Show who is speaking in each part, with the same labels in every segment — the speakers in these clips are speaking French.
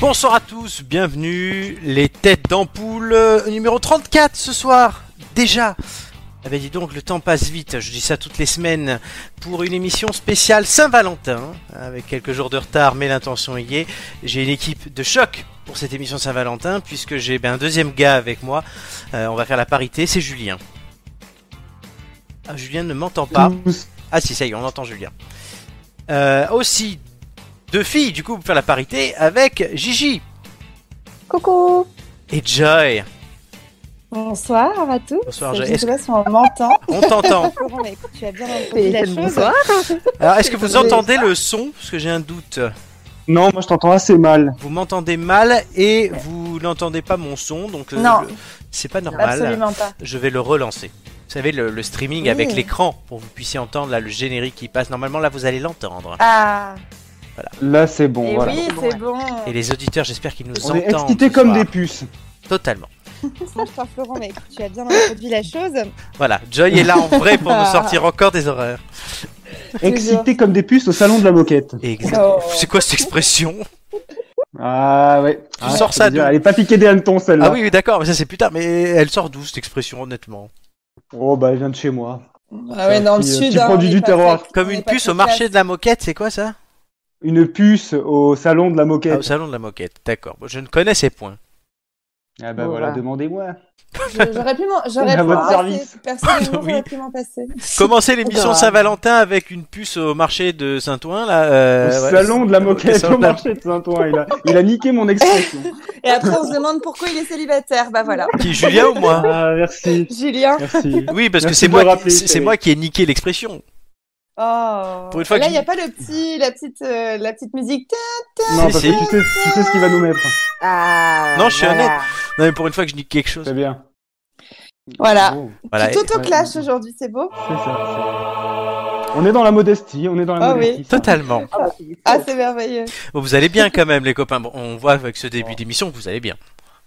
Speaker 1: Bonsoir à tous, bienvenue les têtes d'ampoule euh, numéro 34 ce soir déjà. Ah ben dis donc, le temps passe vite, je dis ça toutes les semaines, pour une émission spéciale Saint-Valentin, avec quelques jours de retard, mais l'intention y est. J'ai une équipe de choc pour cette émission Saint-Valentin, puisque j'ai ben, un deuxième gars avec moi, Euh, on va faire la parité, c'est Julien. Ah, Julien ne m'entend pas. Ah si, ça y est, on entend Julien. Euh, aussi, deux filles, du coup, pour faire la parité, avec Gigi
Speaker 2: Coucou
Speaker 1: et Joy.
Speaker 2: Bonsoir à tous.
Speaker 1: Bonsoir,
Speaker 2: je
Speaker 1: Joy.
Speaker 2: ne
Speaker 1: Est-ce-
Speaker 2: sais pas si on m'entend.
Speaker 1: On t'entend.
Speaker 2: Bon, bah, écoute, tu as bien entendu la chose.
Speaker 1: Alors, est-ce que vous
Speaker 2: Désolée.
Speaker 1: entendez le son Parce que j'ai un doute.
Speaker 3: Non, moi je t'entends assez mal.
Speaker 1: Vous m'entendez mal et vous n'entendez pas mon son, donc euh,
Speaker 2: Non.
Speaker 1: le- c'est pas normal.
Speaker 2: Absolument pas.
Speaker 1: Je vais le relancer. Vous savez, le, le streaming
Speaker 2: Oui.
Speaker 1: avec l'écran, pour que vous puissiez entendre là, le générique qui passe. Normalement, là, vous allez l'entendre.
Speaker 2: Ah,
Speaker 3: Là c'est bon,
Speaker 1: Eh
Speaker 2: et
Speaker 3: voilà.
Speaker 2: oui,
Speaker 1: Bon, ouais.
Speaker 2: c'est bon.
Speaker 1: Et les auditeurs, j'espère qu'ils nous
Speaker 3: On
Speaker 1: entendent.
Speaker 3: est excités
Speaker 1: ce
Speaker 3: comme
Speaker 1: soir.
Speaker 3: des puces.
Speaker 1: Totalement.
Speaker 2: Bonsoir Florent, mais écoute, tu as bien introduit la chose.
Speaker 1: Voilà, Joy est là en vrai pour nous sortir encore des horreurs.
Speaker 3: Excités comme des puces au salon de la moquette.
Speaker 1: Exact.
Speaker 2: Oh.
Speaker 1: C'est quoi cette expression
Speaker 3: Ah ouais. Tu
Speaker 1: sors ça d'où
Speaker 3: Elle est pas piquée des hannetons celle-là.
Speaker 1: Ah oui, oui, d'accord, mais ça c'est plus tard. Mais elle sort d'où cette expression, honnêtement
Speaker 3: Oh bah elle vient de chez moi.
Speaker 2: Ah ouais, dans le
Speaker 3: Petit-
Speaker 2: sud.
Speaker 3: petit
Speaker 2: hein,
Speaker 3: produit
Speaker 2: on est
Speaker 3: du
Speaker 2: pas
Speaker 3: terroir.
Speaker 2: très-
Speaker 1: Comme
Speaker 2: on est
Speaker 1: une
Speaker 2: pas
Speaker 1: puce
Speaker 2: très
Speaker 1: au marché
Speaker 2: classe.
Speaker 1: de la moquette, c'est quoi ça
Speaker 3: Une puce au salon de la
Speaker 1: Ah, Au
Speaker 3: moquette.
Speaker 1: salon de la moquette, d'accord. Bon, Je ne connais ces points.
Speaker 3: Ah bah
Speaker 1: oh,
Speaker 2: Bon,
Speaker 3: voilà,
Speaker 2: voilà.
Speaker 3: demandez-moi.
Speaker 2: Je- J'aurais pu m'en
Speaker 3: On est
Speaker 2: j'aurais
Speaker 3: à
Speaker 2: pu
Speaker 3: votre
Speaker 2: m'en
Speaker 3: service.
Speaker 2: passer. Personnellement,
Speaker 1: Oui.
Speaker 2: j'aurais pu m'en passer.
Speaker 1: Commencer l'émission
Speaker 2: Adorable.
Speaker 1: Saint-Valentin avec une puce au marché de Saint-Ouen, là. euh,
Speaker 3: Au
Speaker 1: ouais.
Speaker 3: salon de la
Speaker 1: Au
Speaker 3: moquette
Speaker 1: salon
Speaker 3: au
Speaker 1: de la-
Speaker 3: marché de Saint-Ouen. Il a, il a niqué mon expression.
Speaker 2: Et après, on se demande pourquoi il est célibataire. Bah voilà.
Speaker 1: Qui, Julien ou moi
Speaker 3: Ah merci.
Speaker 2: Julien.
Speaker 3: Merci.
Speaker 1: Oui, parce que
Speaker 3: Merci
Speaker 1: c'est
Speaker 3: de
Speaker 1: moi,
Speaker 3: le
Speaker 1: qui-
Speaker 3: rappeler,
Speaker 1: c'est c'est
Speaker 3: Thierry.
Speaker 1: moi qui ai niqué l'expression.
Speaker 2: Oh.
Speaker 1: Pour une fois
Speaker 2: là,
Speaker 1: que-
Speaker 2: il n'y a pas le petit, la petite, euh, la petite musique.
Speaker 3: Non,
Speaker 1: Si,
Speaker 3: parce
Speaker 1: si.
Speaker 3: que tu sais, tu sais ce qu'il va nous mettre.
Speaker 2: Ah.
Speaker 1: Non, je suis honnête. Non, mais pour une fois que je nique quelque chose.
Speaker 3: C'est bien.
Speaker 2: Voilà.
Speaker 3: Oh,
Speaker 1: Voilà.
Speaker 2: Tu t'auto-clashes aujourd'hui, c'est beau.
Speaker 3: c'est ça. c'est- On est dans la modestie, on est dans la
Speaker 2: Ah oui.
Speaker 3: modestie. ça.
Speaker 1: Totalement.
Speaker 2: Ah, c'est merveilleux.
Speaker 1: Bon, vous allez bien quand même, les copains. Bon, on voit avec ce début d'émission que vous allez bien.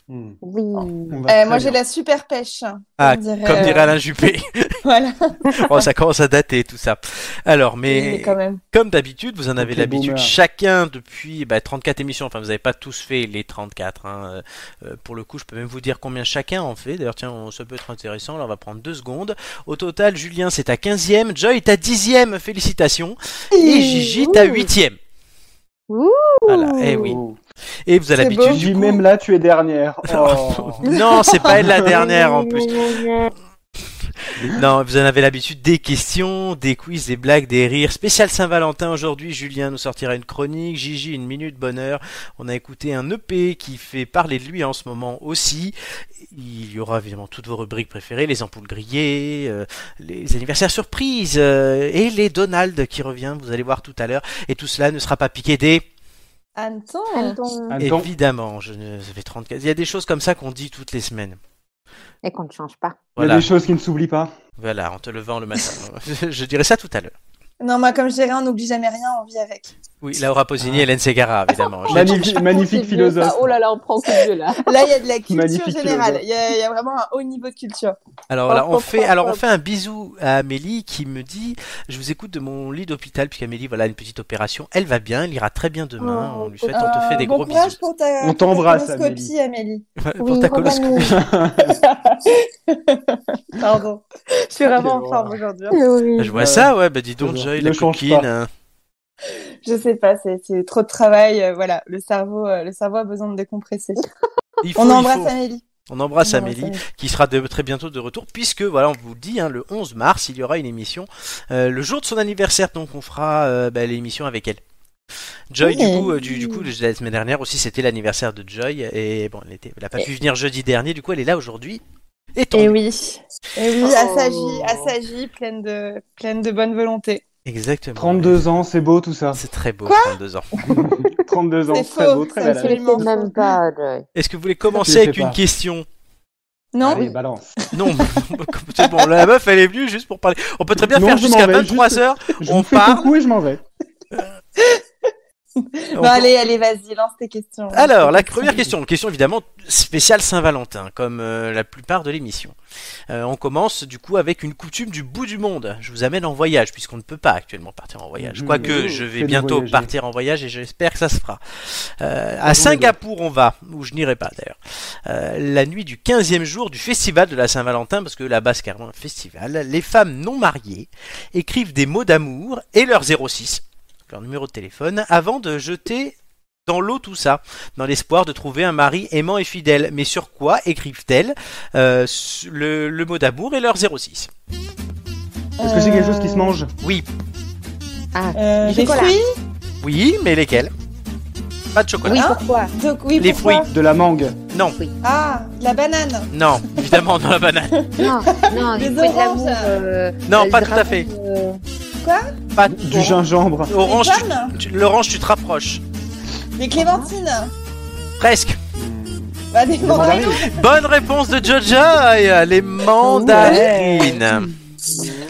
Speaker 3: Hmm.
Speaker 4: Oui.
Speaker 3: On va
Speaker 2: Euh,
Speaker 3: très bien.
Speaker 2: moi, j'ai la super pêche.
Speaker 1: Ah,
Speaker 2: comme dirait,
Speaker 1: Comme
Speaker 2: euh,
Speaker 1: dirait Alain Juppé.
Speaker 2: Voilà.
Speaker 1: Oh, ça commence à dater tout ça. Alors, mais
Speaker 2: Mais quand même.
Speaker 1: comme d'habitude, vous en avez
Speaker 3: Ok,
Speaker 1: l'habitude
Speaker 3: boomer.
Speaker 1: chacun depuis bah, 34 émissions. Enfin, vous n'avez pas tous fait les 34. hein. Euh, pour le coup, je peux même vous dire combien chacun en fait. D'ailleurs, tiens, on- ça peut être intéressant. Là, on va prendre deux secondes. Au total, Julien, c'est ta 15e. Joy, est ta 10e. Félicitations. Et Gigi, ta 8e.
Speaker 4: Ouh.
Speaker 1: Voilà, eh oui.
Speaker 3: Oh.
Speaker 1: Et vous avez
Speaker 2: C'est beau.
Speaker 1: l'habitude
Speaker 3: Gigi,
Speaker 1: du coup...
Speaker 3: même là, tu es dernière. Oh.
Speaker 1: Non, c'est pas elle la dernière en plus. Non, vous en avez l'habitude des questions, des quiz, des blagues, des rires. Spécial Saint-Valentin aujourd'hui, Julien nous sortira une chronique, Gigi une minute bonheur. On a écouté un EP qui fait parler de lui en ce moment aussi. Il y aura évidemment toutes vos rubriques préférées, les ampoules grillées, euh, les anniversaires surprises euh, et les Donald qui revient, vous allez voir tout à l'heure. Et tout cela ne sera pas piqué des...
Speaker 4: Euh,
Speaker 2: Anton.
Speaker 3: Attends.
Speaker 1: Évidemment, je ne... ça fait 34. Il y a des choses comme ça qu'on dit toutes les semaines.
Speaker 4: Et qu'on ne change pas.
Speaker 3: Il y a des choses qui ne s'oublient pas.
Speaker 1: Voilà, en te levant le matin. je dirais ça tout à l'heure.
Speaker 2: Non, moi, comme je dirais, on n'oublie jamais rien, on vit avec.
Speaker 1: Oui, Laura Posini et Hélène Segara, évidemment. Je-
Speaker 3: Magnifique, magnifique philosophe.
Speaker 4: Oh là là, on prend ce jeu là.
Speaker 2: Là, il y a de la culture
Speaker 3: Magnifique hein.
Speaker 2: générale.
Speaker 3: philosophe.
Speaker 2: Il y, a, il y a vraiment un haut niveau de culture.
Speaker 1: Alors là, on fait, alors on fait un bisou à Amélie qui me dit, je vous écoute de mon lit d'hôpital puisqu'Amélie, voilà, a une petite opération. Elle va bien, elle ira très bien demain.
Speaker 4: Oh,
Speaker 1: on lui souhaite, on te
Speaker 2: Euh,
Speaker 1: fait des
Speaker 2: bon
Speaker 1: gros
Speaker 2: courage
Speaker 1: bisous.
Speaker 2: pour ta,
Speaker 3: On
Speaker 2: pour ta
Speaker 3: t'embrasse,
Speaker 2: coloscopie, Amélie.
Speaker 1: Pour ta coloscopie.
Speaker 2: Pardon. Je suis vraiment en
Speaker 3: Quelle
Speaker 2: forme
Speaker 3: horreur.
Speaker 2: aujourd'hui.
Speaker 1: Je vois ça, ouais, bah dis donc,
Speaker 3: Toujours.
Speaker 1: Joy,
Speaker 3: Ne
Speaker 1: la
Speaker 3: change
Speaker 1: coquine.
Speaker 3: pas.
Speaker 1: hein.
Speaker 2: hein. Je sais pas, c'est c'est trop de travail. euh, voilà, le cerveau, euh, le cerveau a besoin de décompresser.
Speaker 1: Il faut,
Speaker 2: On
Speaker 1: il
Speaker 2: embrasse
Speaker 1: faut.
Speaker 2: Amélie.
Speaker 1: On embrasse
Speaker 2: On embrasse
Speaker 1: Amélie. qui sera de, très bientôt de retour, puisque, voilà, on vous le dit, hein, le 11 mars, il y aura une émission, euh, le jour de son anniversaire, donc on fera euh, bah, l'émission avec elle. Joy, du
Speaker 2: Oui.
Speaker 3: Mmh.
Speaker 1: coup, euh, du, du coup, la semaine dernière aussi, c'était l'anniversaire de Joy, et bon, elle, était, elle a pas pu venir jeudi dernier, du coup, elle est là aujourd'hui. Et tant mieux.
Speaker 4: oui.
Speaker 2: Et Eh oui,
Speaker 4: Oh.
Speaker 2: assagie, assagie, pleine de, pleine de bonne volonté.
Speaker 1: Exactement.
Speaker 3: 32 ans, c'est beau tout ça.
Speaker 1: C'est très beau, 32 ans.
Speaker 3: 32 ans,
Speaker 2: C'est
Speaker 3: très
Speaker 2: faux,
Speaker 3: beau, très
Speaker 2: c'est
Speaker 3: belle.
Speaker 2: absolument-
Speaker 4: Absolument. même pas. euh, Joy.
Speaker 1: Est-ce que vous voulez
Speaker 3: Je
Speaker 1: commencer
Speaker 3: sais
Speaker 1: avec une
Speaker 3: pas.
Speaker 1: question
Speaker 2: Non
Speaker 3: Allez, balance.
Speaker 1: Non, comme- c'est bon, la meuf, elle est venue juste pour parler. On peut très bien
Speaker 3: Non,
Speaker 1: faire
Speaker 3: je m'en
Speaker 1: jusqu'à
Speaker 3: vais, juste-
Speaker 1: 23h.
Speaker 3: Je
Speaker 1: On
Speaker 3: vous fais
Speaker 1: part.
Speaker 3: coucou et je m'en vais.
Speaker 1: On
Speaker 2: Bon,
Speaker 1: peut-
Speaker 2: allez, allez, vas-y, lance tes questions.
Speaker 1: Alors, la première question, question évidemment spéciale Saint-Valentin, comme euh, la plupart de l'émission. Euh, on commence du coup avec une coutume du bout du monde. Je vous amène en voyage, puisqu'on ne peut pas actuellement partir en voyage.
Speaker 3: Mhm.
Speaker 1: Quoique,
Speaker 4: Ouh,
Speaker 1: je vais
Speaker 3: faites
Speaker 1: bientôt
Speaker 3: voyager.
Speaker 1: partir en voyage et j'espère que ça se fera. Euh, à
Speaker 3: Faisons les
Speaker 1: Singapour, on va, où je n'irai pas d'ailleurs. Euh, la nuit du 15e jour du festival de la Saint-Valentin, parce que là-bas c'est carrément un festival, les femmes non mariées écrivent des mots d'amour et leur 06, leur numéro de téléphone, avant de jeter dans l'eau tout ça, dans l'espoir de trouver un mari aimant et fidèle. Mais sur quoi écrivent-elles euh, su- le, le mot d'amour et leur 06
Speaker 3: Est-ce que c'est quelque chose qui se mange
Speaker 1: Oui,
Speaker 2: Euh,
Speaker 4: Du
Speaker 2: des
Speaker 4: chocolat.
Speaker 2: fruits
Speaker 1: oui, mais lesquels Pas de chocolat.
Speaker 4: Oui,
Speaker 2: Hein
Speaker 4: pourquoi
Speaker 2: Donc, oui,
Speaker 1: Les
Speaker 2: pourquoi
Speaker 3: De la mangue
Speaker 1: Non,
Speaker 2: Ah, la banane.
Speaker 1: non, évidemment dans la banane.
Speaker 4: Non, non,
Speaker 2: Des
Speaker 4: du fruit de
Speaker 2: oranges.
Speaker 4: l'amour. euh,
Speaker 1: Non,
Speaker 4: euh,
Speaker 1: pas
Speaker 4: du
Speaker 1: tout à fait.
Speaker 4: raisin, euh,
Speaker 1: Pas
Speaker 3: Du gingembre
Speaker 1: Orange,
Speaker 2: Des
Speaker 1: tu-
Speaker 2: pommes
Speaker 1: tu- l'orange, tu te rapproches.
Speaker 2: Des clémentines.
Speaker 1: Presque.
Speaker 2: Bah, des
Speaker 3: Des
Speaker 2: mandarines.
Speaker 3: mandarines.
Speaker 1: Bonne réponse de Jojoy, les mandarines.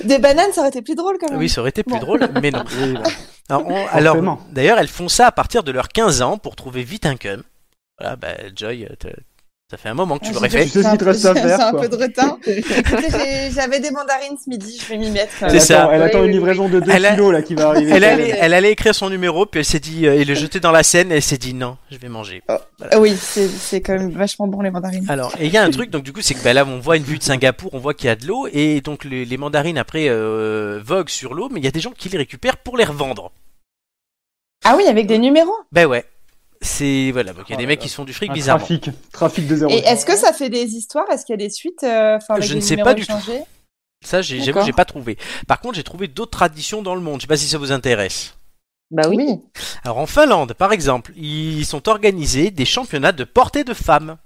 Speaker 2: Des bananes, ça aurait été plus drôle quand même.
Speaker 1: Oui, ça aurait été plus
Speaker 2: Bon.
Speaker 1: drôle, mais non.
Speaker 3: Oui, bah,
Speaker 1: Alors, on- alors,
Speaker 3: forcément.
Speaker 1: d'ailleurs, elles font ça à partir de leurs 15 ans pour trouver vite un cum. Voilà, bah, Joy, euh, te- ça fait un moment que tu
Speaker 2: Ah,
Speaker 1: l'aurais
Speaker 2: j'ai
Speaker 1: fait.
Speaker 2: dû-
Speaker 3: Tu sais ce qu'il te reste à
Speaker 2: C'est un-
Speaker 3: faire,
Speaker 2: C'est un
Speaker 3: quoi.
Speaker 2: peu de retard. Écoutez, j'ai- j'avais des mandarines ce midi, je vais m'y mettre.
Speaker 3: Elle
Speaker 1: C'est
Speaker 3: attend,
Speaker 1: ça.
Speaker 3: Elle attend
Speaker 4: Oui,
Speaker 3: une
Speaker 4: oui,
Speaker 3: livraison de 2
Speaker 1: Elle a-
Speaker 3: kilos là qui va arriver.
Speaker 1: Elle allait, elle allait écrire son numéro, puis elle s'est dit, euh, et le jeter dans la Seine, et elle s'est dit non, je vais manger.
Speaker 2: Ah Oui, c'est c'est quand même vachement bon les mandarines.
Speaker 1: Alors, et il y a un truc, donc du coup, c'est que bah, là, on voit une vue de Singapour, on voit qu'il y a de l'eau, et donc les, les mandarines après euh, voguent sur l'eau, mais il y a des gens qui les récupèrent pour les revendre.
Speaker 2: Ah oui, avec des numéros.
Speaker 1: Ben ouais. C'est voilà, donc il y a
Speaker 3: Oh
Speaker 1: des
Speaker 3: là
Speaker 1: mecs
Speaker 3: là.
Speaker 1: qui se font du fric
Speaker 3: Un
Speaker 1: bizarrement.
Speaker 3: trafic, trafic de zéro.
Speaker 2: Et est-ce que ça fait des histoires Est-ce qu'il y a des suites euh, enfin, avec
Speaker 1: Je
Speaker 2: des
Speaker 1: ne sais
Speaker 2: numéros
Speaker 1: pas du tout.
Speaker 2: échangés
Speaker 1: Ça, j'ai- j'avoue,
Speaker 2: D'accord.
Speaker 1: j'ai pas trouvé. Par contre, j'ai trouvé d'autres traditions dans le monde. Je sais pas si ça vous intéresse.
Speaker 4: Bah oui.
Speaker 1: Alors en Finlande, par exemple, ils sont organisés des championnats de portée de femmes.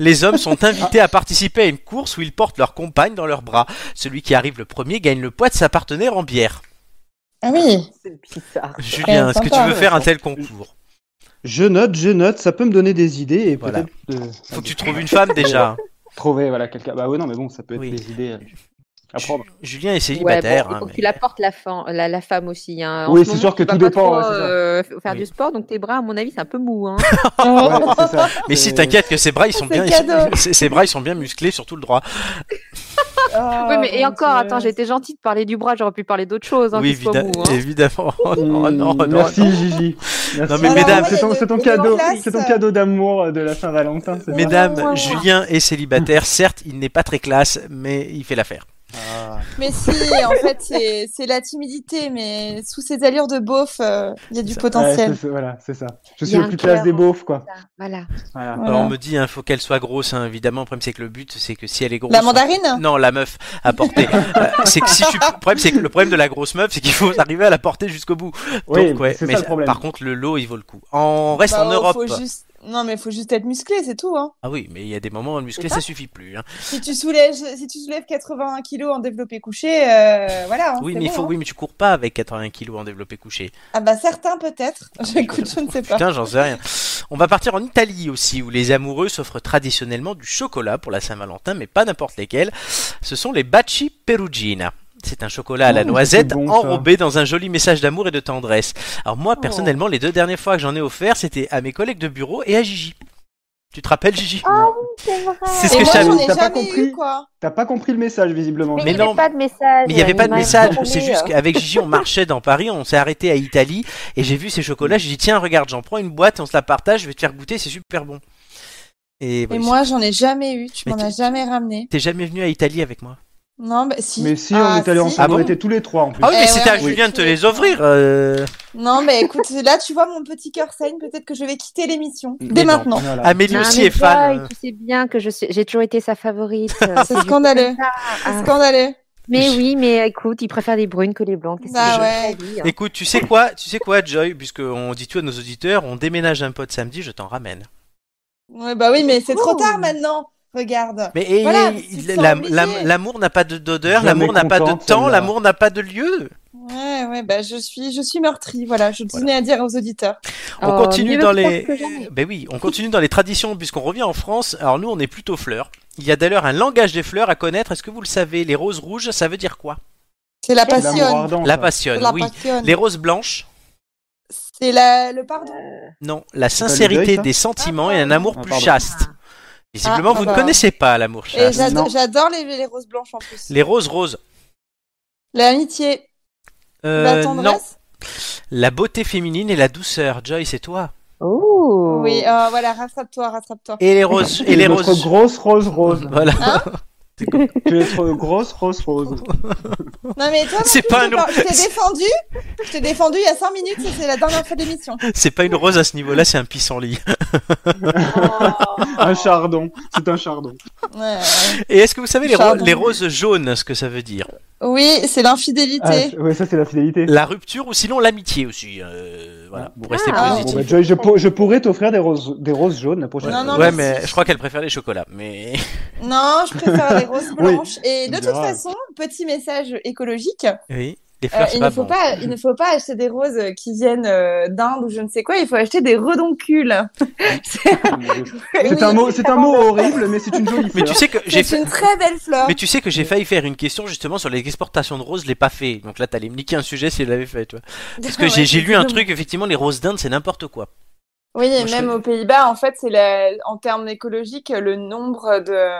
Speaker 1: Les hommes sont invités à participer à une course où ils portent leur compagne dans leurs bras. Celui qui arrive le premier gagne le poids de sa partenaire en bière.
Speaker 2: Ah oui.
Speaker 4: C'est bizarre.
Speaker 1: Julien,
Speaker 2: Ouais,
Speaker 1: est-ce que tu
Speaker 2: sympa,
Speaker 1: veux
Speaker 2: ouais.
Speaker 1: faire un tel concours
Speaker 3: Je note, je note, ça peut me donner des idées et
Speaker 1: Voilà.
Speaker 3: peut-être de-
Speaker 1: Faut que tu trouves une femme déjà.
Speaker 3: trouver voilà, quelqu'un. Bah oui, non, mais bon, ça peut être
Speaker 1: Oui.
Speaker 3: des idées euh, à
Speaker 1: Ju-
Speaker 3: prendre.
Speaker 1: Julien est
Speaker 4: Ouais,
Speaker 1: célibataire.
Speaker 4: bon, il faut
Speaker 1: hein,
Speaker 4: que
Speaker 1: mais-
Speaker 4: tu la portes la, fan- euh, la, la femme aussi. Hein. En
Speaker 3: Oui,
Speaker 4: ce
Speaker 3: c'est
Speaker 4: moment,
Speaker 3: sûr que
Speaker 4: tu vas
Speaker 3: tout
Speaker 4: pas
Speaker 3: dépend,
Speaker 4: trop,
Speaker 3: ouais, c'est ça.
Speaker 4: euh, f- faire
Speaker 1: Oui.
Speaker 4: du sport, donc tes bras, à mon avis, c'est un peu mou. Hein.
Speaker 2: Oh,
Speaker 3: Ouais, c'est ça.
Speaker 1: Mais si t'inquiète que ses bras ils sont
Speaker 2: C'est
Speaker 1: bien, ils sont-
Speaker 2: cadeau.
Speaker 1: ses ses bras ils sont bien musclés, surtout le droit.
Speaker 2: oh,
Speaker 4: oui, mais et encore, attends, j'étais gentille de parler du bras, j'aurais pu parler d'autre chose. Hein,
Speaker 1: oui,
Speaker 4: que ce soit
Speaker 1: évidemment,
Speaker 4: mou, hein.
Speaker 1: évidemment. Oh non, oh non, oh non.
Speaker 3: Euh, Merci Gigi. Merci.
Speaker 1: Non, mais Alors, mesdames-
Speaker 2: ouais,
Speaker 3: c'est ton,
Speaker 2: il y a
Speaker 3: c'est ton
Speaker 2: des-
Speaker 3: cadeau,
Speaker 2: des classes.
Speaker 3: c'est ton cadeau d'amour de la Saint-Valentin. c'est bien.
Speaker 1: Mesdames,
Speaker 2: Ouais, ouais, ouais.
Speaker 1: Julien est célibataire. Certes, il n'est pas très classe, mais il fait l'affaire.
Speaker 3: Ah.
Speaker 2: Mais si, en fait, c'est- c'est la timidité, mais sous ces allures de beauf, euh, il y a du
Speaker 1: Ça-
Speaker 3: Ouais,
Speaker 2: potentiel.
Speaker 3: c'est ça, voilà, c'est ça. Je
Speaker 4: Il y
Speaker 3: suis
Speaker 4: a
Speaker 3: le
Speaker 4: un
Speaker 3: plus classe
Speaker 4: cœur.
Speaker 3: des beaufs, quoi.
Speaker 4: Voilà.
Speaker 3: Voilà.
Speaker 2: Voilà.
Speaker 1: Alors, on me dit, il faut qu'elle soit grosse, hein, évidemment. Le problème, c'est que le but, c'est que si elle est grosse.
Speaker 2: La mandarine
Speaker 1: Non, la meuf à porter. Euh, c'est que si tu... le, problème, c'est que le problème de la grosse meuf, c'est qu'il faut arriver à la porter jusqu'au bout.
Speaker 3: Oui,
Speaker 1: Donc, ouais,
Speaker 3: c'est
Speaker 1: mais
Speaker 3: ça le problème.
Speaker 1: par contre, le lot, il vaut le coup. En on reste
Speaker 2: Bah,
Speaker 1: en
Speaker 2: oh,
Speaker 1: Europe.
Speaker 2: faut juste- Non, mais faut juste être musclé, c'est tout. Hein.
Speaker 1: Ah oui, mais il y a des moments musclés, ça suffit plus. hein.
Speaker 2: Si tu soulèves, si tu soulèves 81 kilos en développé couché, euh, voilà. hein,
Speaker 1: Oui,
Speaker 2: c'est
Speaker 1: mais il
Speaker 2: bon,
Speaker 1: faut,
Speaker 2: hein.
Speaker 1: oui, mais tu cours pas avec 80 kilos en développé couché.
Speaker 2: Ah bah certains peut-être. J'écoute, je ne sais pas.
Speaker 1: Putain, j'en sais rien. On va partir en Italie aussi, où les amoureux s'offrent traditionnellement du chocolat pour la Saint-Valentin, mais pas n'importe lesquels. Ce sont les baci perugina. C'est un chocolat à la
Speaker 3: Oh,
Speaker 1: noisette
Speaker 3: c'est bon, ça. Oh.
Speaker 1: enrobé dans un joli message d'amour et de tendresse. Alors moi, personnellement, les deux dernières fois que j'en ai offert, c'était à mes collègues de bureau et à Gigi. Tu te rappelles, Gigi
Speaker 4: C'est vrai.
Speaker 1: C'est ce
Speaker 2: Et
Speaker 1: que
Speaker 2: moi,
Speaker 1: je
Speaker 2: j'en
Speaker 1: savais.
Speaker 2: ai
Speaker 3: T'as pas
Speaker 2: jamais eu
Speaker 3: compris
Speaker 2: quoi.
Speaker 3: T'as pas compris le message, visiblement.
Speaker 4: Mais,
Speaker 1: Mais
Speaker 4: il n'y
Speaker 1: non.
Speaker 4: avait pas de message.
Speaker 1: Mais il n'y avait pas de
Speaker 4: m'a
Speaker 1: message,
Speaker 4: informé,
Speaker 1: c'est juste
Speaker 4: euh,
Speaker 1: qu'avec Gigi on marchait dans Paris, on s'est arrêté à Italie et j'ai vu ces chocolats, j'ai dit tiens regarde j'en prends une boîte, on se la partage, je vais te faire goûter, c'est super bon. Et,
Speaker 2: Et
Speaker 1: voilà,
Speaker 2: moi, j'en ai jamais eu. Tu
Speaker 1: Mais
Speaker 2: m'en as
Speaker 1: tu-
Speaker 2: jamais ramené.
Speaker 1: t'es jamais venu à Italie avec moi.
Speaker 2: Non, bah si.
Speaker 3: Mais si,
Speaker 2: Ah,
Speaker 3: on est allés
Speaker 2: si.
Speaker 3: ensemble,
Speaker 1: Ah bon
Speaker 3: on était tous les trois en plus.
Speaker 1: Ah oui
Speaker 2: Eh
Speaker 1: mais
Speaker 2: ouais,
Speaker 1: c'était à
Speaker 2: on est
Speaker 1: Julien de
Speaker 2: tous
Speaker 1: te
Speaker 2: les
Speaker 1: les
Speaker 2: trois.
Speaker 1: offrir. euh.
Speaker 2: Non, mais écoute, là, tu vois, mon petit cœur saigne. Peut-être que je vais quitter l'émission. Dès
Speaker 1: non.
Speaker 2: maintenant.
Speaker 3: Voilà.
Speaker 1: Ah, Amélie
Speaker 4: non,
Speaker 1: aussi
Speaker 4: Ah, mais
Speaker 1: est fan.
Speaker 4: Joy, Tu sais bien que je suis... j'ai toujours été sa favorite.
Speaker 2: Ah, C'est scandaleux. C'est
Speaker 4: Ah.
Speaker 2: scandaleux.
Speaker 4: Mais oui, mais écoute, il préfère les brunes que les blancs. Qu'est-ce que
Speaker 2: Bah
Speaker 4: je-
Speaker 2: ouais.
Speaker 4: la vie, hein.
Speaker 1: Écoute tu sais quoi, tu sais quoi Joy, puisqu'on dit tout à nos auditeurs, on déménage un pote samedi, je t'en ramène.
Speaker 2: Ouais, bah oui, mais c'est trop
Speaker 4: Ouh.
Speaker 2: tard maintenant. Regarde.
Speaker 1: Mais et-
Speaker 2: Voilà,
Speaker 1: et-
Speaker 2: tu te
Speaker 1: la-
Speaker 2: sens
Speaker 1: la-
Speaker 2: obligé.
Speaker 1: l'amour n'a pas de- d'odeur,
Speaker 3: Jamais
Speaker 1: l'amour n'a pas de
Speaker 3: contente, hein.
Speaker 1: temps,
Speaker 3: celle-là.
Speaker 1: l'amour n'a pas de lieu.
Speaker 2: Ouais, ouais, bah je suis, je suis meurtrie. Voilà, je tenais à dire aux auditeurs.
Speaker 1: On
Speaker 4: Oh,
Speaker 1: continue
Speaker 4: mieux
Speaker 1: dans
Speaker 4: tard
Speaker 1: les.
Speaker 4: que jamais.
Speaker 1: Ben oui, on continue dans les traditions puisqu'on revient en France. Alors nous, on est plutôt fleurs. Il y a d'ailleurs un langage des fleurs à connaître. Est-ce que vous le savez Les roses rouges, ça veut dire quoi
Speaker 2: C'est la
Speaker 4: C'est
Speaker 3: L'amour
Speaker 2: passion.
Speaker 3: ardent,
Speaker 1: La
Speaker 3: ça.
Speaker 1: passionne.
Speaker 2: La
Speaker 1: oui.
Speaker 2: passion.
Speaker 1: Les roses blanches,
Speaker 2: C'est la... le pardon
Speaker 1: Non, la
Speaker 3: le
Speaker 1: sincérité
Speaker 3: deuil, ça
Speaker 1: des sentiments
Speaker 2: Ah,
Speaker 1: et un amour
Speaker 3: Ah,
Speaker 1: plus
Speaker 3: pardon.
Speaker 1: chaste. Visiblement,
Speaker 2: Ah,
Speaker 1: vous ne
Speaker 2: bah.
Speaker 1: connaissez pas l'amour
Speaker 2: Et
Speaker 1: chaste.
Speaker 2: j'ado-
Speaker 3: non.
Speaker 2: j'adore les, les roses blanches en plus.
Speaker 1: Ah, Les roses roses.
Speaker 2: L'amitié,
Speaker 1: Euh,
Speaker 2: la
Speaker 1: non,
Speaker 2: Bah, tendresse.
Speaker 1: la beauté féminine et la douceur. Joy, c'est toi.
Speaker 4: Oh.
Speaker 2: Oui, euh, voilà, rattrape-toi, rattrape-toi.
Speaker 1: Et les roses et
Speaker 3: Tu
Speaker 1: les
Speaker 3: es Notre
Speaker 1: roses.
Speaker 3: grosse rose rose.
Speaker 1: Voilà.
Speaker 3: tu es notre grosse rose rose.
Speaker 2: Non mais toi,
Speaker 1: C'est
Speaker 2: non plus,
Speaker 1: pas
Speaker 2: je
Speaker 1: un
Speaker 2: te
Speaker 1: nom.
Speaker 2: par- Je t'ai défendu. Je t'ai défendu il y a 5 minutes. et C'est la dernière fois de l'émission.
Speaker 1: C'est pas une rose à ce niveau-là, c'est un pissenlit.
Speaker 3: un chardon. C'est un chardon.
Speaker 2: Ouais, ouais.
Speaker 1: Et est-ce que vous savez les, ro-
Speaker 2: Chardon.
Speaker 1: les roses jaunes, ce que ça veut dire
Speaker 2: Oui, c'est
Speaker 3: Ah,
Speaker 2: l'infidélité.
Speaker 3: c'est- ouais, ça c'est la fidélité.
Speaker 1: La rupture ou sinon l'amitié aussi. euh, voilà,
Speaker 3: Ah,
Speaker 1: pour rester
Speaker 3: Bon,
Speaker 4: Ah.
Speaker 1: positif.
Speaker 3: bah, Joy, je, pour- je pourrais t'offrir des roses, des roses jaunes la prochaine
Speaker 1: Ouais,
Speaker 2: Non,
Speaker 3: fois.
Speaker 2: non,
Speaker 1: ouais,
Speaker 2: mais
Speaker 1: mais
Speaker 2: si.
Speaker 1: je crois qu'elle préfère les chocolats. Mais
Speaker 2: non, je préfère les roses blanches. Et de
Speaker 3: Tu me
Speaker 2: toute
Speaker 3: diras.
Speaker 2: façon, petit message écologique.
Speaker 1: oui, les
Speaker 2: euh,
Speaker 1: fleurs, c'est
Speaker 2: il,
Speaker 1: pas
Speaker 2: ne faut
Speaker 1: bon.
Speaker 2: pas, il ne faut pas acheter des roses qui viennent euh, d'Inde ou je ne sais quoi. Il faut acheter des redoncules.
Speaker 3: C'est un mot, c'est un mot horrible, mais c'est une jolie
Speaker 1: Mais tu
Speaker 3: fleur.
Speaker 1: sais que j'ai
Speaker 2: C'est
Speaker 1: fait...
Speaker 2: une très belle fleur.
Speaker 1: Mais tu sais que j'ai failli faire une question justement sur les exportations de roses, je l'ai pas fait. Donc là, t'allais me niquer un sujet si je l'avais fait, tu vois. Parce que j'ai- j'ai lu un truc, effectivement, les roses d'Inde, c'est n'importe quoi.
Speaker 2: Oui, et
Speaker 1: Moi, je
Speaker 2: même
Speaker 1: fais-
Speaker 2: aux Pays-Bas, en fait, c'est la... en termes écologiques, le nombre de euh,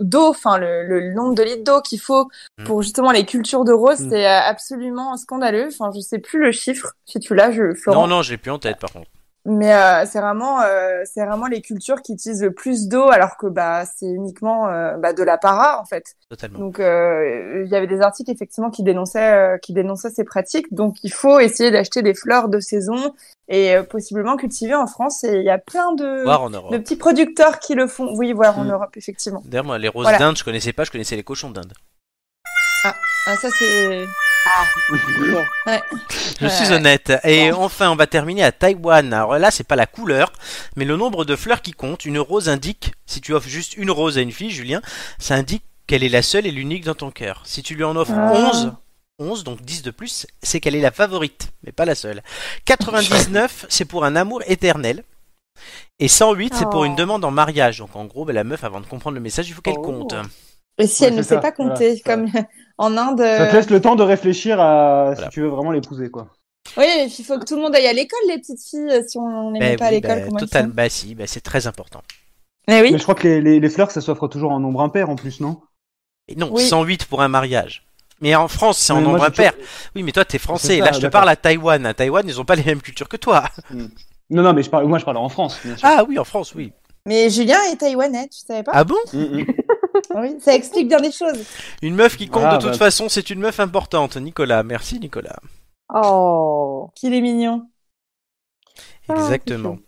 Speaker 2: d'eau, enfin le, le nombre de litres d'eau qu'il faut
Speaker 1: Mm.
Speaker 2: pour justement les cultures de roses,
Speaker 3: Mm.
Speaker 2: c'est euh, absolument scandaleux. Enfin, je sais plus le chiffre. Si tu l'as, je Florent.
Speaker 1: Non, non, je l'ai plus en tête, par contre.
Speaker 2: Mais euh, c'est vraiment, euh, c'est vraiment les cultures qui utilisent le plus d'eau, alors que bah c'est uniquement euh, bah, de la para en fait.
Speaker 1: Totalement.
Speaker 2: Donc euh, il y avait des articles effectivement qui dénonçaient euh, qui dénonçaient ces pratiques. Donc il faut essayer d'acheter des fleurs de saison et euh, possiblement cultiver en France. Et il y a plein de
Speaker 1: Voir en
Speaker 2: de
Speaker 1: Europe.
Speaker 2: petits producteurs qui le font. Oui, voir en
Speaker 3: Mm.
Speaker 2: Europe effectivement.
Speaker 1: D'ailleurs, moi, les roses
Speaker 2: Voilà.
Speaker 1: d'Inde, je connaissais pas, je connaissais les cochons d'Inde.
Speaker 2: Ah ça c'est
Speaker 1: Je
Speaker 2: Ouais,
Speaker 1: suis
Speaker 2: ouais.
Speaker 1: honnête. Et enfin, on va terminer à Taïwan. Alors là, c'est pas la couleur, mais le nombre de fleurs qui compte. Une rose indique, si tu offres juste une rose à une fille, Julien, ça indique qu'elle est la seule et l'unique dans ton cœur. Si tu lui en offres
Speaker 2: Ah.
Speaker 1: 11, 11, donc 10 de plus, c'est qu'elle est la favorite, mais pas la seule. 99, c'est pour un amour éternel. Et 108, c'est pour
Speaker 4: Oh.
Speaker 1: une demande en mariage. Donc en gros, ben, la meuf, avant de comprendre le message, il faut qu'elle
Speaker 4: Oh.
Speaker 1: compte.
Speaker 2: et si
Speaker 3: Ouais,
Speaker 2: elle ne
Speaker 3: c'est
Speaker 2: sait
Speaker 3: ça.
Speaker 2: pas compter
Speaker 3: Voilà.
Speaker 2: comme en Inde.
Speaker 3: Ça te
Speaker 2: euh,
Speaker 3: laisse le temps de réfléchir à
Speaker 1: Voilà.
Speaker 3: si tu veux vraiment l'épouser, quoi.
Speaker 2: Oui, mais il faut que tout le monde aille à l'école les petites filles euh, si on les met
Speaker 1: Ben
Speaker 2: pas à
Speaker 1: oui,
Speaker 2: l'école.
Speaker 1: ben,
Speaker 2: comment elles
Speaker 1: total-
Speaker 2: font
Speaker 1: ben si, ben c'est très important.
Speaker 2: Mais oui.
Speaker 3: Mais je crois que les, les, les fleurs, ça s'offre toujours en nombre impair en plus, non
Speaker 1: Et non,
Speaker 2: Oui.
Speaker 1: 108 pour un mariage. Mais en France, c'est en
Speaker 3: Mais Euh, moi,
Speaker 1: nombre
Speaker 3: j'ai
Speaker 1: impair. Oui, mais toi, t'es français.
Speaker 3: ça,
Speaker 1: Là, je te
Speaker 3: d'accord.
Speaker 1: parle à Taïwan. À Taïwan, ils ont pas les mêmes cultures que toi.
Speaker 3: Non, non, mais je parle, moi je parle en France, bien sûr.
Speaker 1: Ah oui, en France, oui.
Speaker 2: Mais Julien est taïwanais, tu savais pas Ah
Speaker 1: Ah bon
Speaker 3: Mm, mm.
Speaker 2: Oui, ça explique bien des choses.
Speaker 1: Une meuf qui compte
Speaker 3: Ah,
Speaker 1: de toute
Speaker 3: bah.
Speaker 1: façon, c'est une meuf importante. Nicolas, merci Nicolas.
Speaker 4: Oh.
Speaker 2: Qu'il est mignon.
Speaker 4: Ah,
Speaker 1: Exactement.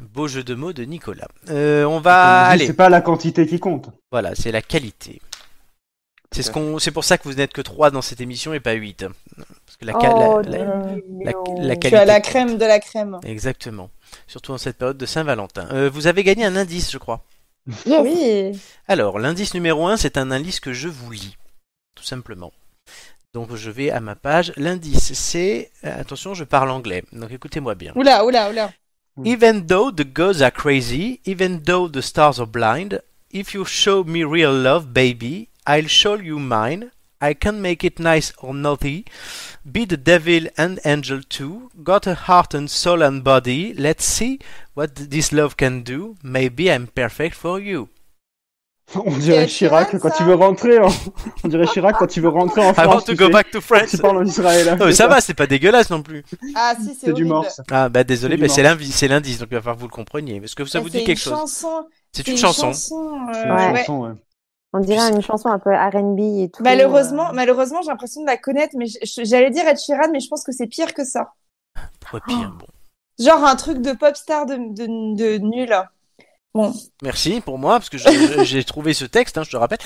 Speaker 1: Beau jeu de mots de Nicolas. Euh, on va
Speaker 3: Comme on dit,
Speaker 1: aller.
Speaker 3: C'est pas la quantité qui compte.
Speaker 1: Voilà, c'est la qualité. C'est ce
Speaker 3: Ouais.
Speaker 1: qu'on. C'est pour ça que vous n'êtes que 3 dans cette émission et pas 8 Parce que la, ca-
Speaker 4: Oh,
Speaker 1: la- la- la-
Speaker 4: mignon.
Speaker 1: la
Speaker 2: Tu as
Speaker 1: qualité.
Speaker 2: la crème de la crème.
Speaker 1: Exactement. Surtout en cette période de Saint-Valentin. Euh, vous avez gagné un indice, je crois.
Speaker 4: Yes.
Speaker 2: Oui.
Speaker 1: Alors, l'indice numéro 1, c'est un indice que je vous lis, tout simplement. Donc, je vais à ma page. L'indice, c'est... euh, Attention, je parle anglais, donc écoutez-moi bien.
Speaker 2: Oula, oula, oula.
Speaker 1: Even though the gods are crazy, even though the stars are blind, if you show me real love, baby, I'll show you mine. I can make it nice or naughty. Be the devil and angel too. Got a heart and soul and body. Let's see what this love can do. Maybe I'm perfect for you.
Speaker 3: On dirait
Speaker 2: C'est Chirac,
Speaker 3: Chirac quand
Speaker 2: ça
Speaker 3: tu veux rentrer en... On dirait Chirac quand tu veux rentrer en
Speaker 1: I
Speaker 3: France.
Speaker 1: want to
Speaker 3: tu
Speaker 1: go
Speaker 3: sais,
Speaker 1: back to France.
Speaker 3: Tu parles en Israël.
Speaker 1: Non mais ça va, c'est pas dégueulasse non plus.
Speaker 2: Ah si, c'est
Speaker 3: C'est du
Speaker 2: horrible.
Speaker 3: morse.
Speaker 1: Ah bah désolé,
Speaker 3: C'est du
Speaker 1: mais c'est l'indice, c'est l'indice, donc il va falloir que vous le compreniez. Est-ce que ça
Speaker 2: Eh,
Speaker 1: vous
Speaker 2: c'est
Speaker 1: dit quelque
Speaker 2: une
Speaker 1: chose
Speaker 2: chanson.
Speaker 1: C'est une chanson.
Speaker 2: euh,
Speaker 3: C'est
Speaker 2: ouais.
Speaker 3: une chanson, ouais.
Speaker 4: On dirait une chanson un peu R&B et tout.
Speaker 2: Malheureusement, malheureusement, j'ai l'impression de la connaître, mais je- je- j'allais dire Ed Sheeran, mais je pense que c'est pire que ça.
Speaker 1: Ouais, pire, bon.
Speaker 2: Genre un truc de pop star de, de, de nul. hein.
Speaker 1: Merci pour moi parce que je- j'ai trouvé ce texte, hein, je te rappelle.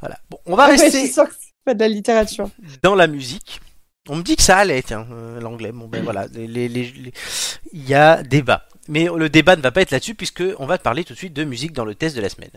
Speaker 1: Voilà. Bon, on va
Speaker 2: Ouais, je suis
Speaker 1: rester
Speaker 2: sûre que Ah, c'est pas de la littérature.
Speaker 1: dans la musique. On me dit que ça allait, tiens, euh, l'anglais. Bon ben voilà, les- les- les- les- il y a débat. Mais le débat ne va pas être là-dessus puisque on va parler tout de suite de musique dans le test de la semaine.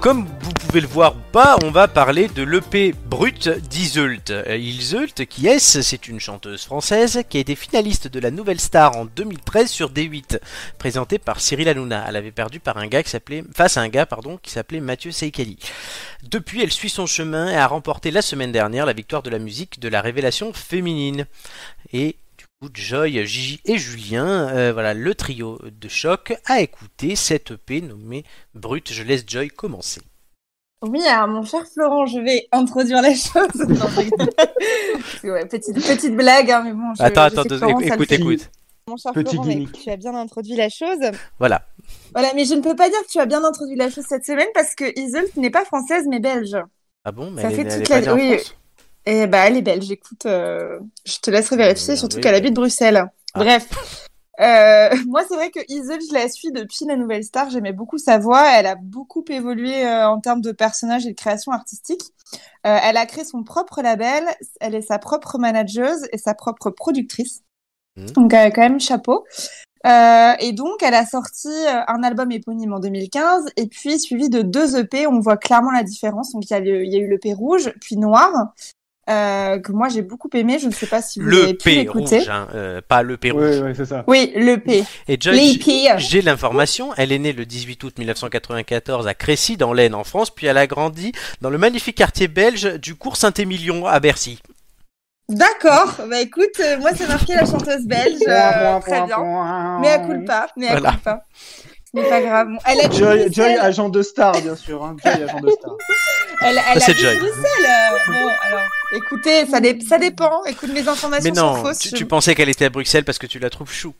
Speaker 1: Comme vous pouvez le voir ou pas, on va parler de l'EP brut d'Iseult. Euh, Iseult, qui est, c'est une chanteuse française qui a été finaliste de la Nouvelle Star en 2013 sur D8, présentée par Cyril Hanouna. Elle avait perdu par un gars qui s'appelait, face à un gars, pardon, qui s'appelait Mathieu Seikali. Depuis, elle suit son chemin et a remporté la semaine dernière la victoire de la musique de la révélation féminine. Et Joy, Gigi et Julien, euh, voilà le trio de choc, a écouté cette EP nommée Brut. Je laisse Joy commencer.
Speaker 2: Oui, alors mon cher Florent, je vais introduire la chose. Non, je... ouais, petite, petite blague, hein, mais bon. Je,
Speaker 1: attends,
Speaker 2: je
Speaker 1: attends,
Speaker 2: sais que
Speaker 1: deux-
Speaker 2: Florent, ça le
Speaker 1: écoute,
Speaker 2: fait.
Speaker 1: écoute.
Speaker 2: Mon cher
Speaker 3: Petit
Speaker 2: Florent, mais
Speaker 3: gimmick.
Speaker 2: tu as bien introduit la chose.
Speaker 1: Voilà.
Speaker 2: Voilà, mais je ne peux pas dire que tu as bien introduit la chose cette semaine parce que Isolde n'est pas française mais belge.
Speaker 1: Ah bon, mais
Speaker 2: Ça
Speaker 1: elle,
Speaker 2: fait
Speaker 1: est- elle
Speaker 2: toute
Speaker 1: est pas
Speaker 2: la-
Speaker 1: née en
Speaker 2: oui.
Speaker 1: France
Speaker 2: Eh bah, elle est belge, écoute, euh, je te laisserai vérifier,
Speaker 1: Merde,
Speaker 2: surtout
Speaker 1: oui.
Speaker 2: qu'elle habite Bruxelles.
Speaker 1: Ah.
Speaker 2: Bref. Euh, moi, c'est vrai que Isolde, je la suis depuis La Nouvelle Star, j'aimais beaucoup sa voix, elle a beaucoup évolué euh, en termes de personnages et de création artistique. Euh, elle a créé son propre label, elle est sa propre manageuse et sa propre productrice.
Speaker 1: Mhm.
Speaker 2: Donc, euh, quand même, chapeau. Euh, et donc, elle a sorti euh, un album éponyme en 2015, et puis suivi de deux EP. On voit clairement la différence. Donc, il y, a le- il y a eu l'EP rouge, puis noir, euh, que moi j'ai beaucoup aimé. Je ne sais pas si vous
Speaker 1: Le
Speaker 2: avez pu
Speaker 1: P
Speaker 2: l'écouter.
Speaker 1: rouge, hein, euh, pas le P rouge.
Speaker 3: Ouais, ouais, c'est ça.
Speaker 2: Oui, l'EP.
Speaker 1: Et Joy, j'ai-
Speaker 2: L'EP.
Speaker 1: j'ai l'information, elle est née le 18 août 1994 à Crécy, dans l'Aisne, en France, puis elle a grandi dans le magnifique quartier belge du cours Saint-Émilion à Bercy.
Speaker 2: D'accord. Bah écoute, euh, moi c'est marqué la chanteuse belge. euh, très bien. Mais à coup pas. Mais à
Speaker 1: Voilà.
Speaker 2: coup pas. Ce n'est pas grave. Bon, elle habite
Speaker 3: Joy, Joy,
Speaker 2: Bruxelles.
Speaker 3: agent de star, bien sûr. Hein. Joy, agent de star.
Speaker 2: Elle, elle
Speaker 1: Ça, Bah, c'est
Speaker 2: habite
Speaker 1: Joy.
Speaker 2: Bruxelles. euh, Bon, alors, écoutez, ça, dé- ça dépend. Écoute, mes informations
Speaker 1: Mais non,
Speaker 2: sont fausses.
Speaker 1: tu,
Speaker 2: je-
Speaker 1: tu pensais qu'elle était à Bruxelles parce que tu la trouves chou.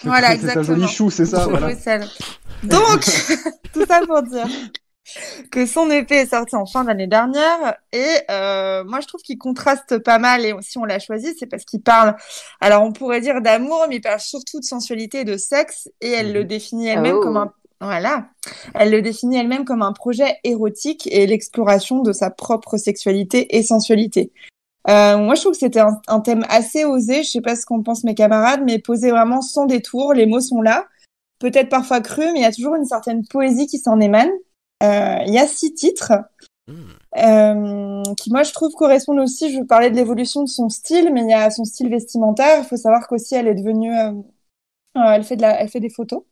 Speaker 3: C'est-
Speaker 2: Voilà,
Speaker 3: c'est- C'est un joli
Speaker 2: exactement.
Speaker 3: chou, c'est ça.
Speaker 2: Sur
Speaker 3: voilà.
Speaker 2: Bruxelles. Donc, tout ça pour dire que son épée est sortie en fin d'année dernière et euh, moi je trouve qu'il contraste pas mal et si on l'a choisi c'est parce qu'il parle alors on pourrait dire d'amour mais il parle surtout de sensualité et de sexe et elle le définit elle-même
Speaker 4: Oh.
Speaker 2: comme un voilà elle le définit elle-même comme un projet érotique et l'exploration de sa propre sexualité et sensualité euh, moi, je trouve que c'était un, un thème assez osé. Je sais pas ce qu'en pensent mes camarades, mais posé vraiment sans détour. Les mots sont là, peut-être parfois crus, mais il y a toujours une certaine poésie qui s'en émane. Euh, Il y a six titres
Speaker 1: Hmm.
Speaker 2: euh, qui, moi, je trouve correspondent aussi. Je parlais de l'évolution de son style, mais il y a son style vestimentaire. Il faut savoir qu'aussi, elle est devenue, euh, euh, elle fait de la, elle fait des photos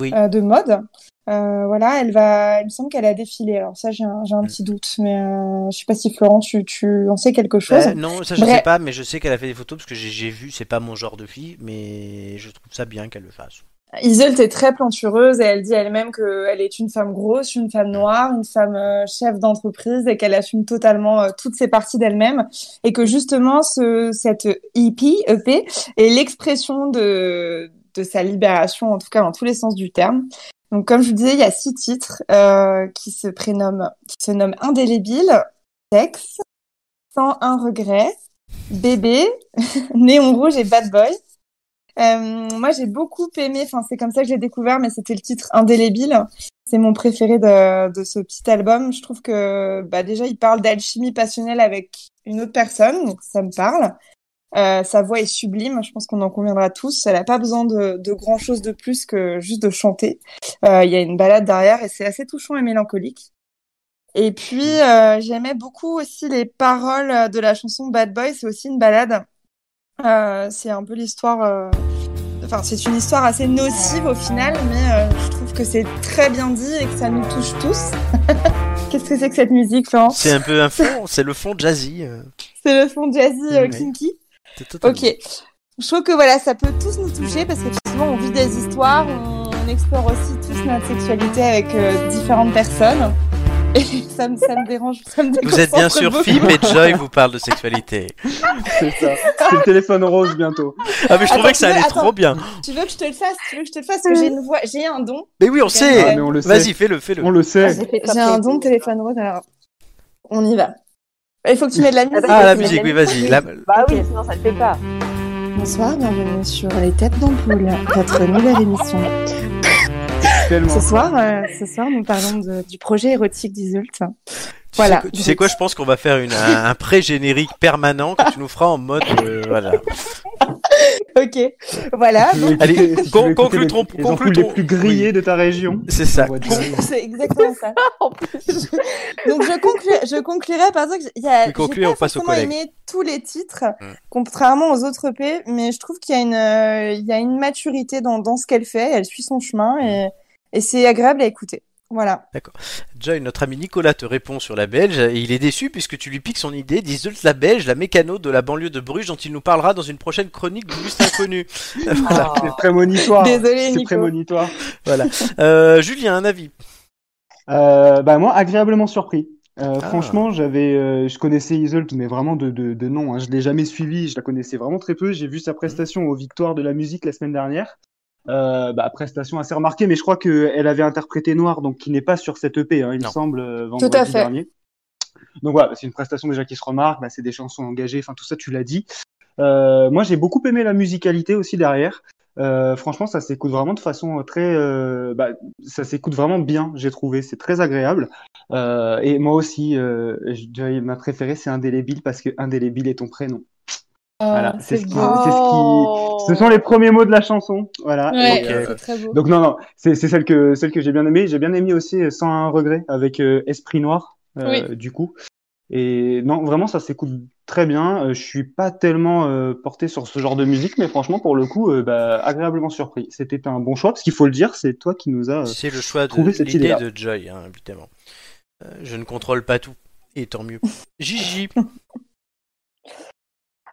Speaker 1: Oui.
Speaker 2: euh, de mode. Euh, voilà, elle va. Il me semble qu'elle a défilé. Alors ça, j'ai un, j'ai
Speaker 1: Hmm.
Speaker 2: un petit doute, mais euh, je sais pas si Florent, tu, tu en sais quelque chose.
Speaker 1: Euh, non, ça je
Speaker 2: Bref.
Speaker 1: sais pas, mais je sais qu'elle a fait des photos parce que j'ai- j'ai vu, c'est pas mon genre de fille, mais je trouve ça bien qu'elle le fasse.
Speaker 2: Isolde est très plantureuse et elle dit elle-même qu'elle est une femme grosse, une femme noire, une femme euh, chef d'entreprise et qu'elle assume totalement euh, toutes ces parties d'elle-même et que justement ce, cette E hippie EP est l'expression de, de sa libération, en tout cas dans tous les sens du terme. Donc comme je vous disais, il y a six titres euh, qui se prénomment, qui se nomment Indélébile, Sexe, Sans un regret, Bébé, Néon rouge et Bad Boy. Euh, moi, j'ai beaucoup aimé, enfin, c'est comme ça que j'ai découvert, mais c'était le titre Indélébile. C'est mon préféré de, de ce petit album. Je trouve que, bah, déjà, il parle d'alchimie passionnelle avec une autre personne, donc ça me parle. Euh, sa voix est sublime, je pense qu'on en conviendra tous. Elle n'a pas besoin de, de grand chose de plus que juste de chanter. Euh, Il y a une balade derrière et c'est assez touchant et mélancolique. Et puis, euh, j'aimais beaucoup aussi les paroles de la chanson Bad Boy. C'est aussi une balade. Euh, c'est un peu l'histoire. euh, Enfin, c'est une histoire assez nocive au final, mais euh, je trouve que c'est très bien dit et que ça nous touche tous. Qu'est-ce que c'est que cette musique, Florence
Speaker 1: C'est un peu un fond, c'est le fond jazzy. euh,
Speaker 2: C'est le fond jazzy euh,
Speaker 1: Oui.
Speaker 2: kinky.
Speaker 1: c'est totalement-
Speaker 2: Ok. Je trouve que voilà, ça peut tous nous toucher parce que souvent on vit des histoires, on, on explore aussi tous notre sexualité avec euh, différentes personnes. Et ça me, ça me dérange, ça me
Speaker 1: Vous êtes bien
Speaker 2: déconcentre
Speaker 1: sûr
Speaker 2: beaucoup.
Speaker 1: Philippe et Joy vous parlent de sexualité.
Speaker 3: C'est ça. C'est le téléphone rose bientôt.
Speaker 1: Ah mais je trouvais
Speaker 2: Attends,
Speaker 1: que ça
Speaker 2: tu veux-
Speaker 1: allait
Speaker 2: attends.
Speaker 1: trop bien.
Speaker 2: Tu veux que je te le fasse Tu veux que je te le fasse Parce que j'ai une voix, j'ai un don.
Speaker 1: Mais oui, on
Speaker 2: Ok.
Speaker 3: Ah,
Speaker 1: sait.
Speaker 3: mais on le sait.
Speaker 1: Vas-y, fais-le, fais-le.
Speaker 3: On le
Speaker 4: Ah,
Speaker 3: sait.
Speaker 2: J'ai un don de téléphone rose, alors on y va. Il faut que tu mettes de la musique.
Speaker 1: Ah la
Speaker 2: aussi.
Speaker 1: musique, oui, vas-y. La-
Speaker 5: Bah
Speaker 2: Ok.
Speaker 5: oui, sinon ça le fait pas.
Speaker 2: Bonsoir, bienvenue sur Les Têtes d'Ampoule, votre nouvelle émission.
Speaker 3: Tellement.
Speaker 2: Ce soir, euh, ce soir, nous parlons de- du projet érotique d'Isolt.
Speaker 1: Tu,
Speaker 2: Voilà.
Speaker 1: sais, quoi- tu sais quoi, je pense qu'on va faire une, un, un pré-générique permanent que tu nous feras en mode... euh, voilà.
Speaker 2: ok, voilà.
Speaker 3: Tu veux
Speaker 2: donc,
Speaker 1: Allez,
Speaker 3: écouter- si
Speaker 1: con-
Speaker 3: tu veux écouter
Speaker 1: conclue
Speaker 3: les-
Speaker 1: ton-
Speaker 3: les
Speaker 1: conclue
Speaker 3: ampoules
Speaker 1: ton-
Speaker 3: les plus grillés de ta région.
Speaker 1: C'est ça.
Speaker 3: On va dire.
Speaker 2: c'est exactement ça. donc je, conclu- je conclurai par dire que il y a,
Speaker 1: Tu conclus
Speaker 2: j'ai
Speaker 1: et
Speaker 2: pas
Speaker 1: on passe aux
Speaker 2: forcément
Speaker 1: collègues.
Speaker 2: aimé tous les titres,
Speaker 1: Mm.
Speaker 2: contrairement aux autres EP, mais je trouve qu'il y a une, euh, il y a une maturité dans, dans ce qu'elle fait, elle suit son chemin et, et c'est agréable à écouter. Voilà.
Speaker 1: Joy, notre ami Nicolas te répond sur la Belge et il est déçu puisque tu lui piques son idée d'Isolte la Belge, la mécano de la banlieue de Bruges dont il nous parlera dans une prochaine chronique de Juste Inconnu.
Speaker 4: Ah.
Speaker 3: C'est prémonitoire.
Speaker 2: Désolée,
Speaker 3: C'est
Speaker 2: Nico.
Speaker 3: prémonitoire.
Speaker 1: Euh, Julien, un avis
Speaker 3: Euh, bah moi, agréablement surpris. Euh,
Speaker 1: Ah.
Speaker 3: Franchement, j'avais, euh, je connaissais Isolt, mais vraiment de, de, de nom. hein. Je l'ai jamais suivi, je la connaissais vraiment très peu. J'ai vu sa prestation aux Victoires de la musique la semaine dernière. Euh, bah, prestation assez remarquée, mais je crois qu'elle avait interprété Noir, donc qui n'est pas sur cette EP, hein, il me
Speaker 1: Non.
Speaker 3: semble, euh,
Speaker 2: à
Speaker 3: vendredi
Speaker 2: fait.
Speaker 3: dernier. Donc voilà, c'est une prestation déjà qui se remarque. Bah, c'est des chansons engagées, enfin tout ça, tu l'as dit. Euh, moi, j'ai beaucoup aimé la musicalité aussi derrière. Euh, franchement, ça s'écoute vraiment de façon euh, très, euh, bah, ça s'écoute vraiment bien, j'ai trouvé. C'est très agréable. Euh, et moi aussi, euh, je dirais, ma préférée, c'est Indélébile parce que Indélébile est ton prénom.
Speaker 4: Euh,
Speaker 3: Voilà,
Speaker 2: Ah,
Speaker 3: c'est ce qui- c'est
Speaker 4: Oh.
Speaker 3: ce qui- ce sont les premiers mots de la chanson. Voilà.
Speaker 2: Ouais,
Speaker 3: Et, euh,
Speaker 2: c'est très beau.
Speaker 3: donc non, non, c'est c'est celle que, celle que j'ai bien aimée. J'ai bien aimé aussi euh, Sans un regret avec euh, Esprit Noir, euh, du coup. Et non, vraiment, ça s'écoute très bien. Euh, je suis pas tellement euh, porté sur ce genre de musique, mais franchement, pour le coup, euh, bah, agréablement surpris. C'était un bon choix, parce qu'il faut le dire, c'est toi qui nous as... euh,
Speaker 1: C'est le choix de
Speaker 3: trouver cette
Speaker 1: l'idée
Speaker 3: idée-là.
Speaker 1: de Joy, hein, évidemment. Euh, je ne contrôle pas tout. Et tant mieux. Gigi,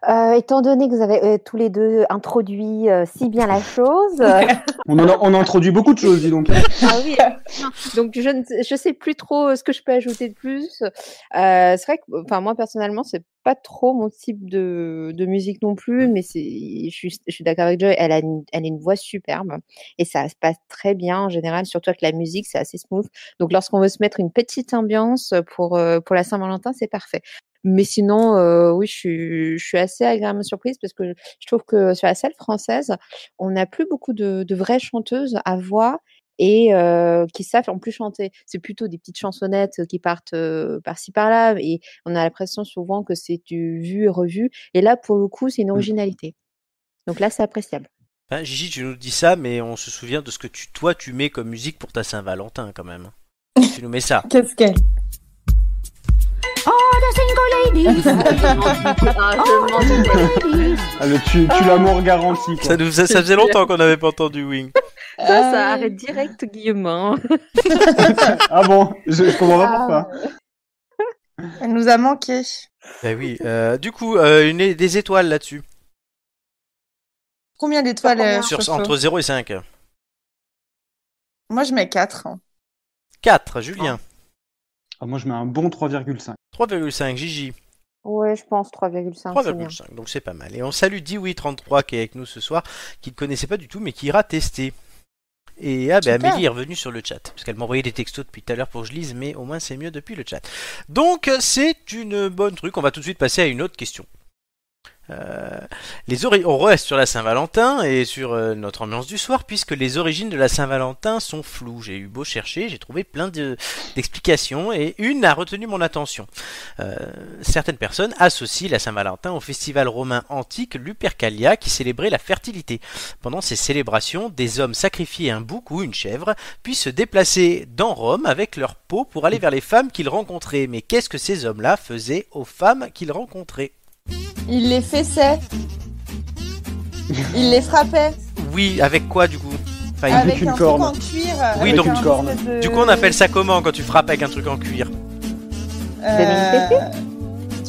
Speaker 5: Euh, étant donné que vous avez euh, tous les deux introduit euh, si bien la chose, euh,
Speaker 3: On, en a, on a introduit beaucoup de choses, dis donc.
Speaker 4: Ah oui, non. donc je ne je sais plus trop euh, ce que je peux ajouter de plus. Euh, c'est vrai que enfin moi personnellement c'est pas trop mon type de, de musique non plus, mais c'est je suis, je suis d'accord avec Joy, elle a une, elle a une voix superbe et ça se passe très bien en général, surtout avec la musique c'est assez smooth. Donc lorsqu'on veut se mettre une petite ambiance pour euh, pour la Saint-Valentin c'est parfait. Mais sinon, euh, oui, je suis, je suis assez agréablement surprise parce que je trouve que sur la scène française, on n'a plus beaucoup de, de vraies chanteuses à voix et euh, qui savent en plus chanter. C'est plutôt des petites chansonnettes euh, qui partent euh, par-ci par-là et on a l'impression souvent que c'est du vu et revu. Et là, pour le coup, c'est
Speaker 3: Mmh.
Speaker 4: une originalité. Donc là, c'est appréciable.
Speaker 1: Hein, Gigi, tu nous dis ça, mais on se souvient de ce que tu, toi, tu mets comme musique pour ta Saint-Valentin, quand même. tu nous mets ça.
Speaker 2: Qu'est-ce qu'elle
Speaker 3: Ah, le tu tu l'amour garanti, quoi.
Speaker 1: Ça, nous, ça, ça faisait longtemps qu'on n'avait pas entendu Wing.
Speaker 4: Ça, ça
Speaker 2: Euh,
Speaker 4: arrête direct Guillaume. hein.
Speaker 3: Ah bon, je, je comprends pas pourquoi.
Speaker 2: Elle nous a manqué.
Speaker 1: Bah oui. euh, du coup, euh, une, des étoiles là-dessus.
Speaker 2: Combien d'étoiles
Speaker 4: Combien
Speaker 2: euh,
Speaker 1: Sur-
Speaker 2: Soso
Speaker 1: Entre 0 et 5.
Speaker 2: Moi, je mets hein. 4.
Speaker 1: 4, Julien.
Speaker 3: Ah, moi, je mets un bon 3,5.
Speaker 1: 3,5, Gigi.
Speaker 5: ouais, je pense 3,5. c'est bien.
Speaker 1: 3,5, donc c'est pas mal. Et on salue Dioui33 qui est avec nous ce soir, qui ne connaissait pas du tout, mais qui ira tester. Et ah, ben,
Speaker 2: Super.
Speaker 1: Amélie est revenue sur le chat, parce qu'elle m'envoyait des textos depuis tout à l'heure pour que je lise, mais au moins c'est mieux depuis le chat. Donc c'est une bonne truc, on va tout de suite passer à une autre question. Euh, les ori- on reste sur la Saint-Valentin et sur euh, notre ambiance du soir, puisque les origines de la Saint-Valentin sont floues. J'ai eu beau chercher, j'ai trouvé plein de- d'explications, et une a retenu mon attention. Euh, certaines personnes associent la Saint-Valentin au festival romain antique Lupercalia qui célébrait la fertilité. Pendant ces célébrations, des hommes sacrifiaient un bouc ou une chèvre, puis se déplaçaient dans Rome avec leur peau pour aller vers les femmes qu'ils rencontraient. Mais qu'est-ce que ces hommes-là faisaient aux femmes qu'ils rencontraient
Speaker 2: Il les fessait. Il les frappait.
Speaker 1: Ah, Oui, avec quoi du coup Enfin,
Speaker 3: Avec
Speaker 2: avec euh,
Speaker 3: une
Speaker 2: un
Speaker 3: corne.
Speaker 2: truc en cuir.
Speaker 1: Oui,
Speaker 2: avec
Speaker 1: donc
Speaker 2: un
Speaker 3: une corne.
Speaker 2: espèce de-
Speaker 1: Du coup, on appelle ça comment quand tu frappes avec un truc en cuir
Speaker 2: Euh,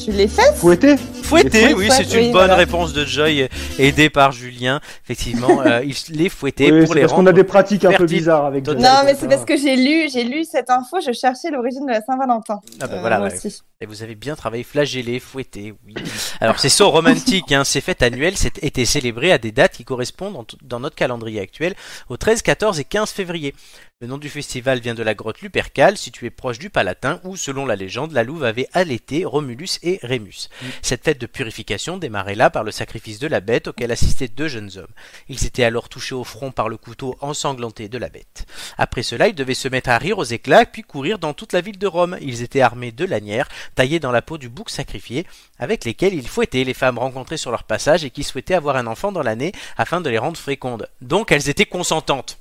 Speaker 2: Tu les fais
Speaker 3: Fouetté
Speaker 1: Fouetter,
Speaker 3: Les
Speaker 1: oui,
Speaker 2: fouettes,
Speaker 1: c'est une
Speaker 2: oui,
Speaker 1: bonne
Speaker 2: voilà.
Speaker 1: réponse de Joy, aidée par Julien. Effectivement, euh, ils les fouettaient
Speaker 3: Oui,
Speaker 1: pour
Speaker 3: c'est
Speaker 1: les
Speaker 3: parce qu'on a
Speaker 1: rendre
Speaker 3: des pratiques un peu
Speaker 1: fertiles.
Speaker 3: bizarres avec
Speaker 1: Non,
Speaker 2: Non, mais c'est parce que j'ai lu, j'ai lu cette info, je cherchais l'origine de la Saint-Valentin.
Speaker 1: Ah bah
Speaker 2: Euh,
Speaker 1: voilà,
Speaker 2: moi
Speaker 1: ouais.
Speaker 2: aussi.
Speaker 1: Et vous avez bien travaillé, flagellé, fouetté, oui. Alors c'est so romantique, hein. ces fêtes annuelles c'est- étaient célébrées à des dates qui correspondent en t- dans notre calendrier actuel au 13, 14 et 15 février. Le nom du festival vient de la grotte Lupercale, située proche du Palatin, où, selon la légende, la louve avait allaité Romulus et Rémus. Cette fête fête de purification démarrait là par le sacrifice de la bête auquel assistaient deux jeunes hommes. Ils étaient alors touchés au front par le couteau ensanglanté de la bête. Après cela, ils devaient se mettre à rire aux éclats puis courir dans toute la ville de Rome. Ils étaient armés de lanières taillées dans la peau du bouc sacrifié avec lesquelles ils fouettaient les femmes rencontrées sur leur passage et qui souhaitaient avoir un enfant dans l'année afin de les rendre fécondes. Donc elles étaient consentantes.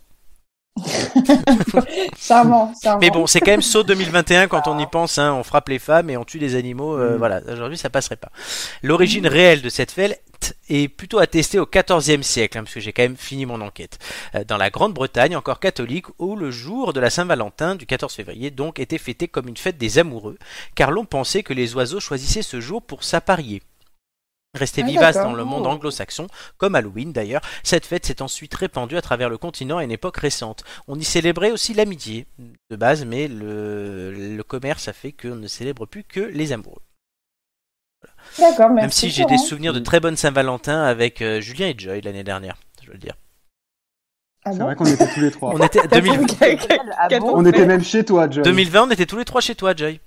Speaker 2: Charmant, charmant.
Speaker 1: Mais bon, c'est quand même saut 2021 quand on y pense. hein. On frappe les femmes et on tue des animaux. euh,
Speaker 3: Mm.
Speaker 1: Voilà, aujourd'hui ça passerait pas. L'origine réelle de cette fête est plutôt attestée au XIVe siècle, hein, parce que j'ai quand même fini mon enquête. Euh, Dans la Grande-Bretagne, encore catholique, où le jour de la Saint-Valentin du 14 février donc était fêté comme une fête des amoureux, car l'on pensait que les oiseaux choisissaient ce jour pour s'apparier. Restée
Speaker 2: Ah,
Speaker 1: vivace
Speaker 2: d'accord.
Speaker 1: dans le monde anglo-saxon, comme Halloween d'ailleurs, cette fête s'est ensuite répandue à travers le continent à une époque récente. On y célébrait aussi l'amitié de base, mais le, le commerce a fait qu'on ne célèbre plus que les amoureux.
Speaker 2: D'accord, merci.
Speaker 1: Même si j'ai des
Speaker 2: Florent.
Speaker 1: souvenirs de très bonnes Saint-Valentin avec euh, Julien et Joy l'année dernière, je veux le dire.
Speaker 2: Ah
Speaker 3: C'est
Speaker 2: bon
Speaker 3: vrai qu'on était tous les trois.
Speaker 1: On était, 2000
Speaker 4: Ah bon
Speaker 3: On était même chez toi, John.
Speaker 1: 2020, on était tous les trois chez toi, Joy.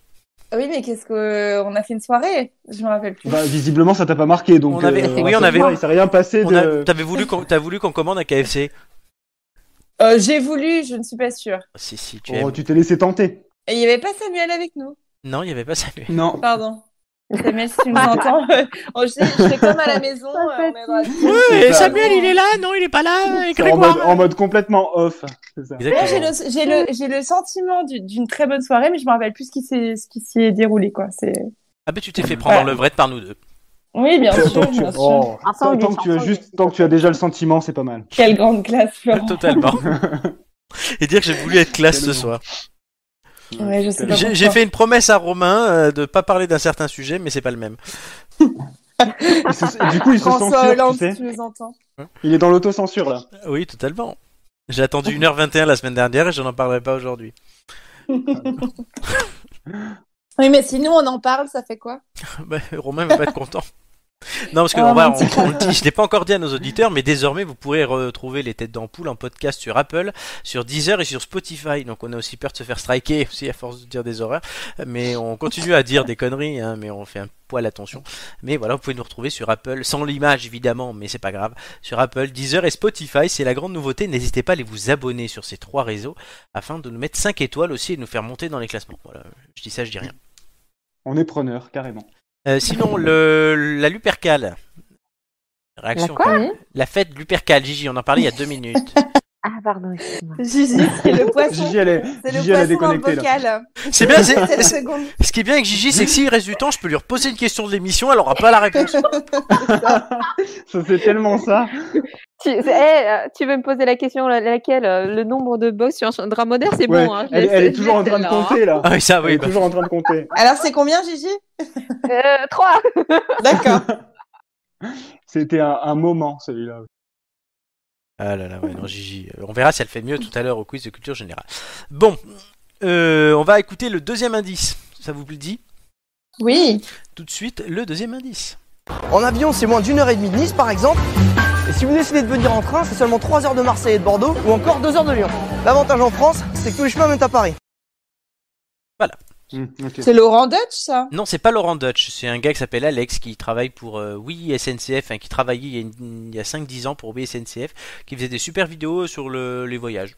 Speaker 2: Oui, mais qu'est-ce que on a fait une soirée Je me rappelle plus.
Speaker 3: Bah, visiblement, ça t'a pas marqué, donc.
Speaker 1: On avait-
Speaker 3: euh,
Speaker 1: oui, on avait-
Speaker 3: Il s'est rien passé
Speaker 1: On a-
Speaker 3: de. Oh,
Speaker 1: T'avais voulu qu'on t'as voulu qu'on commande un KFC
Speaker 2: Euh, j'ai voulu, je ne suis pas sûre.
Speaker 1: Ah, Si, si, tu
Speaker 3: Oh,
Speaker 1: aimes.
Speaker 3: tu t'es laissé tenter.
Speaker 2: Et il n'y avait pas Samuel avec nous.
Speaker 1: Non, il n'y avait pas Samuel.
Speaker 3: Non.
Speaker 2: Pardon. Samuel, si tu nous entends, euh, on je sais, je suis comme à la maison. euh, on est droit.
Speaker 3: et
Speaker 2: Samuel, il est
Speaker 1: là Non, il est pas là
Speaker 3: En mode, en mode complètement off. c'est ça.
Speaker 2: Moi, Ah, j'ai le, j'ai le, j'ai le sentiment du- d'une très bonne soirée, mais je me rappelle plus ce qui s'est, ce qui s'y est déroulé, quoi. C'est...
Speaker 1: Ah ben tu t'es fait prendre en
Speaker 2: Voilà.
Speaker 1: levrette par nous deux.
Speaker 2: Oui, bien
Speaker 3: Tant
Speaker 2: sûr,
Speaker 3: que tu-
Speaker 2: bien sûr.
Speaker 3: oh,
Speaker 5: Un
Speaker 3: tant-
Speaker 5: sandwich,
Speaker 3: tant que tu as
Speaker 5: un
Speaker 3: juste,
Speaker 5: sandwich.
Speaker 3: tant que tu as déjà le sentiment, c'est pas mal.
Speaker 2: Quelle grande classe, Florent.
Speaker 1: Totalement. Et dire que j'ai voulu être classe ce
Speaker 3: Tellement.
Speaker 1: soir.
Speaker 2: Ouais, je sais pas.
Speaker 1: J'ai j'ai fait une promesse à Romain euh, de pas parler d'un certain sujet, mais c'est pas le même.
Speaker 3: Ils se- du coup, il se
Speaker 2: François
Speaker 3: censure,
Speaker 2: Hollande,
Speaker 3: tu
Speaker 2: si
Speaker 3: sais.
Speaker 2: tu nous entends.
Speaker 3: Il est dans l'autocensure là.
Speaker 1: Oui, totalement. J'ai attendu 1h21 la semaine dernière et je n'en parlerai pas aujourd'hui.
Speaker 2: Oui, mais si nous, on en parle, ça fait quoi
Speaker 1: Bah, Romain va pas être content. Non, parce que
Speaker 2: Oh,
Speaker 1: on va-
Speaker 2: mon
Speaker 1: on- on le dit, je l'ai pas encore dit à nos auditeurs, mais désormais vous pourrez retrouver les têtes d'ampoule en podcast sur Apple, sur Deezer et sur Spotify. Donc on a aussi peur de se faire striker aussi à force de dire des horreurs, mais on continue à dire des conneries, hein, mais on fait un poil attention. Mais voilà, vous pouvez nous retrouver sur Apple, sans l'image évidemment, mais c'est pas grave. Sur Apple, Deezer et Spotify, c'est la grande nouveauté. N'hésitez pas à aller vous abonner sur ces trois réseaux afin de nous mettre 5 étoiles aussi et de nous faire monter dans les classements. Voilà, je dis ça, je dis rien.
Speaker 3: On est preneur, carrément.
Speaker 1: Euh, sinon, le, la Lupercale. Réaction.
Speaker 5: quoi
Speaker 1: La, fête Lupercale, Gigi, on en parlait il y a deux minutes.
Speaker 5: Ah, pardon, excuse-moi.
Speaker 2: Gigi, c'est le poisson.
Speaker 3: Gigi, elle est,
Speaker 2: C'est le
Speaker 3: Gigi, elle est
Speaker 2: poisson dans le
Speaker 3: déconnectée là.
Speaker 2: bocal.
Speaker 1: C'est bien, c'est-
Speaker 2: 7
Speaker 1: c'est-
Speaker 2: secondes.
Speaker 1: ce qui est bien avec Gigi, c'est que s'il reste du temps, je peux lui reposer une question de l'émission, elle aura pas la réponse.
Speaker 3: Ça c'est tellement ça.
Speaker 4: Tu, eh, euh, tu veux me poser la question la- laquelle euh, Le nombre de box sur un drap moderne, c'est
Speaker 3: Ouais,
Speaker 4: bon. hein, je
Speaker 3: elle,
Speaker 4: laisse-
Speaker 3: elle
Speaker 4: je
Speaker 3: est
Speaker 4: laisse
Speaker 3: toujours en train de
Speaker 4: celle-là, hein.
Speaker 3: compter là.
Speaker 1: Ah oui, ça,
Speaker 3: elle
Speaker 1: oui.
Speaker 3: est
Speaker 1: bah.
Speaker 3: toujours en train de compter.
Speaker 2: Alors, c'est combien, Gigi
Speaker 4: Euh, trois.
Speaker 2: D'accord.
Speaker 3: C'était un, un moment celui-là.
Speaker 1: Ah là là, ouais, non, Gigi. Euh, On verra si elle fait mieux tout à l'heure au quiz de culture générale. Bon, euh, on va écouter le deuxième indice. Ça vous le dit
Speaker 2: Oui.
Speaker 1: Tout de suite, le deuxième indice.
Speaker 6: En avion, c'est moins d'une heure et demie de Nice, par exemple. Et si vous décidez de venir en train, c'est seulement 3 heures de Marseille et de Bordeaux, ou encore 2 heures de Lyon. L'avantage en France, c'est que tous les chemins mènent à Paris.
Speaker 3: Hmm, ok.
Speaker 2: C'est Laurent Dutch, ça
Speaker 1: Non, c'est pas Laurent Dutch, c'est un gars qui s'appelle Alex qui travaille pour euh, Oui SNCF, hein, qui travaillait il y a, une- il y a 5-10 ans pour Oui SNCF, qui faisait des super vidéos sur le- les voyages.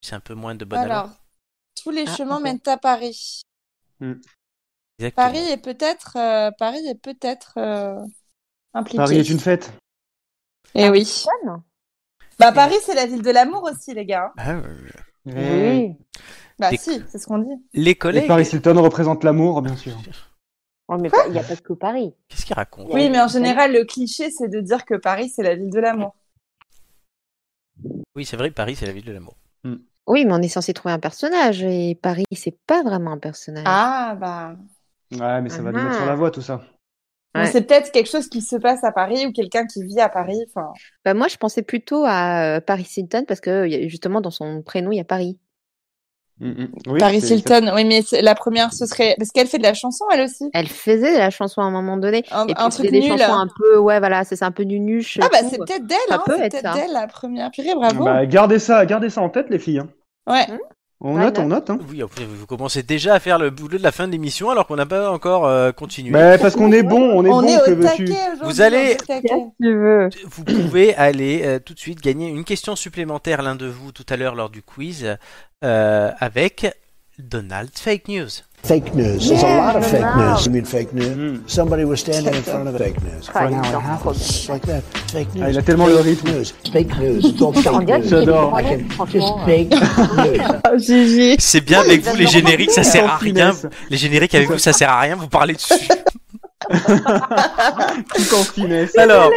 Speaker 1: C'est un peu moins de bonne allure.
Speaker 2: Alors, tous les
Speaker 4: Ah,
Speaker 2: chemins
Speaker 4: ok.
Speaker 2: mènent à Paris.
Speaker 1: Exactement.
Speaker 2: Paris est peut-être, euh, Paris est peut-être euh, impliqué.
Speaker 3: Paris est une fête.
Speaker 2: Eh oui.
Speaker 5: Bonne.
Speaker 2: Bah Paris, c'est la ville de l'amour aussi, les gars. hein.
Speaker 1: Ah, euh,
Speaker 3: Et-
Speaker 5: Oui.
Speaker 2: Bah
Speaker 1: Des-
Speaker 2: si, c'est ce qu'on dit.
Speaker 1: Les
Speaker 3: Et
Speaker 1: collègues,
Speaker 3: Paris Hilton représente l'amour, bien sûr.
Speaker 5: Oh, mais pas- il n'y a pas que Paris.
Speaker 1: qu'est-ce qu'ils racontent
Speaker 2: Oui, mais en général, le cliché, c'est de dire que Paris, c'est la ville de l'amour.
Speaker 1: Oui, c'est vrai, Paris c'est la ville de l'amour.
Speaker 4: Oui, mais on est censé trouver un personnage et Paris, c'est pas vraiment un personnage.
Speaker 2: Ah bah.
Speaker 3: Ouais, mais ça va nous
Speaker 4: Mhm.
Speaker 3: mettre sur
Speaker 2: Ah.
Speaker 3: la voie tout ça.
Speaker 2: Donc,
Speaker 4: Ouais.
Speaker 2: C'est peut-être quelque chose qui se passe à Paris ou quelqu'un qui vit à Paris. Enfin,
Speaker 4: Bah, moi, je pensais plutôt à euh, Paris Hilton parce que euh, y a- justement, dans son prénom, il y a Paris.
Speaker 3: Mhm. Oui,
Speaker 2: Paris
Speaker 3: c'est-
Speaker 2: Hilton, oui, mais c'est- la première, ce serait. Parce qu'elle fait de la chanson, elle aussi.
Speaker 4: Elle faisait de la chanson à un moment donné.
Speaker 2: Un,
Speaker 4: et puis,
Speaker 2: un
Speaker 4: c'était
Speaker 2: truc
Speaker 4: des
Speaker 2: nul.
Speaker 4: chansons un peu, ouais, voilà, c'est c'est un peu nunuche.
Speaker 2: Ah bah
Speaker 4: tout.
Speaker 2: c'est peut-être d'elle,
Speaker 4: Ça
Speaker 2: hein,
Speaker 4: peut
Speaker 2: c'est
Speaker 4: être Bah,
Speaker 2: peut-être
Speaker 4: ça.
Speaker 2: d'elle la première. Purée, bravo.
Speaker 3: Bah, gardez ça, gardez ça en tête les filles. hein.
Speaker 2: ouais.
Speaker 3: On
Speaker 4: Ouais,
Speaker 3: note, on
Speaker 4: note.
Speaker 3: note. Hein.
Speaker 1: Oui, après, vous commencez déjà à faire le boulot de la fin de l'émission alors qu'on n'a pas encore euh, continué.
Speaker 3: Bah, parce qu'on est bon, on est
Speaker 2: On
Speaker 3: bon,
Speaker 2: est
Speaker 3: que
Speaker 2: au
Speaker 3: veux-tu.
Speaker 2: taquet aujourd'hui.
Speaker 1: Vous allez-
Speaker 2: on est au taquet. Oh,
Speaker 4: tu veux.
Speaker 1: Vous pouvez aller euh, tout de suite gagner une question supplémentaire l'un de vous tout à l'heure lors du quiz euh, avec Donald Fake News.
Speaker 7: Fake news. There's a
Speaker 5: Yeah,
Speaker 7: lot of fake
Speaker 5: wow.
Speaker 7: news. You mean fake news?
Speaker 3: Mm.
Speaker 7: Somebody was standing in front of a fake news for an
Speaker 5: Ouais,
Speaker 7: hour and a
Speaker 5: non,
Speaker 7: half,
Speaker 5: trop bien.
Speaker 7: just like that. Fake news.
Speaker 3: Ah, il a tellement le
Speaker 7: Fake
Speaker 3: rythme.
Speaker 7: news. Fake news. It's all
Speaker 5: On
Speaker 7: fake
Speaker 5: dirait
Speaker 7: news.
Speaker 5: qu'il y a des
Speaker 3: J'adore.
Speaker 7: I
Speaker 5: problèmes,
Speaker 7: can just
Speaker 5: franchement.
Speaker 7: fake news.
Speaker 4: Oh,
Speaker 2: GG.
Speaker 1: C'est bien avec vous les génériques, ça
Speaker 3: Sans
Speaker 1: sert à rien.
Speaker 3: finesse.
Speaker 1: Les génériques avec vous, ça sert à rien, vous parlez dessus.
Speaker 3: Tout en finesse.
Speaker 1: Alors,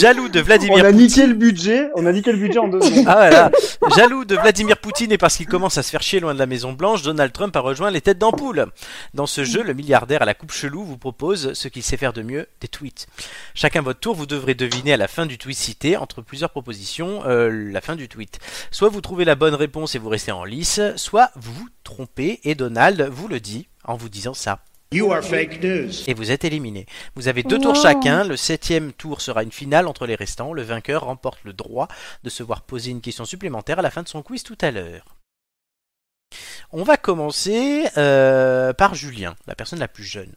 Speaker 1: jaloux de
Speaker 3: on
Speaker 1: Vladimir
Speaker 3: a niqué le budget, on a niqué le budget en deux secondes.
Speaker 1: Ah voilà. Jaloux de Vladimir Poutine et parce qu'il commence à se faire chier loin de la Maison Blanche, Donald Trump a rejoint les têtes d'ampoule. Dans ce jeu, le milliardaire à la coupe chelou vous propose ce qu'il sait faire de mieux, des tweets. Chacun votre tour, vous devrez deviner à la fin du tweet cité, entre plusieurs propositions, euh, la fin du tweet. Soit vous trouvez la bonne réponse et vous restez en lice, soit vous vous trompez et Donald vous le dit en vous disant ça.
Speaker 7: You are fake news.
Speaker 1: Et vous êtes éliminé. Vous avez deux tours chacun. Le septième tour sera une finale entre les restants. Le vainqueur remporte le droit de se voir poser une question supplémentaire à la fin de son quiz tout à l'heure. On va commencer euh, par Julien, la personne la plus jeune.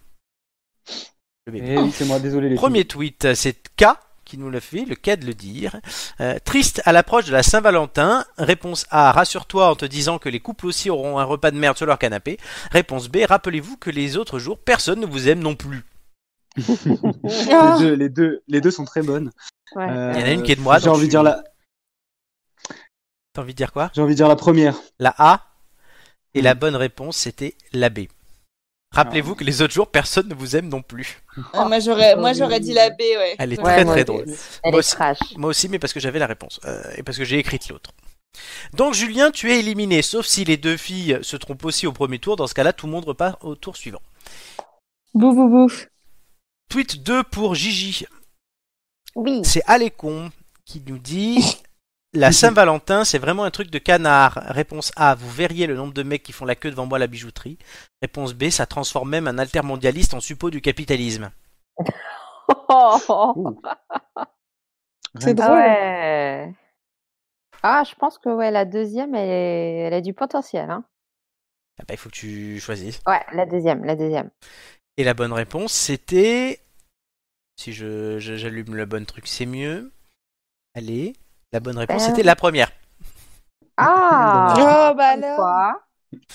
Speaker 1: Le bébé.
Speaker 3: Eh oui, c'est moi, désolé les
Speaker 1: Premier tweet, c'est K qui nous le fait, le K de le dire. Euh, triste à l'approche de la Saint-Valentin. Réponse A, rassure-toi en te disant que les couples aussi auront un repas de merde sur leur canapé. Réponse B, rappelez-vous que les autres jours, personne ne vous aime non plus.
Speaker 3: filles.
Speaker 2: Ah.
Speaker 3: les, deux, les, deux, les deux sont très bonnes.
Speaker 4: Ouais.
Speaker 3: Euh,
Speaker 1: Il y en a une qui est de moi,
Speaker 3: J'ai
Speaker 1: donc
Speaker 3: envie,
Speaker 1: je
Speaker 3: de dire
Speaker 1: suis-
Speaker 3: la...
Speaker 1: T'as envie de dire quoi
Speaker 3: j'ai envie de dire la première.
Speaker 1: La A. Et
Speaker 3: Hmm.
Speaker 1: la bonne réponse, c'était la B.
Speaker 3: Ah.
Speaker 1: Rappelez-vous que les autres jours, personne ne vous aime non plus.
Speaker 2: Ah, moi
Speaker 4: Oh,
Speaker 2: j'aurais, moi j'aurais dit la B, ouais.
Speaker 1: Elle est
Speaker 2: Ouais.
Speaker 1: très
Speaker 5: moi
Speaker 1: très
Speaker 5: aussi.
Speaker 1: drôle.
Speaker 5: Elle
Speaker 1: Moi
Speaker 5: est
Speaker 1: aussi.
Speaker 5: trash.
Speaker 1: Moi aussi, mais parce que j'avais la réponse. euh, et parce que j'ai écrite l'autre. Donc Julien, tu es éliminé, sauf si les deux filles se trompent aussi au premier tour. Dans ce cas-là, tout le monde repart au tour suivant.
Speaker 2: Bou bou bou.
Speaker 1: Tweet 2 pour Gigi.
Speaker 5: Oui.
Speaker 1: C'est Alécon qui nous dit... La Saint-Valentin, c'est vraiment un truc de canard. Réponse A, vous verriez le nombre de mecs qui font la queue devant moi à la bijouterie. Réponse B, ça transforme même un altermondialiste en suppôt du capitalisme.
Speaker 2: C'est
Speaker 3: Rien.
Speaker 2: drôle.
Speaker 4: Ah ouais. Ah, je pense que ouais, la deuxième, elle, est- elle a du potentiel. Hein.
Speaker 1: Ah bah, il faut que tu choisisses.
Speaker 4: Ouais, la deuxième, la deuxième.
Speaker 1: Et la bonne réponse, c'était. Si je je- j'allume le bon truc, c'est mieux. Allez, la bonne réponse,
Speaker 4: Ben.
Speaker 1: c'était la première.
Speaker 4: Ah
Speaker 2: Oh, bah
Speaker 4: Comme
Speaker 2: alors.
Speaker 4: quoi.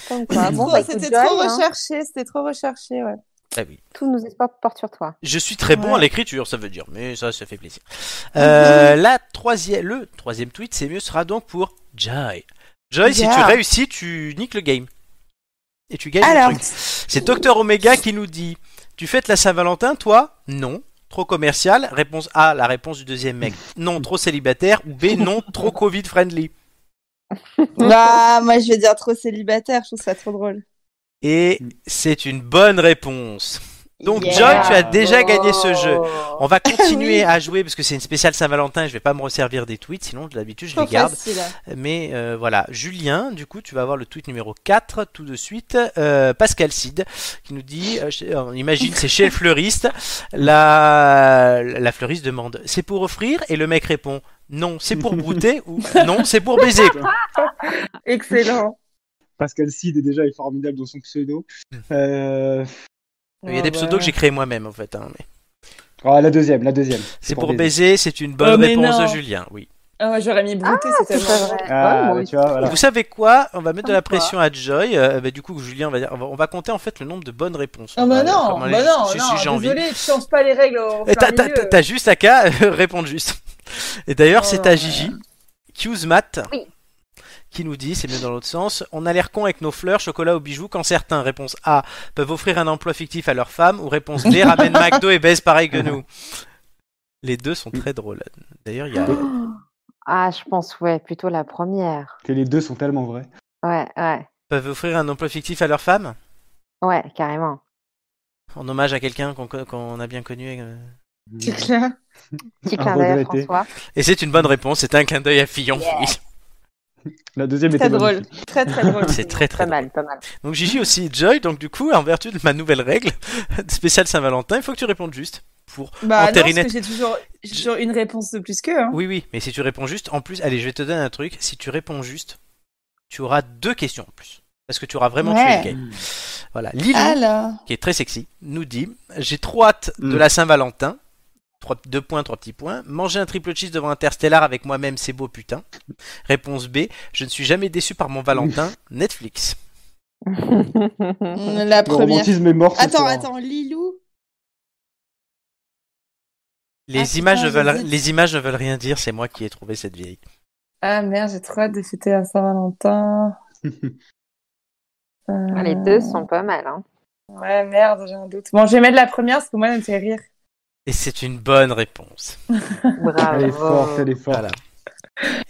Speaker 4: Comme quoi.
Speaker 2: C'était
Speaker 4: Bon,
Speaker 2: trop,
Speaker 4: bah, écoute,
Speaker 2: c'était
Speaker 4: Joël,
Speaker 2: trop
Speaker 4: hein,
Speaker 2: recherché, c'était trop recherché, ouais.
Speaker 1: Ah oui.
Speaker 4: tous nos espoirs portent sur toi.
Speaker 1: Je suis très bon
Speaker 2: Ouais. Mm-hmm.
Speaker 1: à l'écriture, ça veut dire, mais ça, ça fait plaisir. Euh, la troisième, le troisième tweet, c'est mieux, sera donc pour Joy. Joy, si tu
Speaker 2: Yeah.
Speaker 1: réussis, tu niques le game. Et tu gagnes
Speaker 2: Alors.
Speaker 1: le truc. C'est Docteur Omega qui nous dit Tu fêtes la Saint-Valentin, toi Non. Trop commercial Réponse A, la réponse du deuxième mec. Non, trop célibataire. Ou B, non, trop Covid-friendly.
Speaker 2: Bah, moi je vais dire trop célibataire, je trouve ça trop drôle.
Speaker 1: Et c'est une bonne réponse. Donc,
Speaker 2: Yeah.
Speaker 1: Joy, tu as
Speaker 3: Oh.
Speaker 1: déjà gagné ce jeu. On va continuer
Speaker 2: Oui.
Speaker 1: à jouer parce que c'est une spéciale Saint-Valentin. Je vais pas me resservir des tweets, sinon d'habitude je
Speaker 2: Trop
Speaker 1: les garde.
Speaker 2: facile. hein.
Speaker 1: Mais euh, voilà, Julien, du coup, tu vas avoir le tweet numéro 4 tout de suite. Euh, Pascal Cid qui nous dit, euh, chez- on imagine c'est chez le fleuriste. La, la fleuriste demande, c'est pour offrir Et le mec répond, non, c'est pour brouter ou non, c'est pour baiser.
Speaker 2: Excellent.
Speaker 3: Pascal Cid est déjà est formidable dans son pseudo. Euh...
Speaker 1: Il
Speaker 2: Ah
Speaker 1: y a des pseudos
Speaker 2: bah.
Speaker 1: que j'ai créés moi-même en fait. hein, mais-
Speaker 3: ah, la deuxième, la deuxième.
Speaker 1: C'est pour baiser, c'est une bonne
Speaker 2: Oh, mais
Speaker 1: réponse de
Speaker 2: non.
Speaker 1: Julien, oui.
Speaker 2: Ah, moi j'aurais mis brouter, c'était
Speaker 4: C'est pas vrai. Ouais,
Speaker 3: Ah,
Speaker 4: moi
Speaker 3: bah,
Speaker 4: aussi.
Speaker 3: tu vois, voilà.
Speaker 1: Vous savez quoi On va mettre de la
Speaker 4: Comme quoi.
Speaker 1: pression à Joy. Euh, bah, du coup, Julien, on va, dire- on va- on va compter en fait le nombre de bonnes réponses.
Speaker 2: Non, bah
Speaker 1: Voilà,
Speaker 2: non,
Speaker 1: comment
Speaker 2: bah
Speaker 1: les-
Speaker 2: non,
Speaker 1: si- si j'ai
Speaker 2: non,
Speaker 1: envie.
Speaker 2: désolé, tu changes pas les règles au
Speaker 1: Et T'as
Speaker 2: plein
Speaker 1: t'as-
Speaker 2: milieu.
Speaker 1: t'as juste à qu'à euh, répondre juste. Et d'ailleurs,
Speaker 2: Oh
Speaker 1: c'est
Speaker 2: là
Speaker 1: à
Speaker 2: là.
Speaker 1: Gigi, QSMAT,
Speaker 5: Oui.
Speaker 1: qui nous dit, c'est mieux dans l'autre sens, on a l'air con avec nos fleurs, chocolat ou bijoux quand certains, réponse A, peuvent offrir un emploi fictif à leur femme, ou réponse B, ramène McDo et baise pareil que nous. Les deux sont très drôles. D'ailleurs, il y a...
Speaker 4: Ah, je pense, ouais, plutôt la première.
Speaker 3: Que les deux sont tellement vrais.
Speaker 4: Ouais, ouais,
Speaker 1: peuvent offrir un emploi fictif à leur femme
Speaker 4: ouais, carrément.
Speaker 1: En hommage à quelqu'un qu'on co- qu'on a bien connu. euh.
Speaker 2: C'est clair.
Speaker 4: Petit
Speaker 3: Un
Speaker 4: clin d'œil à
Speaker 3: regretté.
Speaker 4: François.
Speaker 1: Et c'est une bonne réponse, c'est un clin d'œil à Fillon. oui.
Speaker 3: La deuxième était
Speaker 2: Très drôle.
Speaker 3: magnifique.
Speaker 2: Très très drôle.
Speaker 1: C'est très très
Speaker 4: Pas
Speaker 1: drôle.
Speaker 4: mal, pas mal.
Speaker 1: Donc Gigi aussi Joy, donc du coup, en vertu de ma nouvelle règle spéciale Saint-Valentin, il faut que tu répondes juste. Pour... En
Speaker 2: Bah non, parce
Speaker 1: terrinette.
Speaker 2: que j'ai toujours, j'ai toujours une réponse de plus qu'eux. Hein.
Speaker 1: Oui, oui, mais si tu réponds juste, en plus, allez, je vais te donner un truc, si tu réponds juste, tu auras deux questions en plus. Parce que tu auras vraiment
Speaker 2: Ouais.
Speaker 1: tué le game. Voilà. Lilou,
Speaker 2: Alors.
Speaker 1: qui est très sexy, nous dit J'ai trop hâte de
Speaker 3: Mm.
Speaker 1: la Saint-Valentin. Trois- Deux points, trois petits points. Manger un triple cheese devant Interstellar avec moi-même, c'est beau, putain. Réponse B Je ne suis jamais déçu par mon Valentin. Netflix.
Speaker 4: Ah,
Speaker 2: Mm, La
Speaker 3: Le
Speaker 2: première.
Speaker 3: romantisme est mort. ce
Speaker 2: Attends,
Speaker 3: soir.
Speaker 2: attends, Lilou.
Speaker 1: Les,
Speaker 2: Ah, putain,
Speaker 1: images ne veulent,
Speaker 2: j'hésite.
Speaker 1: les images ne veulent rien dire, c'est moi qui ai trouvé cette vieille.
Speaker 2: Ah merde, j'ai trop hâte de fêter la Saint-Valentin. Euh,
Speaker 4: Ah, Les deux sont pas mal. Hein.
Speaker 2: Ouais, merde, j'ai un doute. Bon, je vais mettre la première parce que moi, elle me fait rire.
Speaker 1: Et c'est une bonne réponse.
Speaker 4: Bravo.
Speaker 3: Elle est forte, elle est forte.
Speaker 1: Voilà.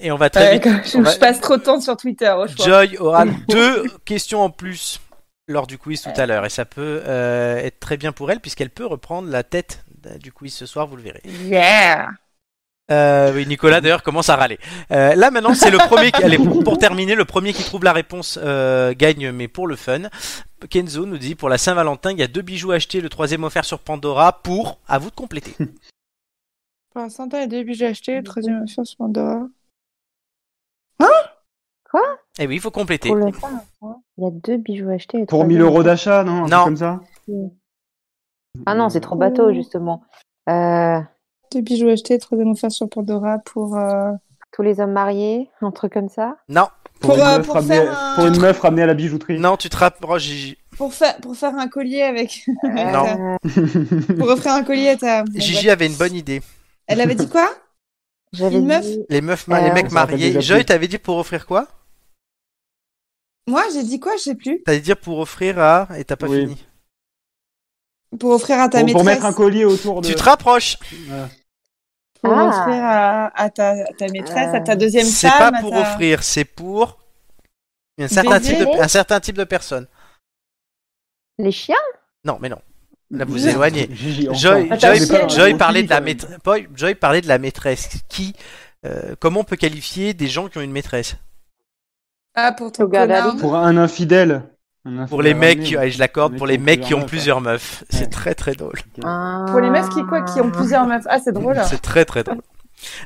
Speaker 1: Et on va très
Speaker 2: Ouais,
Speaker 1: vite.
Speaker 2: comme je,
Speaker 1: on va-
Speaker 2: je passe trop de temps sur Twitter au choix.
Speaker 1: Joy aura deux questions en plus lors du quiz tout à l'heure. Et ça peut euh, être très bien pour elle, puisqu'elle peut reprendre la tête euh, du quiz ce soir, vous le verrez.
Speaker 2: Yeah!
Speaker 1: Euh, oui, Nicolas d'ailleurs commence à râler. Euh, là maintenant, c'est le premier. Qui... Allez, pour pour terminer, le premier qui trouve la réponse euh, gagne, mais pour le fun. Kenzo nous dit pour la Saint-Valentin, il y a deux bijoux achetés, le troisième offert sur Pandora pour. À vous de compléter.
Speaker 2: Pour l'instant, t'as les deux bijoux achetés, le troisième sur Pandora.
Speaker 1: Et Eh oui, il faut compléter.
Speaker 4: Pour le- hein.
Speaker 5: Il y a deux bijoux achetés. et
Speaker 3: Pour
Speaker 5: trois
Speaker 3: 1000
Speaker 5: autres.
Speaker 3: euros d'achat, non Un truc
Speaker 1: Non.
Speaker 3: comme ça
Speaker 4: Ah non, c'est trop bateau, justement. Euh,
Speaker 2: Deux bijoux achetés, le troisième offert sur Pandora pour. euh,
Speaker 4: tous les hommes mariés, un truc comme ça.
Speaker 1: Non,
Speaker 3: Pour,
Speaker 2: Pour,
Speaker 3: une,
Speaker 2: euh,
Speaker 3: meuf
Speaker 2: pour
Speaker 3: ramenée-
Speaker 2: faire un-
Speaker 3: pour une meuf ramenée à la bijouterie.
Speaker 1: non, tu te rapproches. Gigi.
Speaker 2: Pour, faire pour faire un collier avec.
Speaker 1: Non.
Speaker 4: Euh,
Speaker 2: pour offrir un collier à ta. Bon,
Speaker 1: Gigi
Speaker 2: bref.
Speaker 1: avait une bonne idée.
Speaker 2: Elle avait dit quoi?
Speaker 4: J'avais
Speaker 2: Une meuf
Speaker 4: dit-
Speaker 1: Les meufs, ma-
Speaker 4: Euh,
Speaker 1: les
Speaker 4: on
Speaker 1: mecs
Speaker 3: s'en rappelle
Speaker 1: mariés.
Speaker 3: déjà
Speaker 1: Joy,
Speaker 3: plus.
Speaker 1: t'avais dit pour offrir quoi
Speaker 2: Moi, j'ai dit quoi? Je sais plus.
Speaker 1: T'allais dire pour offrir à et t'as pas
Speaker 3: Oui.
Speaker 1: fini.
Speaker 2: Pour offrir à ta
Speaker 3: Pour,
Speaker 2: maîtresse.
Speaker 3: pour mettre un collier autour de.
Speaker 1: Tu te rapproches.
Speaker 3: Voilà.
Speaker 2: Pour
Speaker 4: Ah.
Speaker 2: offrir à, à ta, à ta maîtresse,
Speaker 4: Euh,
Speaker 2: à ta deuxième
Speaker 1: C'est
Speaker 2: femme.
Speaker 1: pas
Speaker 2: à
Speaker 1: pour
Speaker 2: ta-
Speaker 1: offrir, c'est pour un certain,
Speaker 2: Baiser.
Speaker 1: type de, un certain type de personne.
Speaker 4: Les chiens
Speaker 1: Non, mais non. Là, vous vous
Speaker 3: Merde.
Speaker 1: éloignez.
Speaker 3: Gigi, enfin.
Speaker 1: Joy,
Speaker 2: Attends,
Speaker 1: Joy,
Speaker 2: mais pas-
Speaker 1: Joy
Speaker 3: on
Speaker 1: parlait de la
Speaker 3: finit, quand
Speaker 1: maîtresse. Joy parlait de la maîtresse. Qui, euh, comment on peut qualifier des gens qui ont une maîtresse
Speaker 2: Ah, pour ton
Speaker 4: Sugar
Speaker 2: connard.
Speaker 4: daddy.
Speaker 3: Pour un infidèle. Ben, Un
Speaker 1: Pour les
Speaker 3: infidèle
Speaker 1: mecs,
Speaker 3: ramené.
Speaker 1: qui- allez, je l'accorde,
Speaker 3: Les
Speaker 1: pour
Speaker 3: mecs
Speaker 1: les
Speaker 3: qui ont
Speaker 1: mecs qui ont
Speaker 3: plusieurs
Speaker 1: plusieurs meufs,
Speaker 3: Ouais.
Speaker 1: c'est très très drôle.
Speaker 3: euh,
Speaker 4: Ah.
Speaker 2: Pour les meufs qui, quoi, qui ont plusieurs meufs. Ah, c'est drôle.
Speaker 1: C'est très très drôle.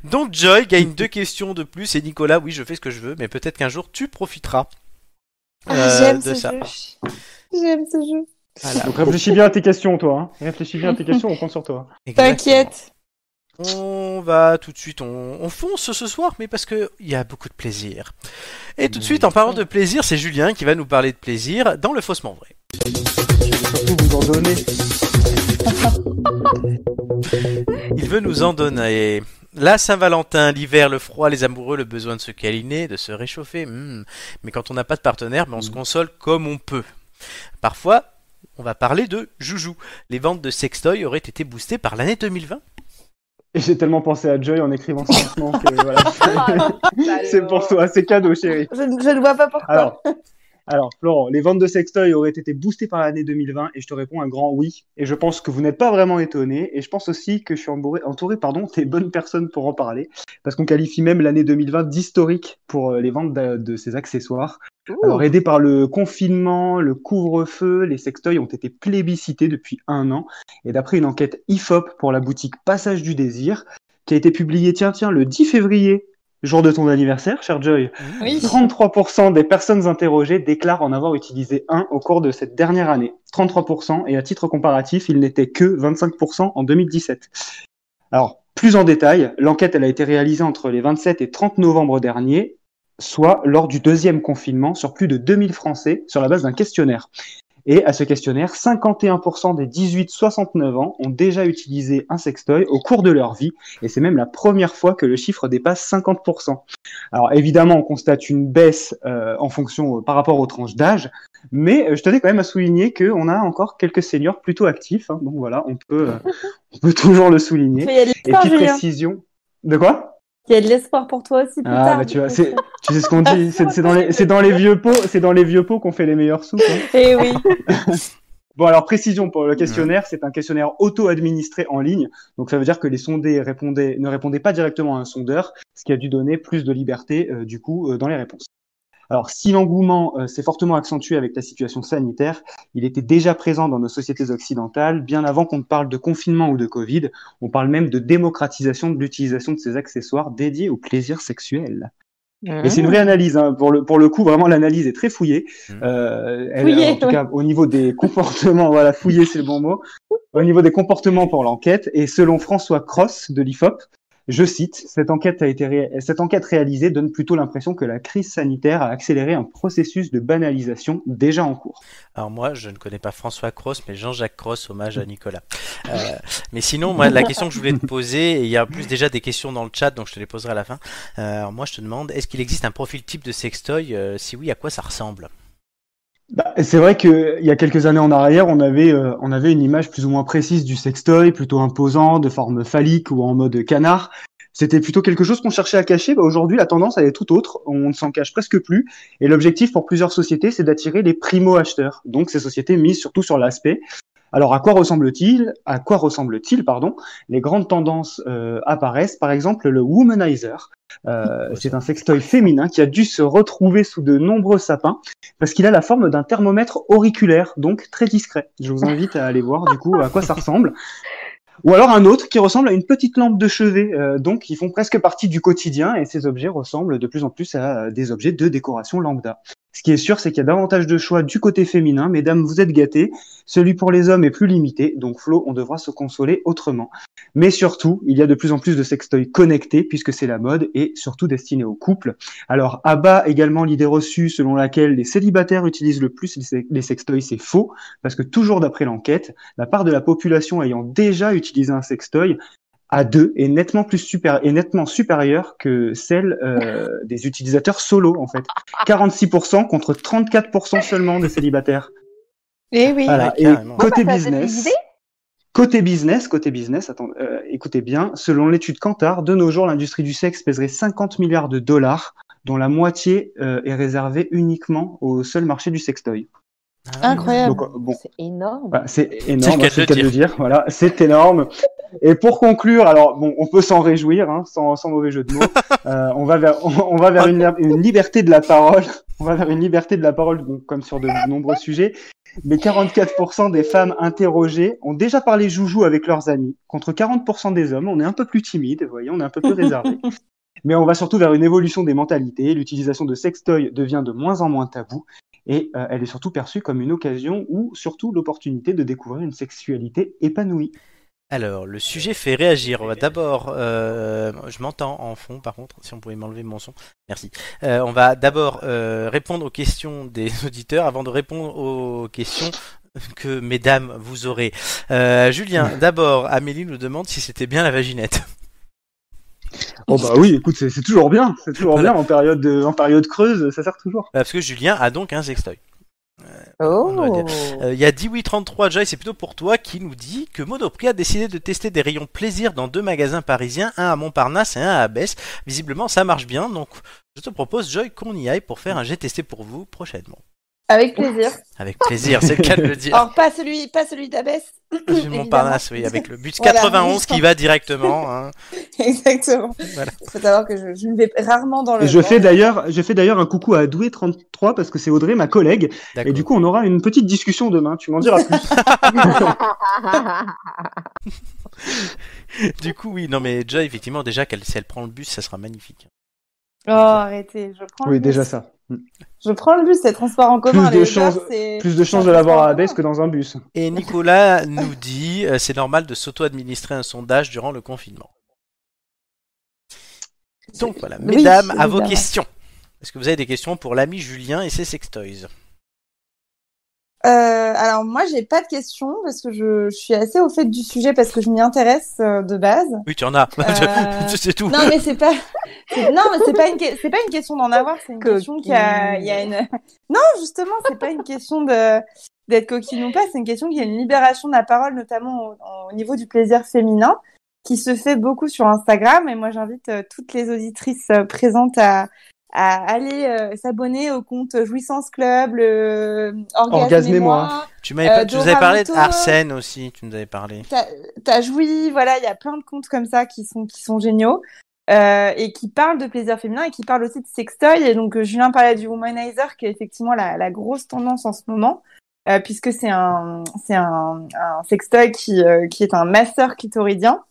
Speaker 1: Donc Joy gagne deux questions de plus et Nicolas, oui, je fais ce que je veux, mais peut-être qu'un jour tu profiteras euh,
Speaker 2: Ah, J'aime
Speaker 1: de
Speaker 2: ce
Speaker 1: ça.
Speaker 2: jeu. J'aime ce jeu.
Speaker 1: Voilà.
Speaker 3: Donc réfléchis bien à tes questions, toi. hein. Réfléchis bien à tes questions, on compte sur toi.
Speaker 2: T'inquiète.
Speaker 1: On va tout de suite, on, on fonce ce soir, mais parce que il y a beaucoup de plaisir. Et tout de suite, en parlant de plaisir, c'est Julien qui va nous parler de plaisir dans le faussement vrai.
Speaker 3: Surtout vous en donner.
Speaker 1: Il veut nous en donner. La Saint-Valentin, l'hiver, le froid, les amoureux, le besoin de se câliner, de se réchauffer. hmm. Mais quand on n'a pas de partenaire, ben, on se console comme on peut. Parfois, on va parler de joujou. Les ventes de sextoy auraient été boostées par l'année 2020.
Speaker 3: Et j'ai tellement pensé à Joy en écrivant ce lancement que voilà. c'est pour toi, c'est cadeau, chérie.
Speaker 2: Ah, Je, ne- je ne vois pas pourquoi.
Speaker 3: Alors, alors, Florent, les ventes de sextoy auraient été boostées par l'année 2020 et je te réponds un grand oui. Et je pense que vous n'êtes pas vraiment étonné et je pense aussi que je suis embourré- entouré pardon, des bonnes personnes pour en parler parce qu'on qualifie même l'année 2020 d'historique pour euh, les ventes de, de ces accessoires. Alors, aidés par le confinement, le couvre-feu, les sextoys ont été plébiscités depuis un an. Et d'après une enquête IFOP pour la boutique Passage du Désir, qui a été publiée, tiens, tiens, le 10 février, jour de ton anniversaire, cher Joy,
Speaker 2: Oui.
Speaker 3: 33% des personnes interrogées déclarent en avoir utilisé un au cours de cette dernière année. 33%, et à titre comparatif, il n'était que 25% en 2017. Alors, plus en détail, l'enquête elle a été réalisée entre les 27 et 30 novembre dernier, soit lors du deuxième confinement, sur plus de 2000 Français, sur la base d'un questionnaire. Et à ce questionnaire, 51% des 18-69 ans ont déjà utilisé un sextoy au cours de leur vie, et c'est même la première fois que le chiffre dépasse 50%. Alors évidemment, on constate une baisse euh, en fonction euh, par rapport aux tranches d'âge, mais euh, je tenais quand même à souligner qu'on a encore quelques seniors plutôt actifs. hein. donc voilà, on peut, euh, on peut toujours le
Speaker 2: Il
Speaker 3: souligner.
Speaker 2: y a de
Speaker 3: Et
Speaker 2: l'espoir,
Speaker 3: petite
Speaker 2: Julien.
Speaker 3: précision. De quoi
Speaker 2: Il y a de l'espoir pour toi aussi plus
Speaker 3: ah,
Speaker 2: tard.
Speaker 3: bah, tu vois, c'est, tu sais ce qu'on dit, c'est, c'est dans les, c'est dans les vieux pots, c'est dans les vieux pots qu'on fait les meilleurs soupes. hein.
Speaker 2: Eh oui.
Speaker 3: Bon, alors précision pour le questionnaire, c'est un questionnaire auto-administré en ligne, donc ça veut dire que les sondés répondaient, ne répondaient pas directement à un sondeur, ce qui a dû donner plus de liberté euh, du coup euh, dans les réponses. Alors, si l'engouement euh, s'est fortement accentué avec la situation sanitaire, il était déjà présent dans nos sociétés occidentales bien avant qu'on ne parle de confinement ou de Covid. On parle même de démocratisation de l'utilisation de ces accessoires dédiés au plaisir sexuel. Mais c'est une
Speaker 2: Ah.
Speaker 3: vraie analyse. hein. Pour, le, pour le coup, vraiment, l'analyse est très fouillée.
Speaker 1: Mhm.
Speaker 3: Euh, elle-
Speaker 2: Fouillée,
Speaker 3: en tout
Speaker 2: ouais.
Speaker 3: cas, au niveau des comportements, voilà, fouillée, c'est le bon mot. Au niveau des comportements pour l'enquête, et selon François Cross de l'IFOP, je cite, cette enquête, a été ré- cette enquête réalisée donne plutôt l'impression que la crise sanitaire a accéléré un processus de banalisation déjà en cours.
Speaker 1: Alors moi, je ne connais pas François Cross, mais Jean-Jacques Cross, hommage à Nicolas. Euh, mais sinon, moi, la question que je voulais te poser, et il y a en plus déjà des questions dans le chat, donc je te les poserai à la fin. Euh, alors moi, je te demande, est-ce qu'il existe un profil type de sextoy Euh, Si oui, à quoi ça ressemble
Speaker 3: Bah, c'est vrai qu'il y a quelques années en arrière, on avait, euh, on avait une image plus ou moins précise du sextoy, plutôt imposant, de forme phallique ou en mode canard. C'était plutôt quelque chose qu'on cherchait à cacher. Bah, Aujourd'hui, la tendance, elle est tout autre. On ne s'en cache presque plus. Et l'objectif pour plusieurs sociétés, c'est d'attirer les primo-acheteurs. Donc, ces sociétés misent surtout sur l'aspect. Alors, à quoi ressemble-t-il À quoi ressemble-t-il, pardon Les grandes tendances euh, apparaissent. Par exemple, le womanizer. Euh, c'est un sextoy féminin qui a dû se retrouver sous de nombreux sapins parce qu'il a la forme d'un thermomètre auriculaire, donc très discret. Je vous invite à aller voir du coup à quoi ça ressemble. Ou alors un autre qui ressemble à une petite lampe de chevet, euh, donc ils font presque partie du quotidien et ces objets ressemblent de plus en plus à euh, des objets de décoration lambda. Ce qui est sûr, c'est qu'il y a davantage de choix du côté féminin. Mesdames, vous êtes gâtés. Celui pour les hommes est plus limité, donc Flo, on devra se consoler autrement. Mais surtout, il y a de plus en plus de sextoys connectés, puisque c'est la mode, et surtout destinés aux couples. Alors, abat également l'idée reçue selon laquelle les célibataires utilisent le plus les sex- les sextoys, c'est faux, parce que toujours d'après l'enquête, la part de la population ayant déjà utilisé un sextoy à deux est nettement plus super est nettement supérieure que celle euh, des utilisateurs solo en fait. 46% contre 34% seulement des célibataires.
Speaker 4: Eh oui.
Speaker 3: Voilà.
Speaker 1: Ouais,
Speaker 3: Et
Speaker 1: carrément.
Speaker 3: côté
Speaker 5: Bon, bah, ça donne des
Speaker 3: business.
Speaker 5: idées.
Speaker 3: Côté business, côté business, attends, euh, écoutez bien, selon l'étude Kantar, de nos jours, l'industrie du sexe pèserait 50 milliards de dollars, dont la moitié euh, est réservée uniquement au seul marché du sextoy.
Speaker 2: Incroyable.
Speaker 3: Donc, euh, bon,
Speaker 5: C'est énorme.
Speaker 3: voilà, c'est
Speaker 1: C'est le
Speaker 3: énorme, hein,
Speaker 1: cas de
Speaker 3: c'est le
Speaker 1: le
Speaker 3: cas de le dire. Voilà, c'est énorme. Et pour conclure, alors bon, on peut s'en réjouir, hein, sans, sans mauvais jeu de mots. Euh, on va vers, on, on va vers une, li- une liberté de la parole. On va vers une liberté de la parole, donc, comme sur de nombreux sujets. Mais 44% des femmes interrogées ont déjà parlé joujou avec leurs amis, contre 40% des hommes. On est un peu plus timide, vous voyez, on est un peu plus réservé. Mais on va surtout vers une évolution des mentalités. L'utilisation de sextoy devient de moins en moins tabou et euh, elle est surtout perçue comme une occasion ou surtout l'opportunité de découvrir une sexualité épanouie.
Speaker 1: Alors, le sujet fait réagir. On va D'abord, euh, je m'entends en fond, par contre, si on pouvait m'enlever mon son. Merci. Euh, on va d'abord euh, répondre aux questions des auditeurs avant de répondre aux questions que mesdames vous aurez. Euh, Julien, d'abord, Amélie nous demande si c'était bien la vaginette.
Speaker 3: Oh bah oui, écoute, c'est c'est toujours bien, c'est toujours
Speaker 1: Voilà.
Speaker 3: bien en période, de- en période creuse, ça sert toujours.
Speaker 1: Parce que Julien a donc un sextoy.
Speaker 4: Oh.
Speaker 1: on doit Euh, Il y a 1833 Joy, c'est plutôt pour toi, qui nous dit que Monoprix a décidé de tester des rayons plaisir dans deux magasins parisiens, un à Montparnasse et un à Abbesse. Visiblement, ça marche bien, donc je te propose, Joy, qu'on y aille pour faire un jet testé pour vous prochainement.
Speaker 2: Avec plaisir.
Speaker 1: Avec plaisir, c'est le cas de le dire.
Speaker 2: Alors pas celui, pas celui d'Abbesse.
Speaker 1: Du Montparnasse, oui,
Speaker 2: Ah, évidemment.
Speaker 1: avec le bus
Speaker 2: Voilà,
Speaker 1: 91
Speaker 2: juste.
Speaker 1: qui va directement. hein.
Speaker 2: Exactement. Il
Speaker 1: Voilà.
Speaker 2: faut savoir que je, je ne vais rarement dans le.
Speaker 3: Et je
Speaker 2: dans-
Speaker 3: fais d'ailleurs, je fais d'ailleurs un coucou à Doué33 parce que c'est Audrey, ma collègue, et
Speaker 1: D'accord.
Speaker 3: du coup on aura une petite discussion demain. Tu m'en diras plus.
Speaker 4: Ah,
Speaker 1: Du coup, oui, non mais Joy, effectivement, déjà, qu'elle- si elle prend le bus, ça sera magnifique.
Speaker 2: Oh arrêtez, je prends. le
Speaker 3: oui,
Speaker 2: bus.
Speaker 3: déjà ça.
Speaker 2: Je prends le bus, c'est transport en commun.
Speaker 3: Plus de
Speaker 2: les
Speaker 3: chances-
Speaker 2: Uber, c'est-
Speaker 3: Plus de chances
Speaker 2: c'est
Speaker 3: de
Speaker 2: un
Speaker 3: l'avoir à
Speaker 2: transport en
Speaker 3: Abbesse que dans un bus.
Speaker 1: Et Nicolas nous dit, euh, c'est normal de s'auto-administrer un sondage durant le confinement. Donc voilà,
Speaker 2: Oui,
Speaker 1: mesdames, à vos
Speaker 2: évidemment.
Speaker 1: questions. Est-ce que vous avez des questions pour l'ami Julien et ses sextoys
Speaker 2: Euh, alors moi, j'ai pas de questions parce que je, je suis assez au fait du sujet parce que je m'y intéresse euh, de base.
Speaker 1: Oui, tu en as.
Speaker 2: Euh,
Speaker 1: c'est tout.
Speaker 2: Non mais c'est pas, c'est- non mais c'est pas une, que- c'est pas une question d'en avoir, c'est une
Speaker 4: Coquine.
Speaker 2: question qu'il y a, il y a une. Non justement, c'est pas une question de d'être coquine ou pas, c'est une question qu'il y a une libération de la parole, notamment au, au niveau du plaisir féminin, qui se fait beaucoup sur Instagram. Et moi, j'invite euh, toutes les auditrices euh, présentes à à aller euh, s'abonner au compte Jouissance Club, le euh, Orgasme,
Speaker 3: Orgasme et
Speaker 2: et
Speaker 3: moi.
Speaker 2: moi.
Speaker 1: tu m'avais pas-
Speaker 2: euh,
Speaker 1: tu nous avais
Speaker 2: Dora
Speaker 1: parlé
Speaker 2: Vito.
Speaker 1: d'Arsène aussi, tu nous avais parlé.
Speaker 2: T'as- T'as joui, voilà, il y a plein de comptes comme ça qui sont, qui sont géniaux euh, et qui parlent de plaisir féminin et qui parlent aussi de sextoy. Et donc, euh, Julien parlait du womanizer qui est effectivement la, la grosse tendance en ce moment, euh, puisque c'est un, c'est un, un sextoy qui, euh, qui est un masseur clitoridien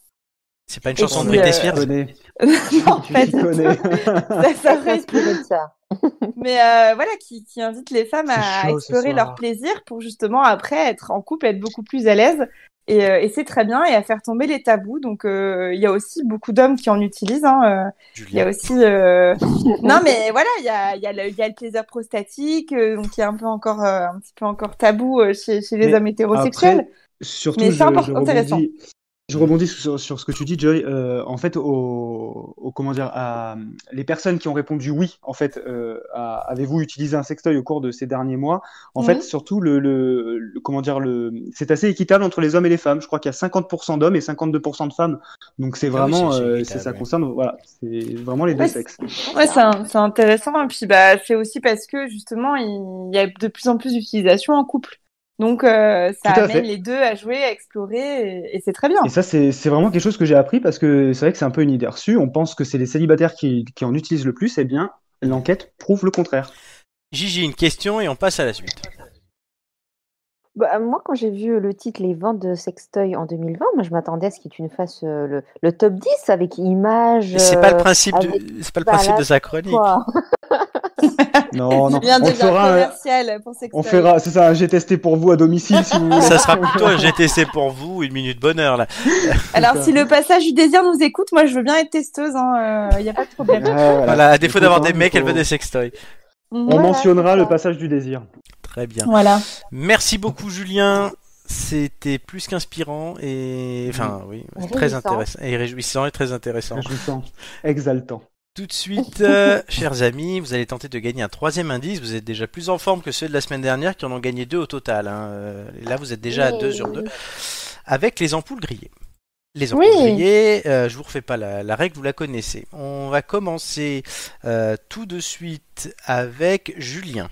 Speaker 1: C'est pas une
Speaker 2: Et
Speaker 1: chanson de
Speaker 2: puis,
Speaker 1: Britney
Speaker 2: euh,
Speaker 1: Spears
Speaker 3: Connais.
Speaker 2: non, en fait,
Speaker 3: Tu connais.
Speaker 2: ça, ça
Speaker 4: Ça
Speaker 2: reste-
Speaker 4: s'inspire de ça.
Speaker 2: Mais euh, voilà, qui, qui invite les femmes
Speaker 3: C'est
Speaker 2: à
Speaker 3: chaud, ce
Speaker 2: explorer
Speaker 3: soir.
Speaker 2: leur plaisir pour justement après être en couple, être beaucoup plus à l'aise. Et, euh, et c'est très bien, et à faire tomber les tabous. Donc euh, il y a aussi beaucoup d'hommes qui en utilisent. hein, euh, Il y
Speaker 1: Julien.
Speaker 2: a aussi. euh, non, mais voilà, il y a, il y, a le- il y a le plaisir prostatique, euh, donc qui est un peu encore, euh, un petit peu encore tabou euh, chez, chez les
Speaker 3: Mais
Speaker 2: hommes hétérosexuels.
Speaker 3: après, Surtout,
Speaker 2: Mais c'est
Speaker 3: je, je
Speaker 2: important- intéressant.
Speaker 3: rebondis, je rebondis sur, sur ce que tu dis, Joy. Euh, en fait, au, au- comment dire, à- les personnes qui ont répondu oui, en fait, euh, à- avez-vous utilisé un sextoy au cours de ces derniers mois En
Speaker 2: Mhm.
Speaker 3: fait, surtout le, le- le- comment dire, le, c'est assez équitable entre les hommes et les femmes. Je crois qu'il y a 50% d'hommes et 52% de femmes. Donc
Speaker 1: Ah
Speaker 3: c'est
Speaker 1: oui,
Speaker 3: vraiment,
Speaker 1: c'est- c'est
Speaker 3: euh,
Speaker 1: équitable,
Speaker 3: c'est- ça
Speaker 1: ouais.
Speaker 3: concerne, voilà, c'est vraiment les deux
Speaker 2: Ouais,
Speaker 3: sexes.
Speaker 2: Ouais, c'est un- c'est intéressant. Et puis, bah, c'est aussi parce que justement, il y a de plus en plus d'utilisation en couple. Donc, euh, ça
Speaker 3: Tout à
Speaker 2: amène
Speaker 3: fait.
Speaker 2: les deux à jouer, à explorer, et, et c'est très bien.
Speaker 3: Et ça, c'est c'est vraiment quelque chose que j'ai appris parce que c'est vrai que c'est un peu une idée reçue. On pense que c'est les célibataires qui, qui en utilisent le plus. Eh bien, l'enquête prouve le contraire.
Speaker 1: Gigi, une question et on passe à la suite.
Speaker 5: Bah, moi, quand j'ai vu le titre Les ventes de sextoy en 2020, moi, je m'attendais à ce que tu nous fasses euh, le, le top 10 avec images.
Speaker 1: C'est pas le
Speaker 5: euh,
Speaker 1: principe, de- c'est pas le principe de sa chronique.
Speaker 5: quoi.
Speaker 3: Non, non,
Speaker 2: Bien
Speaker 3: on
Speaker 2: devient
Speaker 3: fera, un- euh,
Speaker 2: commercial pour
Speaker 3: on
Speaker 2: sextoy.
Speaker 3: fera, c'est ça, un GTST pour vous à domicile si vous voulez.
Speaker 1: Ça sera plutôt un GTC pour vous, une minute bonheur là.
Speaker 2: Alors, si le passage du désir nous écoute, moi, je veux bien être testeuse. Il hein, n'y a pas de
Speaker 3: Ouais,
Speaker 2: problème.
Speaker 3: voilà.
Speaker 1: Voilà, à défaut
Speaker 3: Écoute,
Speaker 1: d'avoir
Speaker 3: hein,
Speaker 1: des mecs, elle
Speaker 3: faut-
Speaker 1: veut des sextoys.
Speaker 2: Mhm.
Speaker 3: On
Speaker 5: Voilà,
Speaker 3: mentionnera
Speaker 5: c'est
Speaker 3: le
Speaker 5: ça.
Speaker 3: passage du désir.
Speaker 1: Très bien.
Speaker 2: Voilà.
Speaker 1: Merci beaucoup Julien. C'était plus qu'inspirant et enfin oui, très
Speaker 5: Réjouissant.
Speaker 1: intéressant et réjouissant et très intéressant.
Speaker 3: Réjouissant, exaltant.
Speaker 1: Tout de suite, euh, chers amis, vous allez tenter de gagner un troisième indice. Vous êtes déjà plus en forme que ceux de la semaine dernière qui en ont gagné deux au total. hein. Euh, Et là, vous êtes déjà à
Speaker 5: Yay.
Speaker 1: deux sur deux avec les ampoules grillées. Les ampoules
Speaker 2: Oui.
Speaker 1: grillées, euh, je vous refais pas la, la règle, vous la connaissez. On va commencer euh, tout de suite avec Julien.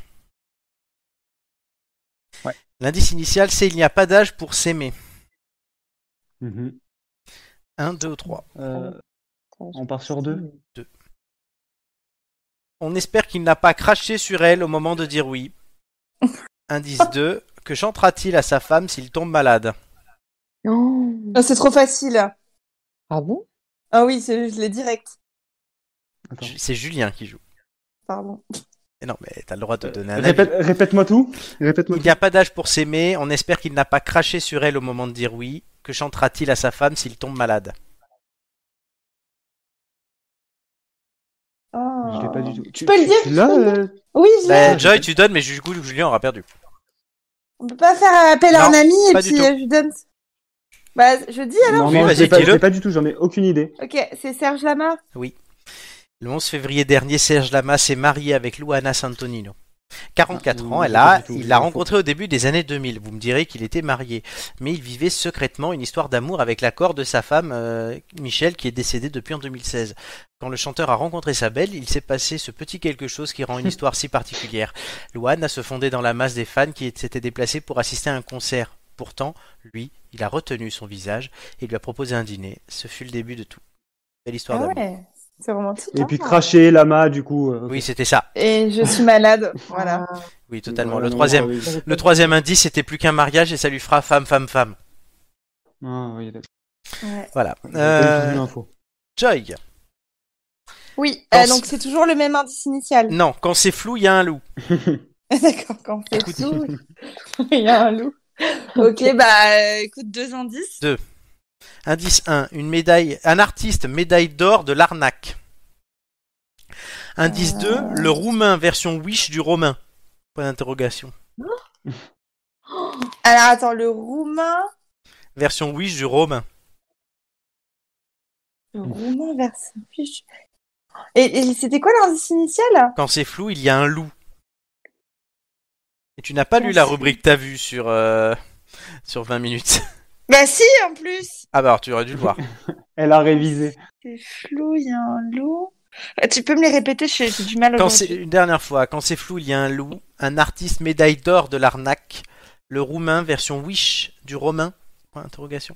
Speaker 3: Ouais.
Speaker 1: L'indice initial, c'est il n'y a pas d'âge pour s'aimer.
Speaker 3: Mhm.
Speaker 1: 1, 2, 3.
Speaker 3: Euh, on part sur deux.
Speaker 1: On espère qu'il n'a pas craché sur elle au moment de dire oui. Indice 2. Que chantera-t-il à sa femme s'il tombe malade
Speaker 5: Oh.
Speaker 2: Non, C'est trop facile.
Speaker 4: Ah bon
Speaker 2: Ah oui, c'est- je l'ai direct.
Speaker 3: Attends.
Speaker 1: Ju- C'est Julien qui joue.
Speaker 2: Pardon.
Speaker 1: Mais non, mais t'as le droit de donner un avis.
Speaker 3: Euh, Répète- Répète-moi tout. Répète-moi
Speaker 1: Il n'y a pas d'âge pour s'aimer. On espère qu'il n'a pas craché sur elle au moment de dire oui. Que chantera-t-il à sa femme s'il tombe malade
Speaker 2: Oh.
Speaker 3: tout. Je l'ai pas du tout. Tu,
Speaker 2: peux le dire,
Speaker 3: tu l'as, euh,
Speaker 2: Ah. Oui, je l'ai.
Speaker 1: Ben,
Speaker 3: je-
Speaker 1: Joy, tu donnes, mais du coup, Julien aura perdu.
Speaker 2: On peut pas faire appel à
Speaker 1: Non,
Speaker 2: un ami et
Speaker 1: pas du
Speaker 2: puis
Speaker 1: tout.
Speaker 2: euh, je lui donne. Bah, je dis alors.
Speaker 3: Non,
Speaker 1: Oui,
Speaker 3: non,
Speaker 1: vas-y,
Speaker 3: je l'ai pas, je
Speaker 1: dis-le.
Speaker 3: l'ai pas du tout. J'en ai aucune idée.
Speaker 2: Ok, c'est Serge Lama.
Speaker 1: Le 11 février dernier, Serge Lama s'est marié avec Luana Santonino. 44
Speaker 3: Ah,
Speaker 1: ans,
Speaker 3: oui,
Speaker 1: elle
Speaker 3: pas
Speaker 1: a,
Speaker 3: du tout,
Speaker 1: il
Speaker 3: je
Speaker 1: l'a
Speaker 3: confonds.
Speaker 1: rencontrée au début des années 2000. Vous me direz qu'il était marié, mais il vivait secrètement une histoire d'amour avec l'accord de sa femme, euh, Michel, qui est décédée depuis en 2016. Quand le chanteur a rencontré sa belle, il s'est passé ce petit quelque chose qui rend une histoire si particulière. Luana se fondait dans la masse des fans qui s'étaient déplacés pour assister à un concert. Pourtant, lui, il a retenu son visage et lui a proposé un dîner. Ce fut le début de tout. Belle histoire
Speaker 3: Ah
Speaker 1: d'amour.
Speaker 2: Ah ouais, c'est romantique.
Speaker 3: Et puis cracher, lama, du coup. euh,
Speaker 1: Oui, c'était ça.
Speaker 2: Et je suis malade, voilà.
Speaker 1: Oui, totalement.
Speaker 3: voilà,
Speaker 1: le
Speaker 3: non,
Speaker 1: troisième,
Speaker 3: ah oui.
Speaker 1: le troisième indice, c'était plus qu'un mariage et ça lui fera femme, femme, femme.
Speaker 3: Ah, oui, d'accord.
Speaker 2: Ouais.
Speaker 1: Voilà.
Speaker 3: J'avais pas
Speaker 1: Euh,
Speaker 3: eu l'info.
Speaker 1: Joy.
Speaker 2: Oui,
Speaker 1: Quand
Speaker 2: euh,
Speaker 1: c'est-
Speaker 2: donc c'est toujours le même indice initial.
Speaker 1: Non, quand c'est flou, il y a un loup.
Speaker 2: D'accord, quand on fait tout, il y a un loup. Ok, bah euh, écoute, deux indices.
Speaker 1: Indice 1, une médaille, un artiste médaille d'or de l'arnaque.
Speaker 3: Ah.
Speaker 1: Indice 2, le roumain version wish du romain. Point d'interrogation.
Speaker 2: Alors attends, le roumain.
Speaker 1: Version wish du romain.
Speaker 2: Le roumain vers fiche. Et, et c'était quoi l'indice initial
Speaker 1: Quand c'est flou, il y a un loup. Et tu n'as pas lu la
Speaker 2: Merci.
Speaker 1: rubrique T'as vu sur, euh, sur 20 minutes.
Speaker 2: Bah si, en plus.
Speaker 1: Ah bah alors tu aurais dû le voir.
Speaker 3: Elle a révisé.
Speaker 2: C'est flou, il y a un loup. Euh, Tu peux me les répéter, j'ai j'ai du mal
Speaker 1: Quand c'est
Speaker 2: aujourd'hui.
Speaker 1: une dernière fois, quand c'est flou, il y a un loup, un artiste médaille d'or de l'arnaque, le roumain version wish du romain. Point interrogation.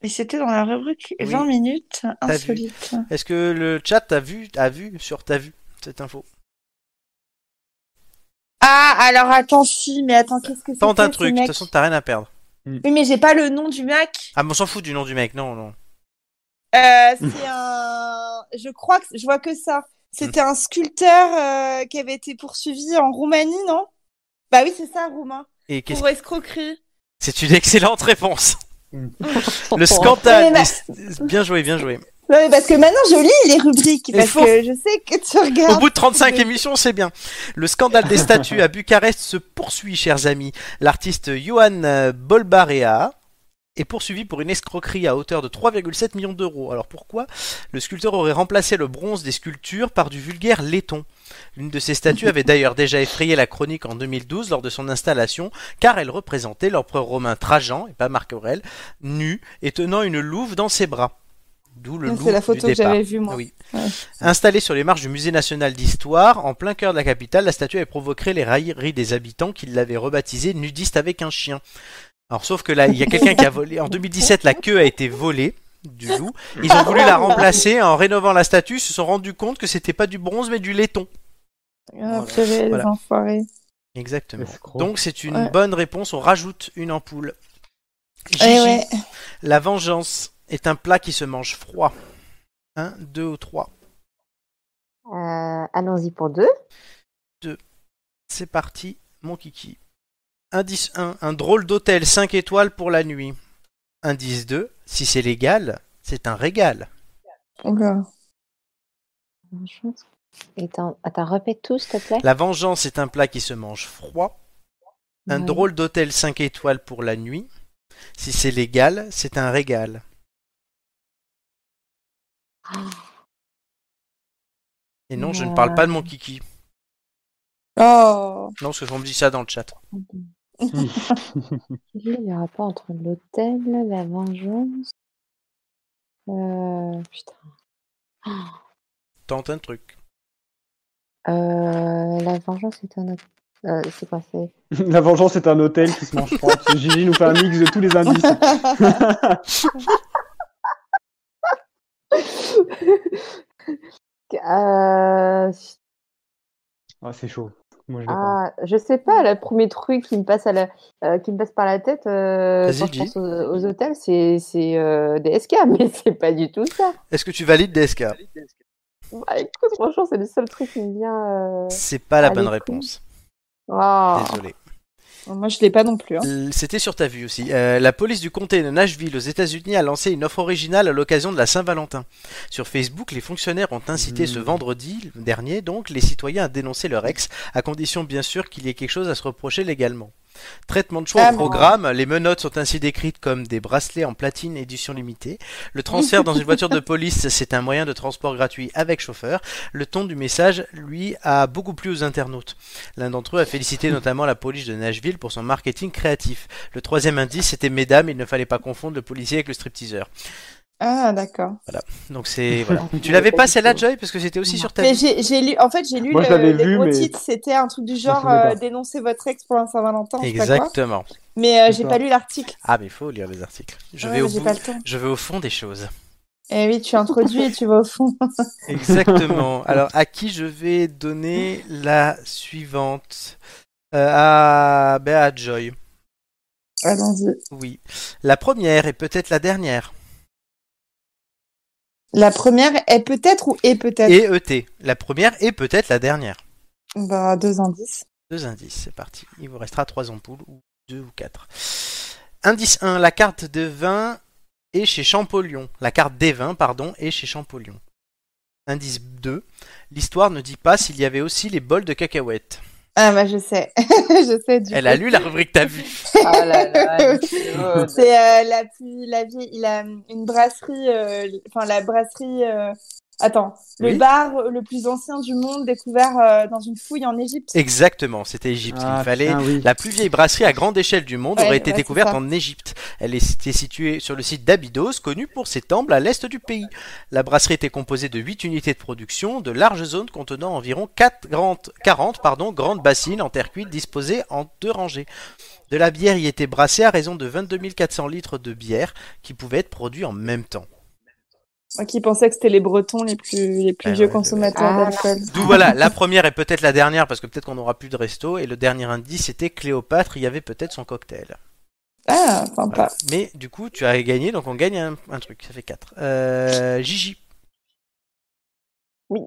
Speaker 2: Et c'était dans la rubrique
Speaker 1: Oui.
Speaker 2: 20 minutes
Speaker 1: vu.
Speaker 2: insolite.
Speaker 1: Est-ce que le chat a vu, a vu sur ta vue cette info
Speaker 2: Ah, alors attends, si, mais attends, qu'est-ce que c'est
Speaker 1: Tente un truc, de toute façon t'as rien à perdre.
Speaker 2: Oui, mais j'ai pas le nom du mec.
Speaker 1: Ah, mais on s'en fout du nom du mec, non, non.
Speaker 2: Euh,
Speaker 1: Hmm.
Speaker 2: c'est un. Je crois que je vois que ça. C'était un sculpteur euh, qui avait été poursuivi en Roumanie, non Bah oui, c'est ça, roumain.
Speaker 1: Et qu'est-ce
Speaker 2: Pour escroquerie.
Speaker 1: C'est une excellente réponse. Le
Speaker 2: Oui,
Speaker 1: scandale.
Speaker 2: mais
Speaker 1: des- Bien joué, bien joué.
Speaker 2: Non, mais parce que maintenant je lis les rubriques.
Speaker 1: Il
Speaker 2: Parce
Speaker 1: faut.
Speaker 2: que je sais que tu regardes.
Speaker 1: Au bout de 35 émissions, c'est bien. Le scandale des statues à Bucarest se poursuit, chers amis. L'artiste Johan euh, Bolbarea est poursuivi pour une escroquerie à hauteur de 3,7 millions d'euros. Alors pourquoi Le sculpteur aurait remplacé le bronze des sculptures par du vulgaire laiton. L'une de ces statues avait d'ailleurs déjà effrayé la chronique en 2012 lors de son installation, car elle représentait l'empereur romain Trajan, et pas Marc Aurèle, nu et tenant une louve dans ses bras. D'où le
Speaker 2: Donc,
Speaker 1: loup
Speaker 2: Ah, C'est la
Speaker 1: du
Speaker 2: photo que
Speaker 1: départ. Ah
Speaker 2: j'avais vue, moi.
Speaker 1: Oui.
Speaker 2: Ouais.
Speaker 1: Installée sur les marches du Musée national d'histoire, en plein cœur de la capitale, la statue avait provoqué les railleries des habitants qui l'avaient rebaptisée nudiste avec un chien. Alors, sauf que là, il y a quelqu'un qui a volé. En 2017, la queue a été volée du loup. Ils ont voulu la remplacer en rénovant la statue. Ils se sont rendus compte que c'était pas du bronze mais du laiton.
Speaker 2: Ah, purée, les
Speaker 1: Voilà.
Speaker 2: enfoirés.
Speaker 1: Exactement.
Speaker 3: Escroc.
Speaker 1: Donc, c'est une
Speaker 2: Ouais.
Speaker 1: bonne réponse. On rajoute une ampoule. Gigi,
Speaker 2: Eh ouais.
Speaker 1: la vengeance est un plat qui se mange froid. Un, deux ou trois.
Speaker 5: Euh, Allons-y pour deux.
Speaker 1: C'est parti, mon kiki. Indice 1, un drôle d'hôtel 5 étoiles pour la nuit. Indice 2, si c'est légal, c'est un régal.
Speaker 2: Oula.
Speaker 5: Attends, attends, répète tout, s'il te plaît.
Speaker 1: La vengeance est un plat qui se mange froid. Un
Speaker 5: Ouais.
Speaker 1: drôle d'hôtel 5 étoiles pour la nuit. Si c'est légal, c'est un régal. Et non, je ne parle pas de mon kiki.
Speaker 2: Oh.
Speaker 1: Non, parce qu'on me dit ça dans le chat.
Speaker 5: Quel est le rapport entre l'hôtel, la vengeance euh, Putain.
Speaker 1: Tente un truc.
Speaker 5: Euh, la vengeance est un autre. Euh, c'est quoi c'est
Speaker 3: La vengeance est un hôtel qui se mange froid. Parce que Gigi nous fait un mix de tous les indices.
Speaker 5: Euh,
Speaker 3: Ah, c'est chaud. Moi, je l'ai pas.
Speaker 5: ah, je sais pas, le premier truc qui me passe, à la, euh, qui me passe par la tête euh,
Speaker 1: Vas-y,
Speaker 5: quand je
Speaker 1: dis.
Speaker 5: pense aux, aux hôtels, c'est c'est, euh, DSK, mais c'est pas du tout ça.
Speaker 1: Est-ce que tu valides DSK
Speaker 5: Bah, écoute, franchement, c'est le seul truc qui me vient. euh,
Speaker 1: C'est pas la
Speaker 5: Ah, les
Speaker 1: bonne
Speaker 5: cons.
Speaker 1: réponse.
Speaker 5: ah.
Speaker 1: Désolé.
Speaker 2: Oh, Moi, je l'ai pas non plus. hein.
Speaker 1: L- C'était sur ta vue aussi. Euh, la police du comté de Nashville aux États-Unis a lancé une offre originale à l'occasion de la Saint-Valentin. Sur Facebook, les fonctionnaires ont incité
Speaker 3: Mm.
Speaker 1: ce vendredi dernier donc les citoyens à dénoncer leur ex, à condition bien sûr qu'il y ait quelque chose à se reprocher légalement. Traitement de choix
Speaker 2: Ah
Speaker 1: au
Speaker 2: bon.
Speaker 1: programme, les menottes sont ainsi décrites comme des bracelets en platine édition limitée. Le transfert dans une voiture de police, c'est un moyen de transport gratuit avec chauffeur. Le ton du message, lui, a beaucoup plu aux internautes. L'un d'entre eux a félicité notamment la police de Nashville pour son marketing créatif. Le troisième indice, c'était mesdames, il ne fallait pas confondre le policier avec le stripteaseur.
Speaker 2: Ah, d'accord.
Speaker 1: Donc c'est voilà.
Speaker 5: Ah,
Speaker 1: Tu l'avais
Speaker 5: pas
Speaker 1: pas
Speaker 5: du
Speaker 1: celle-là,
Speaker 5: tout.
Speaker 1: Joy, parce que c'était aussi sur ta.
Speaker 2: Mais j'ai j'ai lu, en fait, j'ai lu
Speaker 3: Moi, je
Speaker 2: le,
Speaker 3: l'avais
Speaker 2: les
Speaker 3: vu,
Speaker 2: gros
Speaker 3: mais-
Speaker 2: titre. C'était un truc du genre
Speaker 3: souviens pas.
Speaker 2: euh, dénoncer votre ex pour un Saint-Valentin. je sais pas quoi.
Speaker 1: Exactement.
Speaker 2: Mais euh, j'ai
Speaker 3: D'accord.
Speaker 2: pas lu l'article.
Speaker 1: Ah mais il faut lire les articles. Je
Speaker 2: Ouais,
Speaker 1: vais
Speaker 2: mais
Speaker 1: au
Speaker 2: j'ai
Speaker 1: bout-
Speaker 2: pas le temps.
Speaker 1: Je vais au fond des choses.
Speaker 2: Eh oui, tu introduis et tu vas au fond.
Speaker 1: Exactement. Alors à qui je vais donner la suivante Euh, à... ben, à Joy.
Speaker 2: Allons-y.
Speaker 1: Oui. La première et peut-être la dernière.
Speaker 2: La première est peut-être ou est peut-être
Speaker 1: Et ET. La première et peut-être la dernière.
Speaker 2: Bah, deux indices.
Speaker 1: Deux indices, c'est parti. Il vous restera trois ampoules, ou deux ou quatre. Indice 1, la carte de vin est chez Champollion. La carte des vins, pardon, est chez Champollion. Indice 2, l'histoire ne dit pas s'il y avait aussi les bols de cacahuètes.
Speaker 2: Ah, bah, je sais. je sais du
Speaker 1: Elle
Speaker 2: coup.
Speaker 1: a lu la rubrique T'as vu
Speaker 5: Ah là là, Claude.
Speaker 2: C'est euh, la plus la vie la une brasserie euh, enfin la brasserie euh, attends
Speaker 1: Oui.
Speaker 2: le bar le plus ancien du monde découvert euh, dans une fouille en Égypte.
Speaker 1: Exactement, c'était Égypte.
Speaker 3: Ah,
Speaker 1: Il fallait
Speaker 3: putain, oui.
Speaker 1: La plus vieille brasserie à grande échelle du monde
Speaker 2: Ouais,
Speaker 1: aurait été
Speaker 2: ouais, c'est
Speaker 1: découverte
Speaker 2: ça.
Speaker 1: en Égypte. Elle était située sur le site d'Abydos, connu pour ses temples à l'est du pays. La brasserie était composée de 8 unités de production, de larges zones contenant environ 4 grandes, 40 pardon, grandes bassines en terre cuite disposées en deux rangées. De la bière y était brassée à raison de 22 400 litres de bière qui pouvaient être produits en même temps.
Speaker 2: Moi qui pensais que c'était les Bretons les plus les plus
Speaker 1: Ah,
Speaker 2: vieux
Speaker 1: ouais,
Speaker 2: consommateurs
Speaker 5: ouais.
Speaker 2: d'alcool.
Speaker 1: D'où voilà, la première et peut-être la dernière parce que peut-être qu'on n'aura plus de resto. Et le dernier indice c'était Cléopâtre, il y avait peut-être son cocktail.
Speaker 2: Ah, sympa.
Speaker 1: Mais du coup, tu as gagné, donc on gagne un, un truc. Ça fait 4. Euh, Gigi.
Speaker 5: Oui.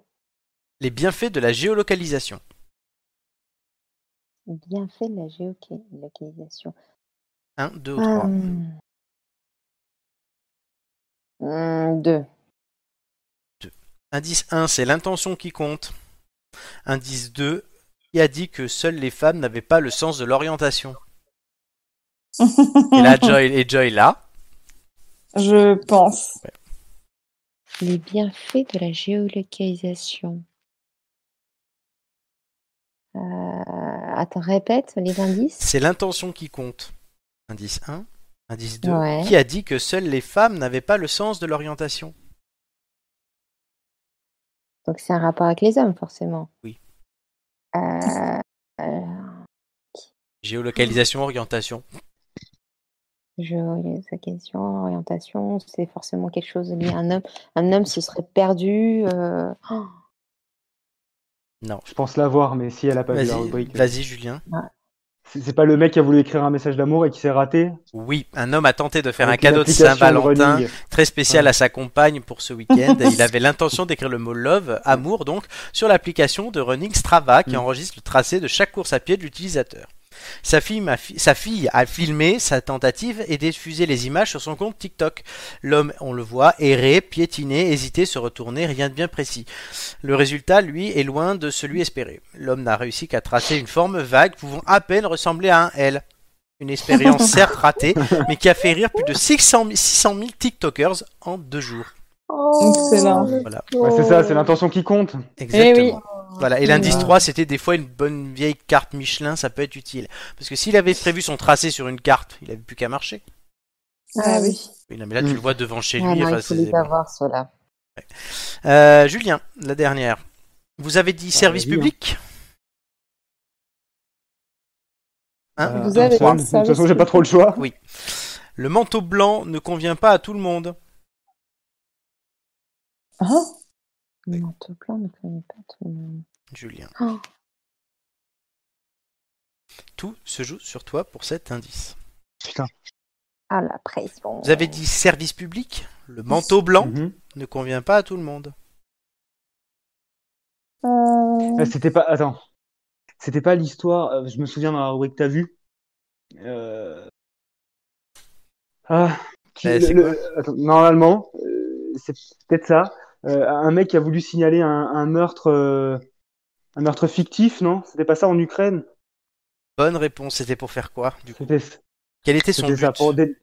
Speaker 1: Les bienfaits de la géolocalisation.
Speaker 5: Bien fait de la géolocalisation.
Speaker 1: 1, 2 ou 3.
Speaker 5: Hum. Hum, deux.
Speaker 1: Indice 1, c'est l'intention qui compte. Indice 2, qui a dit que seules les femmes n'avaient pas le sens de l'orientation. Et là, Joy, et Joy là.
Speaker 2: Je pense.
Speaker 5: Les bienfaits de la géolocalisation. Euh, attends, répète les indices.
Speaker 1: C'est l'intention qui compte. Indice 1. Indice 2.
Speaker 5: Ouais.
Speaker 1: Qui a dit que seules les femmes n'avaient pas le sens de l'orientation
Speaker 5: Donc c'est un rapport avec les hommes, forcément.
Speaker 1: Oui.
Speaker 5: Euh, euh,
Speaker 1: Géolocalisation, orientation.
Speaker 5: je, sa question, orientation, c'est forcément quelque chose lié à un homme. Un homme se serait perdu. euh, oh,
Speaker 1: Non.
Speaker 3: Je pense l'avoir, mais si elle a pas vu la
Speaker 1: Vas-y,
Speaker 3: rubrique.
Speaker 1: vas-y, Julien.
Speaker 3: C'est c'est pas le mec qui a voulu écrire un message d'amour et qui s'est raté
Speaker 1: Oui, un homme a tenté de faire un
Speaker 3: avec
Speaker 1: cadeau de
Speaker 3: l'application
Speaker 1: Saint-Valentin
Speaker 3: Running.
Speaker 1: très spécial à sa compagne pour ce week-end. Et il avait l'intention d'écrire le mot love, amour donc, sur l'application de running Strava qui
Speaker 3: Mm.
Speaker 1: enregistre le tracé de chaque course à pied de l'utilisateur. Sa fille, m'a fi- sa fille a filmé sa tentative et diffusé les images sur son compte TikTok. L'homme, on le voit, errer, piétiner, hésiter, se retourner, rien de bien précis. Le résultat, lui, est loin de celui espéré. L'homme n'a réussi qu'à tracer une forme vague pouvant à peine ressembler à un L. Une expérience certes ratée, mais qui a fait rire plus de 600 000, 600 000 TikTokers en deux jours.
Speaker 2: Excellent.
Speaker 5: le
Speaker 1: Voilà.
Speaker 3: Ouais, c'est ça, c'est
Speaker 5: pauvre.
Speaker 3: l'intention qui compte.
Speaker 1: Hein Exactement. Voilà. Et l'indice
Speaker 3: Ah.
Speaker 1: 3, c'était des fois une bonne vieille carte Michelin, ça peut être utile. Parce que s'il avait prévu son tracé sur une carte, il avait plus qu'à marcher.
Speaker 2: Ah oui.
Speaker 1: Oui, non, mais là, tu
Speaker 3: Mm.
Speaker 1: le vois devant chez lui.
Speaker 5: Ah non,
Speaker 1: enfin,
Speaker 5: il faut
Speaker 1: c'est-
Speaker 5: les avoir, ceux-là.
Speaker 1: Euh, Julien, la dernière. Vous avez
Speaker 5: Ah,
Speaker 1: dit service
Speaker 3: vas-y, hein.
Speaker 1: public Hein
Speaker 5: Euh.
Speaker 2: Vous avez
Speaker 3: seul.
Speaker 2: un
Speaker 3: Euh, De toute
Speaker 2: service
Speaker 3: façon, j'ai pas trop le choix.
Speaker 1: Oui. Le manteau blanc ne convient pas à tout le monde.
Speaker 2: Hein
Speaker 5: Le manteau blanc ne connaît pas tout le monde.
Speaker 1: Julien.
Speaker 5: Oh.
Speaker 1: Tout se joue sur toi pour cet indice.
Speaker 3: Putain.
Speaker 5: Ah, la pression.
Speaker 1: Vous avez dit service public Le manteau blanc
Speaker 3: Mhm.
Speaker 1: ne convient pas à tout le monde.
Speaker 3: Ah, C'était pas. Attends. C'était pas l'histoire. euh, je me souviens dans la rubrique T'as vu Euh, Ah. qui-
Speaker 1: Eh,
Speaker 3: le-
Speaker 1: c'est
Speaker 3: le- attends, normalement, euh, c'est peut-être ça. Euh, un mec qui a voulu signaler un, un meurtre. euh, Un meurtre fictif, non C'était pas ça en Ukraine
Speaker 1: Bonne réponse, c'était pour faire quoi du coup
Speaker 3: C'était
Speaker 1: Quel était son
Speaker 3: c'était
Speaker 1: but
Speaker 3: ça pour. dé-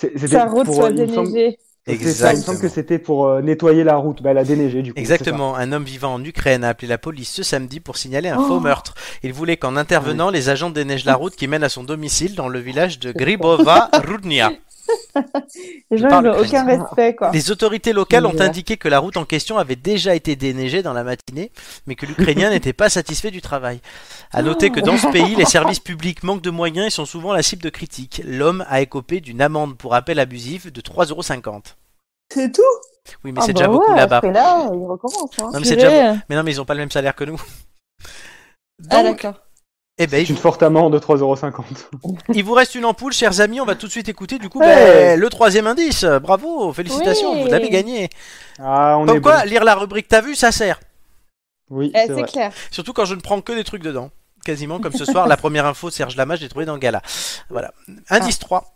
Speaker 3: c'est- c'était
Speaker 2: Sa route
Speaker 3: pour,
Speaker 2: soit
Speaker 3: euh, il me semble-
Speaker 2: déneigée.
Speaker 3: c'est ça, il me semble que c'était pour euh, nettoyer la route. Bah, elle a déneigé, du coup. c'est ça.
Speaker 1: Exactement, un homme vivant en Ukraine a appelé la police ce samedi pour signaler un faux
Speaker 5: Oh.
Speaker 1: meurtre. Il voulait qu'en intervenant, les agents déneigent la route qui mène à son domicile dans le village de Gribova Rudnia.
Speaker 2: Les
Speaker 1: Je
Speaker 2: gens, ils
Speaker 1: parle
Speaker 2: n'ont aucun
Speaker 5: ukrainien.
Speaker 2: respect, quoi.
Speaker 1: Les autorités locales ont
Speaker 5: Bizarre.
Speaker 1: indiqué que la route en question avait déjà été déneigée dans la matinée, mais que l'Ukrainien n'était pas satisfait du travail. À noter que dans ce pays, les services publics manquent de moyens et sont souvent la cible de critiques. L'homme a écopé d'une amende pour appel abusif de 3,50€.
Speaker 2: C'est tout
Speaker 1: Oui,
Speaker 2: Ah
Speaker 8: Ah
Speaker 2: bah
Speaker 1: mais c'est
Speaker 8: bah
Speaker 1: déjà beaucoup là-bas.
Speaker 5: Après là, il recommence. Hein.
Speaker 1: Non, mais c'est déjà... mais non, mais ils ont pas le même salaire que nous.
Speaker 2: Ah,
Speaker 1: Donc,
Speaker 2: d'accord.
Speaker 1: eh ben,
Speaker 3: C'est une forte amende de 3,50€.
Speaker 1: Il vous reste une ampoule, chers amis. On va tout de suite écouter du coup
Speaker 3: Ouais.
Speaker 1: ben, le troisième indice. Bravo, félicitations,
Speaker 2: Ouais.
Speaker 1: vous l'avez gagné.
Speaker 3: Ah, on est
Speaker 1: Comme quoi,
Speaker 3: bon.
Speaker 1: lire la rubrique T'as vu, ça sert.
Speaker 3: Oui,
Speaker 2: Eh,
Speaker 3: c'est
Speaker 2: c'est
Speaker 3: vrai.
Speaker 2: clair.
Speaker 1: Surtout quand je ne prends que des trucs dedans. Quasiment comme ce soir, la première info de Serge Lama, je l'ai trouvée dans le gala. Voilà. Indice 3.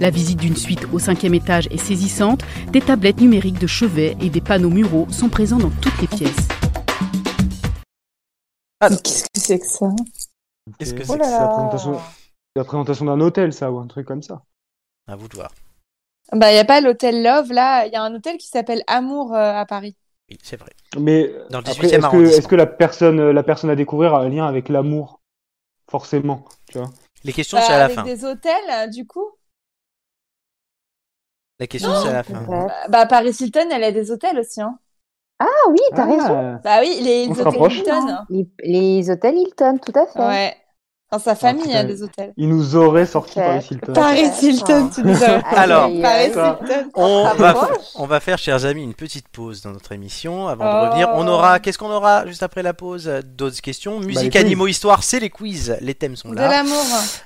Speaker 9: La visite d'une suite au cinquième étage est saisissante. Des tablettes numériques de chevet et des panneaux muraux sont présents dans toutes les pièces.
Speaker 1: Alors.
Speaker 2: Mais Qu'est-ce que c'est que ça
Speaker 1: Qu'est-ce que
Speaker 3: Ok.
Speaker 1: c'est
Speaker 2: Oh là
Speaker 1: que
Speaker 3: la
Speaker 2: là.
Speaker 3: présentation, la présentation d'un hôtel, ça, ou un truc comme ça.
Speaker 1: À vous de voir.
Speaker 2: Bah, il n'y a pas l'hôtel Love, là. Il y a un hôtel qui s'appelle Amour euh, à Paris.
Speaker 1: Oui, c'est vrai.
Speaker 3: Mais euh,
Speaker 1: Dans le
Speaker 3: après,
Speaker 1: 18e
Speaker 3: est-ce que,
Speaker 1: arrondissement.
Speaker 3: est-ce que la personne, euh, la personne à découvrir a un lien avec l'amour Forcément, tu vois.
Speaker 1: Les questions,
Speaker 2: Bah,
Speaker 1: c'est à la
Speaker 2: avec
Speaker 1: fin.
Speaker 2: des hôtels, euh, du coup
Speaker 1: La question, c'est à la fin.
Speaker 5: Ouais.
Speaker 3: Ah.
Speaker 2: Bah, Paris Hilton, elle a des hôtels aussi, hein.
Speaker 5: Ah oui, t'as
Speaker 3: Ah,
Speaker 5: raison.
Speaker 2: Bah oui, les
Speaker 3: On se
Speaker 2: hôtels
Speaker 3: rapproche.
Speaker 2: Hilton.
Speaker 5: Les, les hôtels Hilton, tout à fait.
Speaker 2: Ouais. Enfin, sa famille
Speaker 3: Ah,
Speaker 2: a
Speaker 3: putain.
Speaker 2: des hôtels.
Speaker 3: Il nous aurait sorti
Speaker 5: Ok.
Speaker 3: Paris Hilton.
Speaker 2: Paris Hilton, tu nous as-
Speaker 1: Alors,
Speaker 2: Paris
Speaker 3: ça.
Speaker 2: Hilton.
Speaker 1: On
Speaker 5: Ah,
Speaker 1: va,
Speaker 5: bon
Speaker 1: on va faire, chers amis, une petite pause dans notre émission avant de
Speaker 2: Oh.
Speaker 1: revenir. On aura, qu'est-ce qu'on aura juste après la pause D'autres questions Musique,
Speaker 3: Bah, quiz.
Speaker 1: animaux, histoire, c'est les quiz. Les thèmes sont
Speaker 2: De
Speaker 1: là.
Speaker 2: l'amour.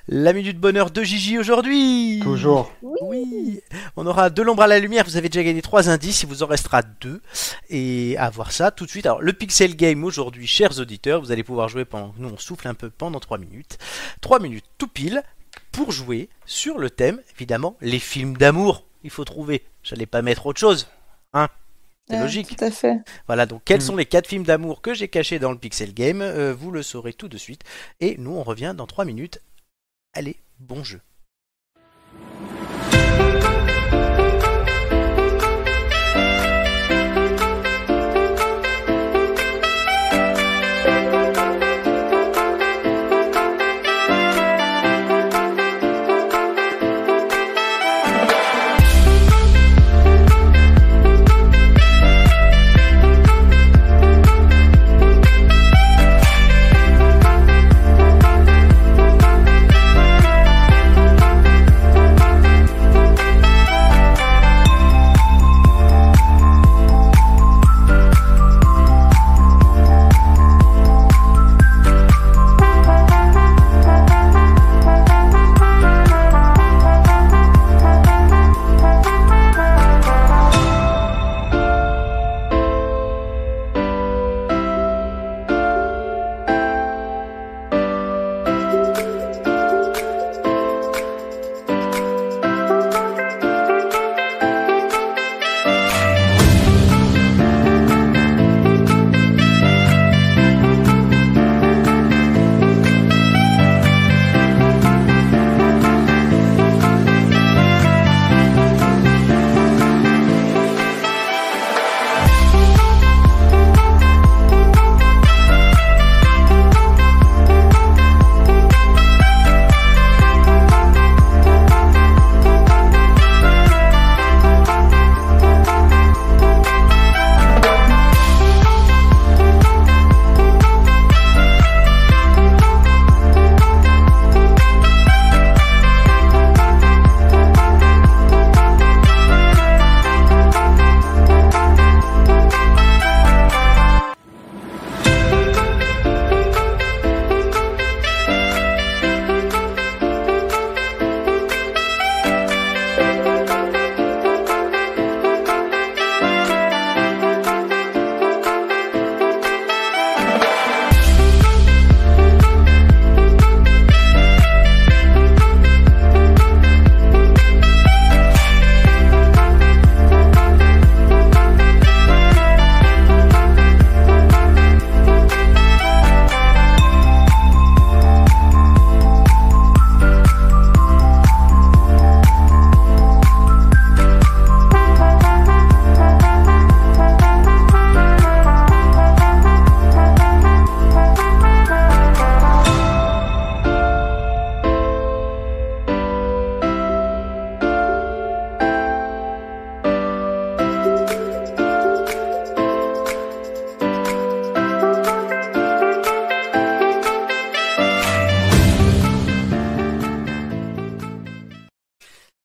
Speaker 1: La minute bonheur de Gigi aujourd'hui.
Speaker 3: Toujours.
Speaker 1: Oui. On aura de l'ombre à la lumière. Vous avez déjà gagné trois indices. Il vous en restera deux. Et à voir ça tout de suite. Alors, le Pixel Game aujourd'hui, chers auditeurs, vous allez pouvoir jouer pendant que nous on souffle un peu pendant trois minutes. Trois minutes tout pile pour jouer sur le thème, évidemment, les films d'amour. Il faut trouver. J'allais pas mettre autre chose. Hein C'est
Speaker 8: Euh,
Speaker 2: Ouais,
Speaker 1: logique.
Speaker 2: Tout à fait.
Speaker 1: Voilà, donc quels
Speaker 3: Mm.
Speaker 1: sont les quatre films d'amour que j'ai cachés dans le Pixel Game Euh, Vous le saurez tout de suite. Et nous, on revient dans 3 minutes. Allez, bon jeu.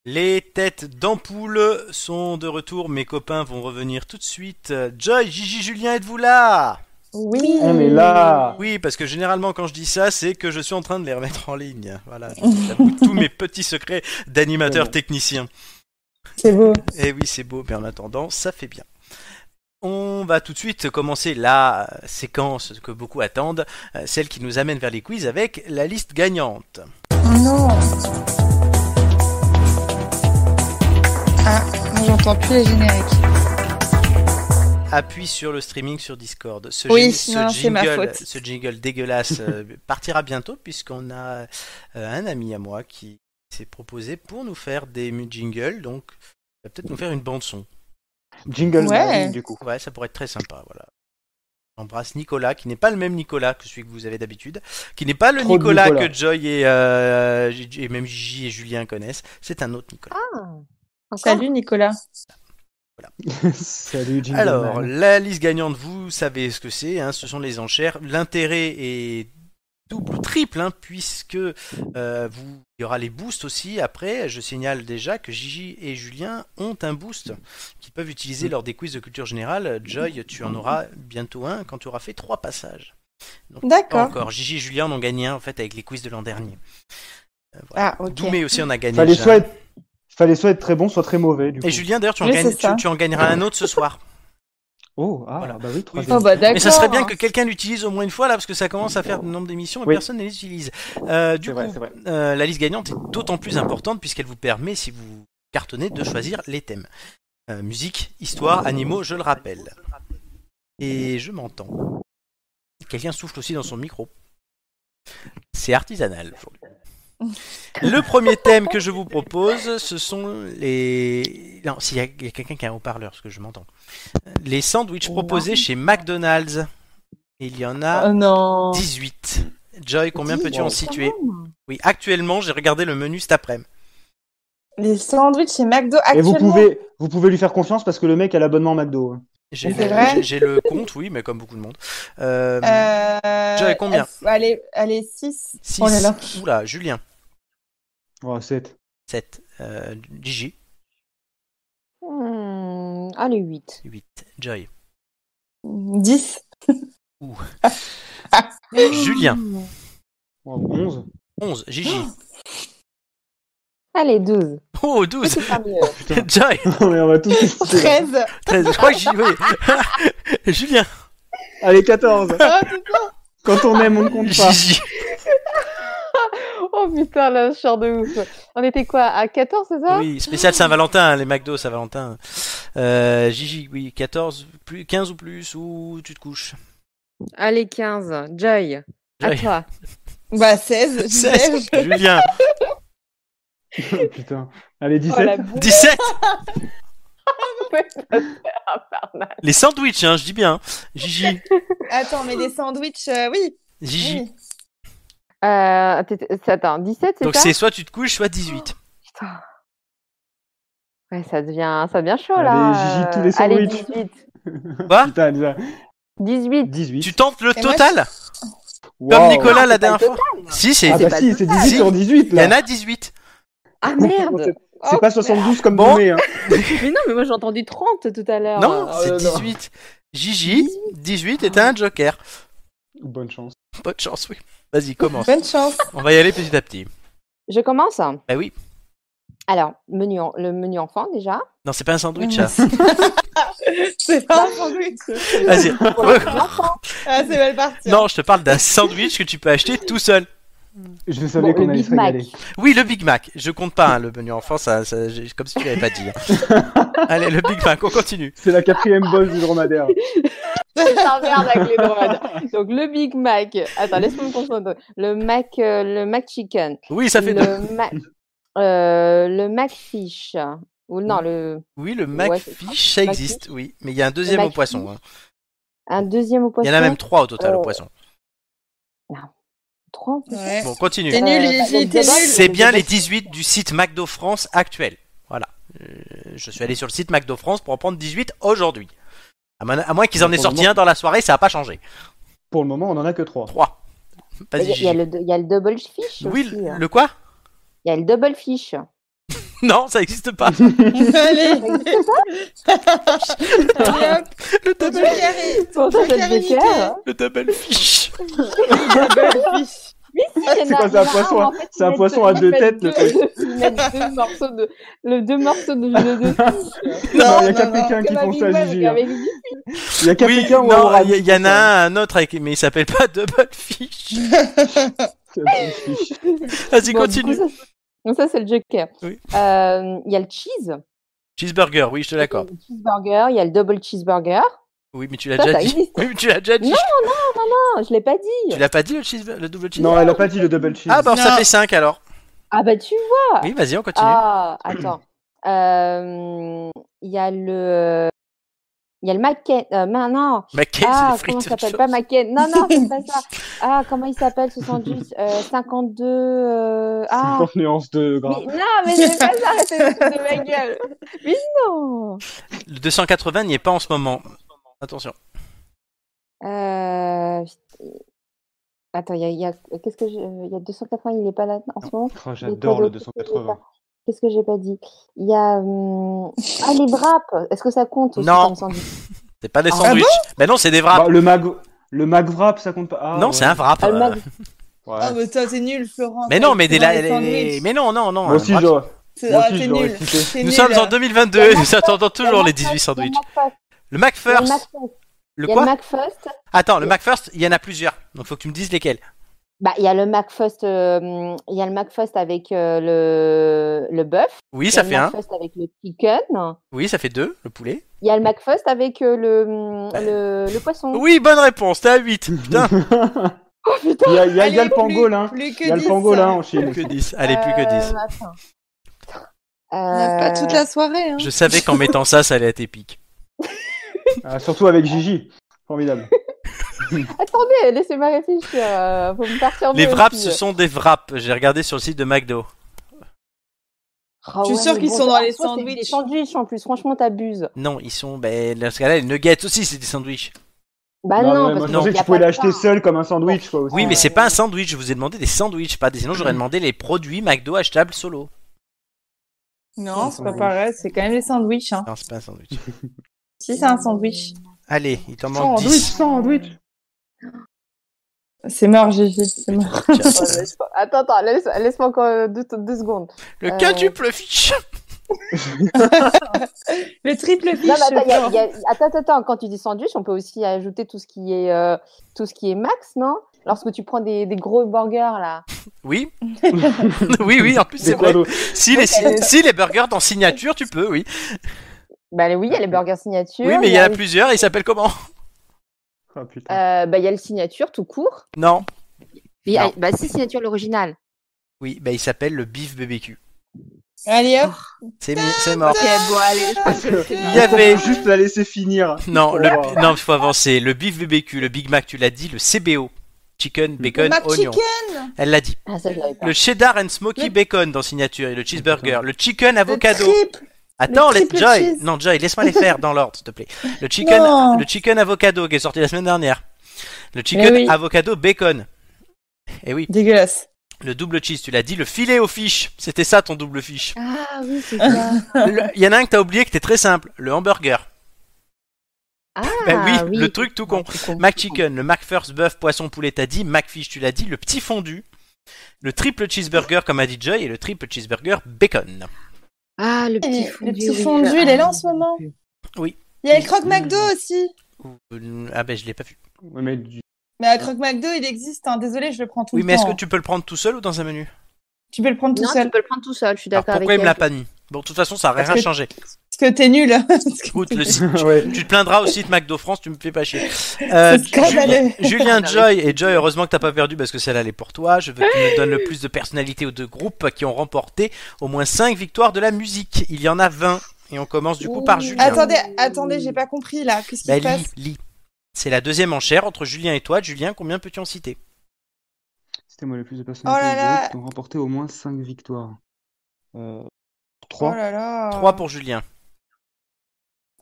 Speaker 1: Les têtes d'ampoule sont de retour. Mes copains vont revenir tout de suite. Euh, Joy, Gigi, Julien, êtes-vous là
Speaker 2: Oui.
Speaker 3: On est Eh, là.
Speaker 1: Oui, parce que généralement quand je dis ça, c'est que je suis en train de les remettre en ligne. Voilà, je vous avoue tous mes petits secrets d'animateur
Speaker 3: Ouais.
Speaker 1: technicien.
Speaker 2: C'est beau.
Speaker 1: Eh oui, c'est beau, mais en attendant, ça fait bien. On va tout de suite commencer la séquence que beaucoup attendent, euh, celle qui nous amène vers les quiz avec la liste gagnante.
Speaker 2: Non. Ah, moi, j'entends plus les génériques.
Speaker 1: Appuie sur le streaming sur Discord. Ce,
Speaker 2: Oui,
Speaker 1: ce
Speaker 2: non, c'est ma
Speaker 1: jingle,
Speaker 2: faute.
Speaker 1: ce jingle dégueulasse euh, partira bientôt puisqu'on a euh, un ami à moi qui s'est proposé pour nous faire des mu- jingles, donc il va peut-être nous faire une bande son.
Speaker 3: Jingle
Speaker 2: Ouais.
Speaker 3: Man, du coup.
Speaker 1: Ouais, ça pourrait être très sympa, voilà. J'embrasse Nicolas, qui n'est pas le même Nicolas que celui que vous avez d'habitude, qui n'est pas le
Speaker 3: Trop de
Speaker 1: Nicolas,
Speaker 3: Nicolas.
Speaker 1: que Joy et, euh, et même Gigi et Julien connaissent. C'est un autre Nicolas.
Speaker 2: Salut Nicolas.
Speaker 3: Salut Jingle
Speaker 1: Alors,
Speaker 3: Man.
Speaker 1: la liste gagnante, vous savez ce que c'est, hein, ce sont les enchères. L'intérêt est double ou triple, hein, puisque euh, vous, il y aura les boosts aussi. Après, je signale déjà que Gigi et Julien ont un boost qu'ils peuvent utiliser lors des quiz de culture générale. Joy, tu en auras bientôt un quand tu auras fait trois passages. Donc, pas
Speaker 2: D'accord.
Speaker 1: Encore, Gigi et Julien en ont gagné un en fait avec les quiz de l'an dernier. Euh,
Speaker 2: Ah, ok.
Speaker 1: Doumé aussi en a gagné.
Speaker 3: Fallait
Speaker 1: déjà.
Speaker 3: soit, être... fallait soit être très bon, soit très mauvais. Du coup.
Speaker 1: Et Julien, d'ailleurs, tu, en
Speaker 2: Oui,
Speaker 1: gagnes-
Speaker 2: c'est ça.
Speaker 1: tu- tu en gagneras un autre ce soir.
Speaker 3: Oh, ah,
Speaker 1: Voilà.
Speaker 3: bah oui,
Speaker 2: Oh,
Speaker 3: troisième.
Speaker 2: bah
Speaker 1: Mais ça serait bien
Speaker 2: d'accord.
Speaker 1: que quelqu'un l'utilise au moins une fois là, parce que ça commence à faire le nombre d'émissions et
Speaker 3: Oui.
Speaker 1: personne ne les utilise. Euh, du
Speaker 3: C'est
Speaker 1: coup,
Speaker 3: vrai, c'est vrai.
Speaker 1: euh, la liste gagnante est d'autant plus importante puisqu'elle vous permet, si vous cartonnez, de choisir les thèmes. Euh, musique, histoire, animaux, je le rappelle. Et je m'entends. Quelqu'un souffle aussi dans son micro. C'est artisanal aujourd'hui. Le premier thème que je vous propose, ce sont les. Non, s'il y a, il y a quelqu'un qui a un haut-parleur, parce que je m'entends. Les sandwichs proposés chez McDonald's. Il y en a
Speaker 2: Oh, non.
Speaker 1: 18. Joy, combien peux-tu en situer Oui, actuellement, j'ai regardé le menu cet après-midi.
Speaker 2: Les sandwichs chez McDo
Speaker 3: Et vous
Speaker 2: actuellement.
Speaker 3: pouvez, vous pouvez lui faire confiance parce que le mec a l'abonnement McDo. hein.
Speaker 1: J'ai
Speaker 2: C'est
Speaker 1: le,
Speaker 2: vrai
Speaker 1: j'ai- j'ai le compte, oui, mais comme beaucoup de monde. Euh,
Speaker 2: Euh,
Speaker 1: J'avais combien
Speaker 2: elle- Allez, allez 6.
Speaker 1: six.
Speaker 2: Oh là là.
Speaker 1: Oula, Julien,
Speaker 3: Oh, 7.
Speaker 1: 7. Euh, Gigi,
Speaker 5: Hmm, allez, 8.
Speaker 1: 8. Joy,
Speaker 2: 10.
Speaker 1: Julien,
Speaker 3: Oh, 11.
Speaker 1: 11. Gigi,
Speaker 5: Allez, 12.
Speaker 1: oh, 12.
Speaker 5: C'est parmi eux.
Speaker 1: Joy,
Speaker 3: Mais on va tous les citer, là.
Speaker 2: 13.
Speaker 1: 13. Je crois que j'y vais. Julien,
Speaker 3: Allez, 14. Quand on aime, on ne compte pas.
Speaker 1: Gigi,
Speaker 4: Oh putain, là, je sors de ouf. On était quoi À 14, c'est ça
Speaker 1: oui, spécial Saint-Valentin, hein, les McDo Saint-Valentin. Euh, Gigi, oui, 14, plus, 15 ou plus, ou tu te couches.
Speaker 4: Allez, 15. Joy, à
Speaker 1: Joy.
Speaker 4: toi.
Speaker 2: Bah 16.
Speaker 1: 16, Julien,
Speaker 3: Putain. Allez,
Speaker 4: Oh, la
Speaker 3: 17.
Speaker 4: boue.
Speaker 1: 17.
Speaker 4: infernal.
Speaker 1: Les sandwichs, hein, je dis bien. Gigi,
Speaker 2: Attends, mais les sandwichs, euh, oui.
Speaker 1: Gigi.
Speaker 2: oui.
Speaker 4: Euh, t'étais- c'est- attends, 17, c'est
Speaker 1: Donc
Speaker 4: ça
Speaker 1: c'est soit tu te couches, soit 18.
Speaker 4: Ouais, ça devient, ça devient chaud,
Speaker 3: Allez,
Speaker 4: là.
Speaker 3: Gigi,
Speaker 4: Euh,
Speaker 3: tous les
Speaker 4: Allez,
Speaker 3: sandwichs.
Speaker 4: 18. Oh,
Speaker 1: Quoi
Speaker 3: Putain, déjà.
Speaker 4: 18.
Speaker 3: 18.
Speaker 1: Tu tentes le
Speaker 2: Et moi,
Speaker 1: total Comme
Speaker 3: Waouh.
Speaker 10: Ah,
Speaker 1: Nicolas Ah, la
Speaker 5: c'est pas
Speaker 1: dernière
Speaker 5: le
Speaker 1: fois Si, c'est.
Speaker 3: Ah bah si, c'est 18 sur 18
Speaker 1: Il y
Speaker 3: là.
Speaker 1: en a 18.
Speaker 4: Ah
Speaker 3: Non,
Speaker 4: merde
Speaker 3: c'est- C'est pas 72 comme
Speaker 1: Bon.
Speaker 3: bon. Hein.
Speaker 4: Mais non, mais moi j'ai entendu 30 tout à l'heure.
Speaker 1: Non,
Speaker 4: Euh,
Speaker 1: c'est 18. Gigi, 18 est un joker.
Speaker 3: Bonne chance.
Speaker 1: Bonne chance, oui. Vas-y, commence.
Speaker 2: Bonne chance.
Speaker 1: On va y aller petit à petit.
Speaker 4: Je commence
Speaker 1: Bah oui.
Speaker 4: Alors, menu en- le menu enfant déjà.
Speaker 1: Non, c'est pas un sandwich, ça.
Speaker 2: C'est pas un sandwich.
Speaker 1: Vas-y.
Speaker 2: Ah, c'est mal parti.
Speaker 1: non, je te parle d'un sandwich que tu peux acheter tout seul.
Speaker 3: Je savais
Speaker 4: Bon,
Speaker 3: qu'on
Speaker 4: le
Speaker 3: allait
Speaker 4: Big
Speaker 3: se régaler.
Speaker 1: Oui, le Big Mac. Je compte pas, hein, le menu enfant, ça, ça- j'ai- comme si tu l'avais pas dit. hein. Allez, le Big Mac, on continue.
Speaker 3: C'est la quatrième bosse du dromadaire.
Speaker 4: Ça merde avec les drones. Donc le Big Mac. Attends, laisse-moi me concentrer. Le Mac, euh, le Mac Chicken.
Speaker 1: Oui, ça fait deux.
Speaker 4: le Mac, euh, le Mac Fish. Ou non, le
Speaker 1: Oui, le
Speaker 4: Ouais,
Speaker 1: McFish, ça
Speaker 4: c'est McFish.
Speaker 1: existe, oui. Mais il y a un deuxième au
Speaker 4: McFish.
Speaker 1: poisson. hein.
Speaker 4: un deuxième au
Speaker 1: Il y
Speaker 4: poisson.
Speaker 1: en a même trois au total au
Speaker 4: Euh,
Speaker 1: poisson.
Speaker 4: trois. au poisson.
Speaker 2: Ouais.
Speaker 1: Bon, continue.
Speaker 2: T'es nul,
Speaker 4: Euh,
Speaker 2: Gigi,
Speaker 4: le
Speaker 2: t'es
Speaker 4: débat,
Speaker 2: nul.
Speaker 1: C'est bien
Speaker 4: le
Speaker 1: les 18 du site McDo France actuel. Voilà. Euh, je suis allé sur le site McDo France pour en prendre 18 aujourd'hui. À, mon- à moins qu'ils en aient
Speaker 3: Pour le
Speaker 1: sorti
Speaker 3: moment.
Speaker 1: un dans la soirée, ça n'a pas changé.
Speaker 3: Pour le moment, on en a que 3.
Speaker 1: 3.
Speaker 4: Il
Speaker 1: Vas-y,
Speaker 4: y, a- il y a
Speaker 1: Gigi.
Speaker 4: le il y a le double fish.
Speaker 1: Oui,
Speaker 4: aussi,
Speaker 1: le
Speaker 4: hein.
Speaker 1: le quoi
Speaker 4: Il y a le double fish.
Speaker 1: Non, ça n'existe pas.
Speaker 2: Allez. Allez, hop,
Speaker 1: le
Speaker 2: tu
Speaker 1: double,
Speaker 2: vas y arriver.
Speaker 4: Pour hein.
Speaker 2: ça,
Speaker 4: ça,
Speaker 2: j'ai le Becker.
Speaker 1: le double fish.
Speaker 3: C'est quoi, c'est un poisson à- c'est un poisson à deux têtes, le
Speaker 4: truc. Ils mettent deux morceaux de, le deux morceaux de jus
Speaker 3: Non, il
Speaker 4: de
Speaker 3: y a
Speaker 2: non,
Speaker 3: qu'à
Speaker 2: non.
Speaker 3: Pékin qui
Speaker 4: Comme
Speaker 3: font
Speaker 4: avec
Speaker 3: ça,
Speaker 4: moi,
Speaker 3: Gigi. hein.
Speaker 4: avec Gigi.
Speaker 3: Il y a qu'à
Speaker 1: Oui,
Speaker 3: Pékin ou à
Speaker 1: non,
Speaker 3: Oran.
Speaker 1: il y, il y en a un, un autre, avec... mais il s'appelle pas double fish. Vas-y,
Speaker 4: Bon, du
Speaker 1: continue.
Speaker 4: coup, ça, c'est- Donc ça, c'est le Joker. Euh, Il
Speaker 1: Oui.
Speaker 4: y a le cheese.
Speaker 1: Cheeseburger, oui, je te l'accorde.
Speaker 4: Il y a le cheeseburger, il y a le double cheeseburger.
Speaker 1: Oui, mais tu l'as
Speaker 4: Ça,
Speaker 1: déjà
Speaker 4: ça
Speaker 1: dit.
Speaker 4: existe.
Speaker 1: Oui, mais tu l'as déjà dit.
Speaker 4: Non, Non, Ah, je l'ai pas dit.
Speaker 1: Tu l'as pas dit le, cheeseburger, le double cheeseburger
Speaker 3: Non, elle a pas dit le double cheese.
Speaker 1: Ah bon, ça
Speaker 2: Non.
Speaker 1: fait 5 alors.
Speaker 4: Ah bah tu vois.
Speaker 1: Oui, vas-y, on continue.
Speaker 4: Ah, attends. Euh, Il y a le... Il y a le maquette. Euh, mais non.
Speaker 1: Mackay,
Speaker 4: ah,
Speaker 1: c'est des
Speaker 4: comment
Speaker 1: frites.
Speaker 4: ça s'appelle Pas maquette. Non, non, c'est pas ça. Ah, comment il s'appelle ce sandwich Euh, 52. euh, Ah.
Speaker 3: 50 nuances de gras.
Speaker 4: Mais- non, mais je vais pas arrêter de ma gueule. Mais non.
Speaker 1: Le 280 n'y est pas en ce moment. Attention.
Speaker 4: Euh, Attends, il y a, il y a- qu'est-ce que je- il y a 280, il n'est pas là en ce moment.
Speaker 3: Oh,
Speaker 4: Mais quoi
Speaker 3: J'adore le
Speaker 4: d'autre que j'ai
Speaker 3: 280.
Speaker 4: pas- Qu'est-ce que j'ai pas dit Il y a hum, ah les wraps. Est-ce que ça compte aussi
Speaker 1: Non.
Speaker 4: comme sandwich
Speaker 1: C'est pas des
Speaker 4: Ah
Speaker 1: sandwichs. ben non, c'est des wraps.
Speaker 3: Bah, le mag le mag wrap ça compte pas. Ah,
Speaker 1: non,
Speaker 3: ouais.
Speaker 1: c'est un wrap.
Speaker 4: Ah, le
Speaker 1: euh.
Speaker 4: mag-
Speaker 3: Ouais.
Speaker 2: Oh, mais toi, c'est nul, Florent.
Speaker 1: Mais non, mais des la-
Speaker 2: les
Speaker 1: les- mais non, non, non.
Speaker 3: Moi
Speaker 1: un
Speaker 3: aussi,
Speaker 1: wrap.
Speaker 3: j'aurais.
Speaker 2: C'est
Speaker 3: Moi
Speaker 2: ah,
Speaker 3: aussi,
Speaker 2: t'es
Speaker 3: je l'aurais
Speaker 2: nul.
Speaker 3: kiffé.
Speaker 2: T'es
Speaker 1: Nous
Speaker 2: nul. hein.
Speaker 1: sommes en 2022 et nous attendons toujours
Speaker 4: Il y a
Speaker 1: les 18 sandwichs.
Speaker 4: McFest,
Speaker 1: Le
Speaker 4: il y a
Speaker 1: McFirst.
Speaker 4: McFest,
Speaker 1: Le
Speaker 4: Il y a le
Speaker 1: quoi
Speaker 4: McFest.
Speaker 1: Attends, le McFirst, il y en a plusieurs. Donc faut que tu me dises lesquels.
Speaker 4: Bah, il y a le McFest, euh, hum, il y a le McFest avec euh, le, le bœuf.
Speaker 1: Oui,
Speaker 4: Il y a
Speaker 1: ça
Speaker 4: le
Speaker 1: fait un.
Speaker 4: McFest avec le chicken.
Speaker 1: Oui, ça fait deux, le poulet.
Speaker 4: Il y a le McFest avec euh, le, hum, le, le poisson.
Speaker 1: Oui, bonne réponse, t'es à 8. Putain,
Speaker 4: Oh, putain.
Speaker 3: Il y a, il y a- il y a
Speaker 2: Allez,
Speaker 3: le pangolin.
Speaker 2: Plus, plus que
Speaker 3: Il y a le
Speaker 2: 10,
Speaker 3: pangolin
Speaker 2: hein.
Speaker 3: en Chine.
Speaker 1: plus que 10. Allez, plus que 10.
Speaker 4: Euh, attends.
Speaker 2: On n'a pas toute la soirée. Hein.
Speaker 1: Je savais qu'en mettant ça, ça allait être épique.
Speaker 3: Ah, surtout avec Gigi. Formidable.
Speaker 4: Euh, Attendez, laissez-moi réfléchir. euh, Faut me partir
Speaker 1: Les wraps, ce sont des wraps. J'ai regardé sur le site de McDo.
Speaker 4: Ah
Speaker 2: Je suis
Speaker 4: ouais,
Speaker 2: sûre
Speaker 4: mais
Speaker 2: qu'ils
Speaker 4: bon,
Speaker 2: sont dans les
Speaker 4: parfois, c'est des
Speaker 2: sandwichs.
Speaker 4: sandwichs en plus, franchement, t'abuses.
Speaker 1: Non, ils sont. Ben, dans ce cas-là, les nuggets aussi, c'est des sandwichs.
Speaker 4: Bah
Speaker 3: Non,
Speaker 4: non,
Speaker 3: mais moi, je
Speaker 4: parce
Speaker 3: pensais
Speaker 4: que y
Speaker 3: que tu
Speaker 4: a
Speaker 3: pouvais
Speaker 4: pas de
Speaker 3: l'acheter
Speaker 4: pain.
Speaker 3: seul comme un sandwich, quoi. Aussi.
Speaker 1: Oui, mais c'est pas un sandwich. Je vous ai demandé des sandwichs, pas des. Sinon, j'aurais demandé les produits McDo achetables solo.
Speaker 2: Non, c'est pas
Speaker 3: sandwich.
Speaker 2: pareil. C'est quand même les sandwichs. Hein.
Speaker 1: Non, c'est pas un sandwich.
Speaker 2: Si, c'est un sandwich.
Speaker 1: Allez, il t'en manque
Speaker 2: Oh,
Speaker 3: Sandwich,
Speaker 1: 10.
Speaker 3: sandwich.
Speaker 2: C'est mort, Gigi. C'est mort.
Speaker 1: Tiens.
Speaker 4: Ouais, laisse- Attends, attends, laisse- laisse-moi encore euh, deux, deux secondes.
Speaker 1: Le
Speaker 4: Euh.
Speaker 1: quintuple fiche.
Speaker 2: Le triple fiche.
Speaker 4: Non, mais attends, y a-
Speaker 2: Florent.
Speaker 4: y a- attends, attends, attends, quand tu dis sandwich, on peut aussi ajouter tout ce qui est, euh, tout ce qui est max, non Lorsque tu prends des, des gros burgers, là.
Speaker 1: Oui. oui, oui, en plus,
Speaker 3: C'est
Speaker 1: c'est
Speaker 3: quoi
Speaker 1: vrai.
Speaker 3: d'autre
Speaker 1: Si les, si les burgers dans signature, tu peux, oui.
Speaker 4: Bah oui, il y a les burgers signature.
Speaker 1: Oui, mais il y en a
Speaker 4: les-
Speaker 1: plusieurs. Ils s'appellent comment
Speaker 3: Ah, putain.
Speaker 4: euh, bah, il y a le signature tout court.
Speaker 1: Non.
Speaker 4: Il y a-
Speaker 1: Non.
Speaker 4: bah si, signature l'original.
Speaker 1: Oui, bah, il s'appelle le beef BBQ.
Speaker 2: Allez hop.
Speaker 1: C'est mi- c'est mort.
Speaker 4: Ok, bon, allez, je pense que c'est
Speaker 1: Il y avait.
Speaker 3: Juste la laisser finir.
Speaker 1: Non, le...
Speaker 3: Oh.
Speaker 1: non, faut avancer. Le beef BBQ, le Big Mac, tu l'as dit, le CBO. Chicken, bacon,
Speaker 2: Mac
Speaker 1: oignon.
Speaker 2: Chicken.
Speaker 1: Elle l'a dit.
Speaker 4: Ah, ça, je l'avais pas.
Speaker 1: Le cheddar and smoky
Speaker 2: Le-
Speaker 1: bacon dans signature et le cheeseburger.
Speaker 3: Putain.
Speaker 1: Le chicken avocado.
Speaker 2: Le triple.
Speaker 1: Attends,
Speaker 2: le
Speaker 1: les
Speaker 2: triple
Speaker 1: Joy.
Speaker 2: cheese.
Speaker 1: Non, Joy, laisse-moi les faire dans l'ordre, s'il te plaît. Le chicken,
Speaker 2: Non.
Speaker 1: le chicken avocado qui est sorti la semaine dernière. Le
Speaker 2: Mais
Speaker 1: chicken
Speaker 2: oui.
Speaker 1: avocado bacon. Et oui,
Speaker 2: Dégueulasse.
Speaker 1: le double cheese, tu l'as dit, le filet aux fiches. C'était ça ton double fiche.
Speaker 4: Ah oui, c'est ça.
Speaker 1: Le- Il y en a un que t'as oublié qui était très simple, le hamburger.
Speaker 4: Ah,
Speaker 1: Ben oui, le truc tout con.
Speaker 4: Ah, tout con.
Speaker 1: McChicken, le McFirst bœuf, poisson, poulet, t'as dit. McFish, tu l'as dit. Le petit fondu. Le triple cheeseburger, comme a dit Joy, et le triple cheeseburger bacon.
Speaker 4: Ah, le petit
Speaker 2: Et
Speaker 4: fondu.
Speaker 2: Le petit
Speaker 4: oui,
Speaker 2: fondu,
Speaker 4: je-
Speaker 2: il est là
Speaker 4: ah,
Speaker 2: en ce moment.
Speaker 1: Oui.
Speaker 2: Il y a le croque McDo aussi.
Speaker 1: Ou- Ah ben je l'ai pas vu.
Speaker 3: Ouais, mais du-
Speaker 2: Mais le croque McDo, il existe. Hein. Désolé, je le prends tout
Speaker 1: Oui,
Speaker 2: le
Speaker 1: mais est-ce
Speaker 2: temps.
Speaker 1: que tu peux le prendre tout seul ou dans un menu
Speaker 2: Tu peux le prendre tout
Speaker 4: Non,
Speaker 2: seul.
Speaker 4: tu peux le prendre tout seul, je suis
Speaker 1: Alors
Speaker 4: d'accord avec
Speaker 1: pourquoi il me
Speaker 4: elle.
Speaker 1: l'a pas mis Bon, de toute façon, ça n'aurait
Speaker 2: Parce
Speaker 1: rien
Speaker 2: que-
Speaker 1: changé.
Speaker 2: Parce que t'es nul. Parce que
Speaker 1: Écoute,
Speaker 2: t'es
Speaker 1: le
Speaker 2: nul.
Speaker 1: site- tu,
Speaker 3: Ouais.
Speaker 1: tu te plaindras au site McDo France, tu me fais pas chier. Euh,
Speaker 2: C'est scandaleux.
Speaker 1: Julien,
Speaker 11: Ah
Speaker 1: Julien, Joy, et Joy, heureusement que t'as pas perdu parce que celle-là, elle est pour toi. Je veux que tu me donnes le plus de personnalités aux deux groupes qui ont remporté au moins 5 victoires de la musique. Il y en a 20. Et on commence du coup par
Speaker 4: Ouh.
Speaker 1: Julien.
Speaker 2: Attendez, attendez, j'ai pas compris là. Qu'est-ce qui
Speaker 1: Bah,
Speaker 2: se passe
Speaker 1: lis, lis. C'est la deuxième enchère entre Julien et toi. Julien, combien peux-tu en citer
Speaker 3: C'était moi le plus de personnes
Speaker 2: Oh là là.
Speaker 3: qui ont remporté au moins 5 victoires. Euh,
Speaker 2: Oh
Speaker 3: 3.
Speaker 2: là là.
Speaker 1: 3 pour Julien.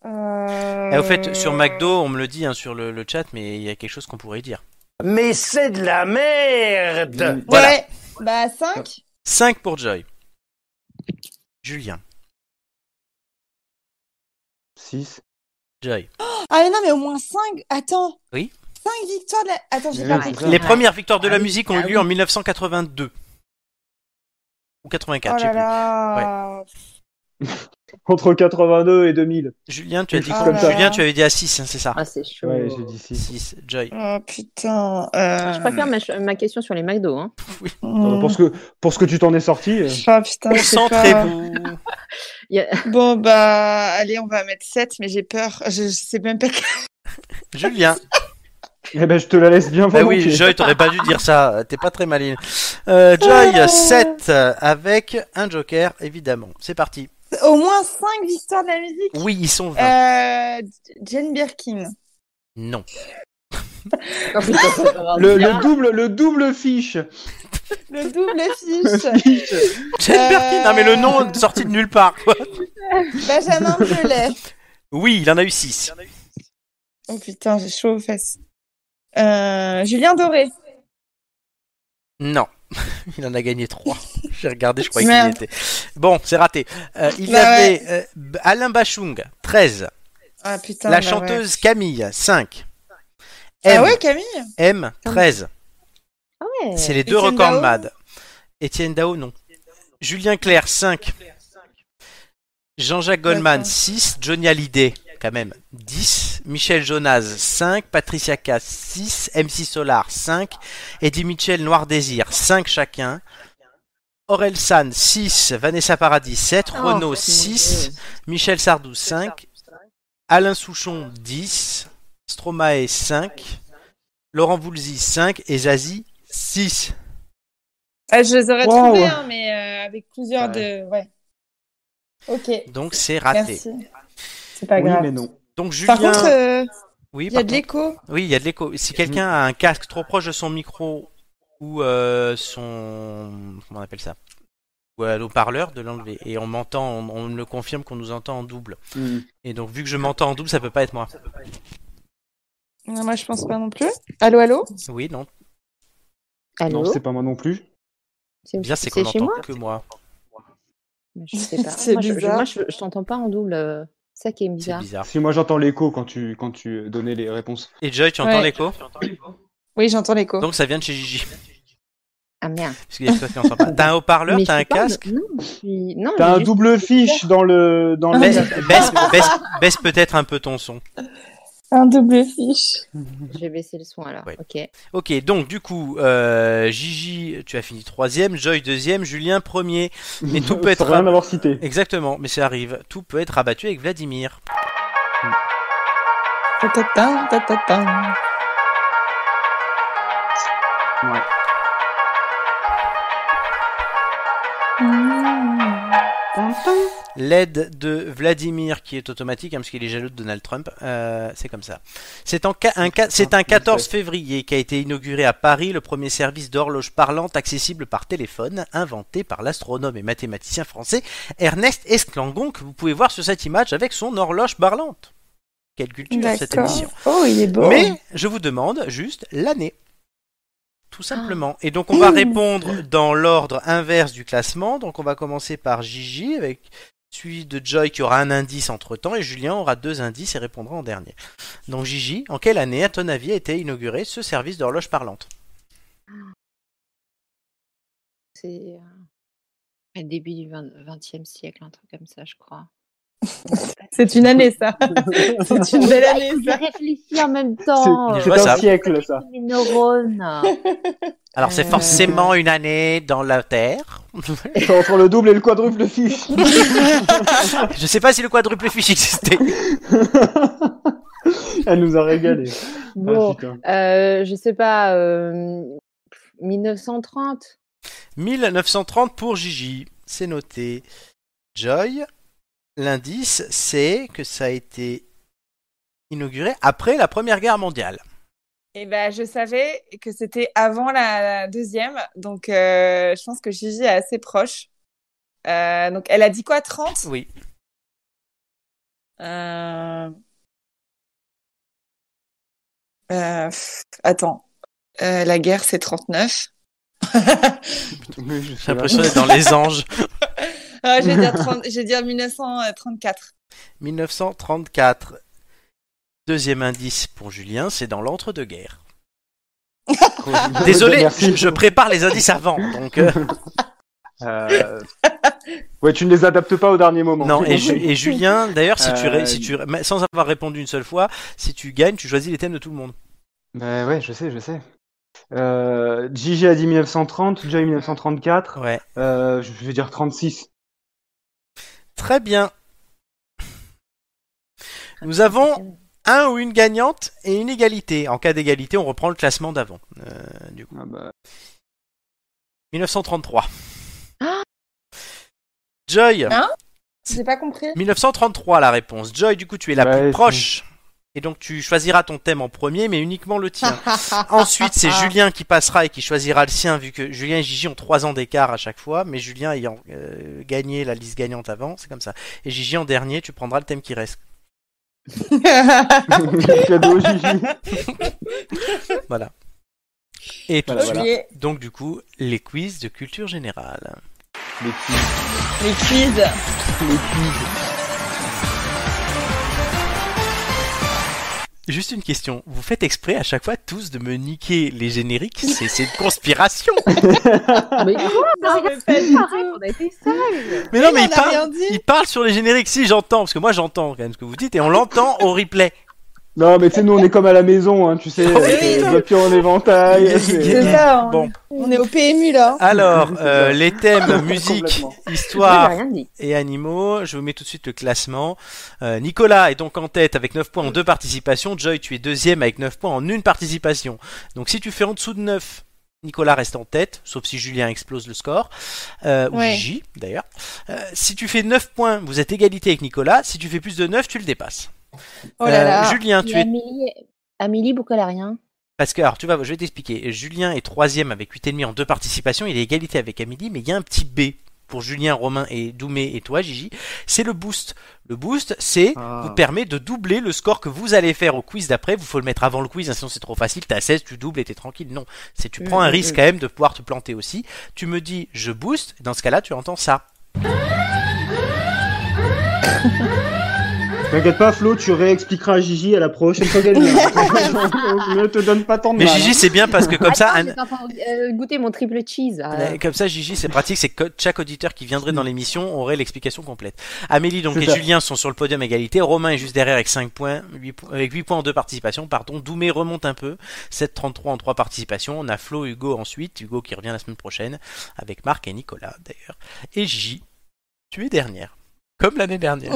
Speaker 2: Euh...
Speaker 1: Et au fait, sur McDo, on me le dit hein, sur le, le chat, mais il y a quelque chose qu'on pourrait dire.
Speaker 11: Mais c'est de la merde.
Speaker 1: Voilà.
Speaker 2: Ouais. Bah 5
Speaker 1: 5 pour Joy. Julien.
Speaker 3: 6.
Speaker 1: Joy.
Speaker 2: Ah mais non, mais au moins 5. Attends.
Speaker 1: Oui.
Speaker 2: 5 victoires de la... Attends, j'ai Oh
Speaker 3: Mais
Speaker 2: pas
Speaker 3: oui, c'est
Speaker 2: compris.
Speaker 3: ça.
Speaker 1: Les premières victoires de
Speaker 4: Ah
Speaker 1: la
Speaker 4: oui,
Speaker 1: musique ont eu
Speaker 4: ah
Speaker 1: lieu
Speaker 4: oui.
Speaker 1: en 1982. Ou 84,
Speaker 2: Oh
Speaker 1: je sais
Speaker 2: là
Speaker 1: plus.
Speaker 2: là.
Speaker 3: Entre 82 et 2000.
Speaker 1: Julien, tu as
Speaker 3: Quelque
Speaker 1: dit
Speaker 2: Oh
Speaker 3: chose
Speaker 1: quoi
Speaker 3: comme ça.
Speaker 1: Julien, tu avais dit à 6, c'est ça
Speaker 4: Ah, c'est chaud.
Speaker 3: Ouais, j'ai dit 6.
Speaker 1: 6, Joy.
Speaker 2: Oh putain. Euh...
Speaker 4: Je préfère ma, ch- ma question sur les McDo. Hein.
Speaker 2: hmm.
Speaker 3: pour, ce que, pour ce que tu t'en es sorti, euh,
Speaker 2: Ah putain, je sais pas.
Speaker 1: Concentrez-vous.
Speaker 4: Il y a-
Speaker 2: Bon bah allez, on va mettre 7 mais j'ai peur. Je, je sais même pas.
Speaker 1: Julien.
Speaker 3: eh ben, je te la laisse bien
Speaker 1: Bah
Speaker 3: volontiers.
Speaker 1: oui, Joy, t'aurais pas dû dire ça. euh, T'es pas très maline. Euh,
Speaker 2: Ah.
Speaker 1: Joy, 7 euh, avec un joker, évidemment. C'est parti.
Speaker 2: Au moins 5 victoires de la musique.
Speaker 1: Oui, ils sont 20. Ah.
Speaker 2: Euh, Jane Birkin.
Speaker 1: Non.
Speaker 4: Oh, putain, c'est pas grave.
Speaker 3: Le, le double, le double fiche.
Speaker 2: Le double fiche.
Speaker 1: Jane Birkin, non mais le nom est sorti de nulle part. quoi.
Speaker 2: Benjamin Biolay.
Speaker 1: Oui, il en a eu 6.
Speaker 2: Oh putain, j'ai chaud aux fesses. Euh, Julien Doré.
Speaker 1: Non. Il en a gagné 3. J'ai regardé, je croyais qu'il
Speaker 2: Merde.
Speaker 1: y était. Bon, c'est raté. Euh, il
Speaker 2: Bah
Speaker 1: avait euh, B- Alain Bachung, 13.
Speaker 2: Ah putain.
Speaker 1: la
Speaker 2: bah
Speaker 1: chanteuse Camille, 5.
Speaker 2: ouais.
Speaker 1: M,
Speaker 2: Ah ouais, Camille
Speaker 1: M, 13.
Speaker 5: Ah ouais.
Speaker 1: C'est les deux
Speaker 2: Étienne
Speaker 1: records de
Speaker 2: Dao.
Speaker 1: MAD. Étienne Dao, non. Julien Clerc, 5. Jean-Jacques Goldman,
Speaker 2: D'accord.
Speaker 1: 6. Johnny Hallyday, quand même, 10. Michel Jonas, 5. Patricia Cass, 6. MC Solar, 5. Eddie Mitchell, Noir Désir, 5 chacun. Aurel San, 6. Vanessa Paradis, 7.
Speaker 2: Oh,
Speaker 1: Renaud, 6. Michel Sardou, 5. Alain Souchon, 10. Stromae, 5. Laurent Voulzy, 5. Et Zazie, 6.
Speaker 2: Ah, je les aurais
Speaker 3: Wow.
Speaker 2: trouvés, hein, mais euh, avec plusieurs de. Ouais. Ok,
Speaker 1: Donc c'est raté.
Speaker 2: merci. C'est pas
Speaker 3: oui,
Speaker 2: grave.
Speaker 3: mais non.
Speaker 1: Donc Julien,
Speaker 2: Par contre, euh,
Speaker 1: oui,
Speaker 2: il y a
Speaker 1: par
Speaker 2: de
Speaker 1: contre-
Speaker 2: l'écho.
Speaker 1: oui, il y a de l'écho. Si quelqu'un a un casque trop proche de son micro ou euh, son comment on appelle ça ou à l'eau-parleur de l'enlever et on m'entend, on, on me le confirme qu'on nous entend en double.
Speaker 3: Mm.
Speaker 1: Et donc vu que je m'entends en double, ça peut pas être moi.
Speaker 2: Non, moi, je pense pas non plus. Allô, allô
Speaker 1: Oui, non.
Speaker 5: Allô
Speaker 3: Non, c'est pas moi non plus.
Speaker 5: C'est
Speaker 1: Bien, c'est
Speaker 5: c'est
Speaker 1: qu'on
Speaker 5: chez
Speaker 1: entend
Speaker 5: moi
Speaker 1: que moi.
Speaker 5: Je sais pas.
Speaker 2: C'est
Speaker 5: moi, je- je,
Speaker 2: bizarre.
Speaker 5: moi, je, je t'entends pas en double. euh, C'est ça qui est
Speaker 1: C'est
Speaker 5: bizarre.
Speaker 1: bizarre.
Speaker 3: Si moi j'entends l'écho quand tu quand tu donnais les réponses.
Speaker 1: Et Joy, tu entends
Speaker 2: Ouais.
Speaker 1: l'écho
Speaker 2: Oui, j'entends
Speaker 5: Oh.
Speaker 2: l'écho.
Speaker 1: Donc ça vient de chez Gigi.
Speaker 5: Ah merde.
Speaker 1: Parce qu'il y a que toi qui entends pas. T'as un haut-parleur,
Speaker 5: Mais je
Speaker 1: t'as un
Speaker 5: suis pas-
Speaker 1: casque.
Speaker 5: Non, je suis- non,
Speaker 3: T'as
Speaker 5: j'ai
Speaker 3: un
Speaker 5: juste-
Speaker 3: double fiche dans le dans
Speaker 1: Baisse,
Speaker 3: le.
Speaker 1: baisse, baisse, baisse peut-être un peu ton son.
Speaker 2: Un double fiche.
Speaker 5: Je vais baisser le son alors.
Speaker 1: Ouais.
Speaker 5: Ok.
Speaker 1: Ok, donc du coup, euh, Gigi, tu as fini troisième, Joy deuxième, Julien premier. Mais tout peut être-
Speaker 3: Sans rien avoir cité.
Speaker 1: Exactement, mais ça arrive. Tout peut être rabattu avec Vladimir.
Speaker 2: Ta-ta-ta, ta-ta-ta.
Speaker 3: Ouais.
Speaker 2: Mmh.
Speaker 1: L'aide de Vladimir qui est automatique, hein, parce qu'il est jaloux de Donald Trump. Euh, c'est comme ça. C'est en ca- un ca- c'est un 14 février qui a été inauguré à Paris le premier service d'horloge parlante accessible par téléphone, inventé par l'astronome et mathématicien français Ernest Esclangon, que vous pouvez voir sur cette image avec son horloge parlante. Quelle culture cette
Speaker 2: D'accord.
Speaker 1: émission.
Speaker 2: Oh, il est beau.
Speaker 1: Mais je vous demande juste l'année. Tout simplement. Et donc on va répondre dans l'ordre inverse du classement. Donc on va commencer par Gigi avec celui de Joy qui aura un indice entre temps et Julien aura deux indices et répondra en dernier. Donc Gigi, en quelle année à ton avis a été inauguré ce service d'horloge parlante
Speaker 5: C'est euh, au début du 20 20e siècle, un truc comme ça, je crois.
Speaker 2: C'est une année, ça. C'est une belle année,
Speaker 5: Je
Speaker 2: ça.
Speaker 5: réfléchis en même
Speaker 4: Oh.
Speaker 5: temps.
Speaker 3: C'est
Speaker 1: Ouais,
Speaker 3: c'est
Speaker 1: ça-
Speaker 3: un siècle ça.
Speaker 5: Mes neurones.
Speaker 1: Alors c'est
Speaker 5: Euh.
Speaker 1: forcément une année dans la Terre.
Speaker 3: T'as entre le double et le quadruple fiche.
Speaker 1: Je sais pas si le quadruple fiche existait.
Speaker 3: Elle nous a régalé.
Speaker 5: Bon,
Speaker 3: Ah, putain.
Speaker 5: euh, je sais pas. euh, 1930.
Speaker 1: 1930 pour Gigi, c'est noté. Joy, l'indice, c'est que ça a été inauguré après la Première Guerre mondiale.
Speaker 2: Eh ben, je savais que c'était avant la, la deuxième, donc euh, je pense que Gigi est assez proche. Euh, donc, elle a dit quoi, 30?
Speaker 1: Oui.
Speaker 2: Euh... Euh, pff, attends, Euh, la guerre, c'est 39.
Speaker 3: Oui, je
Speaker 1: J'ai
Speaker 3: sais pas.
Speaker 1: l'impression d'être dans les anges.
Speaker 2: Ah, je vais dire 30 je vais dire 1934.
Speaker 1: 1934. Deuxième indice pour Julien, c'est dans l'entre-deux-guerres. Désolé,
Speaker 3: Ah, Merci.
Speaker 1: je, je prépare les indices avant, donc euh,
Speaker 3: Euh, Ouais, tu ne les adaptes pas au dernier moment.
Speaker 1: non.
Speaker 3: C'est
Speaker 1: Et,
Speaker 3: bon.
Speaker 1: Ju- et Julien, d'ailleurs, si tu ré-
Speaker 3: Euh,
Speaker 1: si tu ré- mais sans avoir répondu une seule fois, si tu gagnes, tu choisis les thèmes de tout le monde.
Speaker 3: Bah ouais, je sais, je sais. Euh, Gigi a dit 1930, Joy 1934.
Speaker 1: Ouais.
Speaker 3: Euh, je vais dire 36.
Speaker 1: Très bien. Nous avons un ou une gagnante et une égalité. En cas d'égalité, on reprend le classement d'avant. Euh, du coup,
Speaker 3: Ah bah,
Speaker 1: 1933. Joy,
Speaker 2: Hein J'ai pas compris.
Speaker 1: 1933 la réponse. Joy, du coup, tu es la
Speaker 3: Ouais,
Speaker 1: plus
Speaker 3: c'est-
Speaker 1: proche. Et donc tu choisiras ton thème en premier, mais uniquement le tien. Ensuite, c'est Julien qui passera et qui choisira le sien, vu que Julien et Gigi ont 3 ans d'écart à chaque fois, mais Julien ayant euh, gagné la liste gagnante avant, c'est comme ça. Et Gigi en dernier, tu prendras le thème qui reste.
Speaker 3: cadeau Gigi.
Speaker 1: Voilà. Et tout de
Speaker 3: Voilà,
Speaker 1: suite,
Speaker 3: voilà.
Speaker 2: Ok.
Speaker 1: donc du coup, les quiz de culture générale.
Speaker 3: Les quiz.
Speaker 2: Les quiz.
Speaker 3: Les quiz.
Speaker 1: Juste une question, vous faites exprès à chaque fois tous de me niquer les génériques, c'est c'est une conspiration
Speaker 4: Mais quoi
Speaker 2: Non, mais pas du
Speaker 4: Arrête,
Speaker 2: tout.
Speaker 4: on a été sage.
Speaker 1: Mais non, mais
Speaker 2: Mais on
Speaker 1: il
Speaker 2: a rien
Speaker 1: parle,
Speaker 2: dit.
Speaker 1: il parle sur les génériques, si j'entends, parce que moi j'entends quand même ce que vous dites, et on l'entend au replay.
Speaker 3: Non, mais tu sais, nous, on est comme à la maison, hein, tu sais,
Speaker 1: Oui,
Speaker 3: c'est
Speaker 1: oui.
Speaker 3: papier en éventail.
Speaker 1: Il y a-
Speaker 3: Ah, c'est-
Speaker 1: il y a-
Speaker 2: C'est ça, on,
Speaker 1: Bon.
Speaker 2: on est au PMU là.
Speaker 1: Alors,
Speaker 3: C'est ça.
Speaker 1: euh, les thèmes, musique,
Speaker 3: Complètement.
Speaker 5: J'ai
Speaker 1: histoire
Speaker 5: rien dit.
Speaker 1: et animaux, je vous mets tout de suite le classement. Euh, Nicolas est donc en tête avec 9 points en deux participations, Joy tu es deuxième avec 9 points en une participation. Donc si tu fais en dessous de 9, Nicolas reste en tête, sauf si Julien explose le score, euh, ou
Speaker 2: Ouais.
Speaker 1: Gigi d'ailleurs. Euh, si tu fais 9 points, vous êtes égalité avec Nicolas, si tu fais plus de 9, tu le dépasses.
Speaker 2: Oh là
Speaker 1: Euh,
Speaker 2: là.
Speaker 1: Julien, tu es
Speaker 5: Amélie, Amélie Boucolarien.
Speaker 1: Parce que, alors, tu vas, je vais t'expliquer. Julien est troisième avec 8,5 en deux participations. Il est égalité avec Amélie, mais il y a un petit B pour Julien, Romain et Doumé et toi, Gigi. C'est le boost. Le boost, c'est
Speaker 3: Ah.
Speaker 1: vous permet de doubler le score que vous allez faire au quiz d'après. Vous faut le mettre avant le quiz, hein, sinon c'est trop facile. T'as 16, tu doubles et t'es tranquille. Non, c'est tu prends un
Speaker 4: Mm, mm,
Speaker 1: risque
Speaker 4: mm.
Speaker 1: quand même de pouvoir te planter aussi. Tu me dis je booste. Dans ce cas-là, tu entends ça.
Speaker 3: T'inquiète pas, Flo, tu réexpliqueras à Gigi à la prochaine fois qu'elle vient. ne te donne pas tant de
Speaker 1: Mais
Speaker 3: mal,
Speaker 1: Gigi,
Speaker 3: hein.
Speaker 1: c'est bien parce que comme ça,
Speaker 5: Attends,
Speaker 4: Ah,
Speaker 1: un-
Speaker 5: j'ai pas encore, euh, goûté mon triple cheese. euh.
Speaker 1: Euh, Comme ça, Gigi, c'est pratique, c'est que chaque auditeur qui viendrait dans l'émission aurait l'explication complète. Amélie donc
Speaker 3: C'est
Speaker 1: et
Speaker 3: ça.
Speaker 1: Julien sont sur le podium à égalité, Romain est juste derrière avec 5 points, 8 po- avec 8 points en deux participations, pardon, Doumé remonte un peu, 7-33 en trois participations, on a Flo, Hugo ensuite, Hugo qui revient la semaine prochaine, avec Marc et Nicolas d'ailleurs, et Gigi, tu es dernière, comme l'année dernière.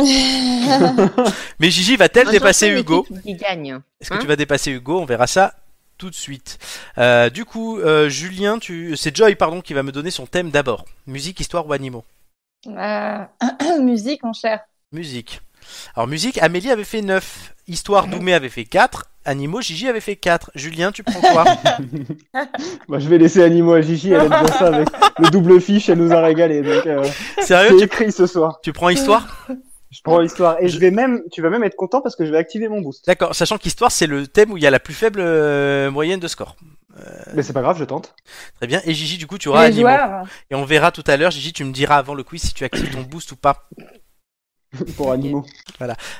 Speaker 1: Mais Gigi va-t-elle
Speaker 5: Un
Speaker 1: dépasser
Speaker 5: champion
Speaker 1: Hugo
Speaker 5: d'équipe qui gagne.
Speaker 1: Est-ce que
Speaker 5: Hein
Speaker 1: tu vas dépasser Hugo On verra ça tout de suite. Euh, du coup, euh, Julien, tu... c'est Joy pardon qui va me donner son thème d'abord. Musique, histoire ou animaux
Speaker 2: Euh, musique, mon cher.
Speaker 1: Musique. Alors musique, Amélie avait fait 9, histoire Doumé avait fait 4, animaux Gigi avait fait 4. Julien, tu prends quoi
Speaker 3: Bah, je vais laisser Animaux à Gigi, elle aime bien ça avec le double fiche, elle nous a régalé. Donc, euh,
Speaker 1: Sérieux
Speaker 3: c'est
Speaker 1: tu...
Speaker 3: écrit ce soir.
Speaker 1: tu prends histoire
Speaker 3: Je prends l'histoire. Et je vais même, tu vas même être content parce que je vais activer mon boost.
Speaker 1: D'accord, sachant qu'histoire c'est le thème où il y a la plus faible euh, moyenne de score. Euh,
Speaker 3: Mais c'est pas grave, je tente.
Speaker 1: Très bien. Et Gigi, du coup, tu auras
Speaker 2: Les
Speaker 1: animaux.
Speaker 2: joueurs.
Speaker 1: Et on verra tout à l'heure, Gigi, tu me diras avant le quiz si tu actives ton boost ou pas.
Speaker 3: Pour Animaux.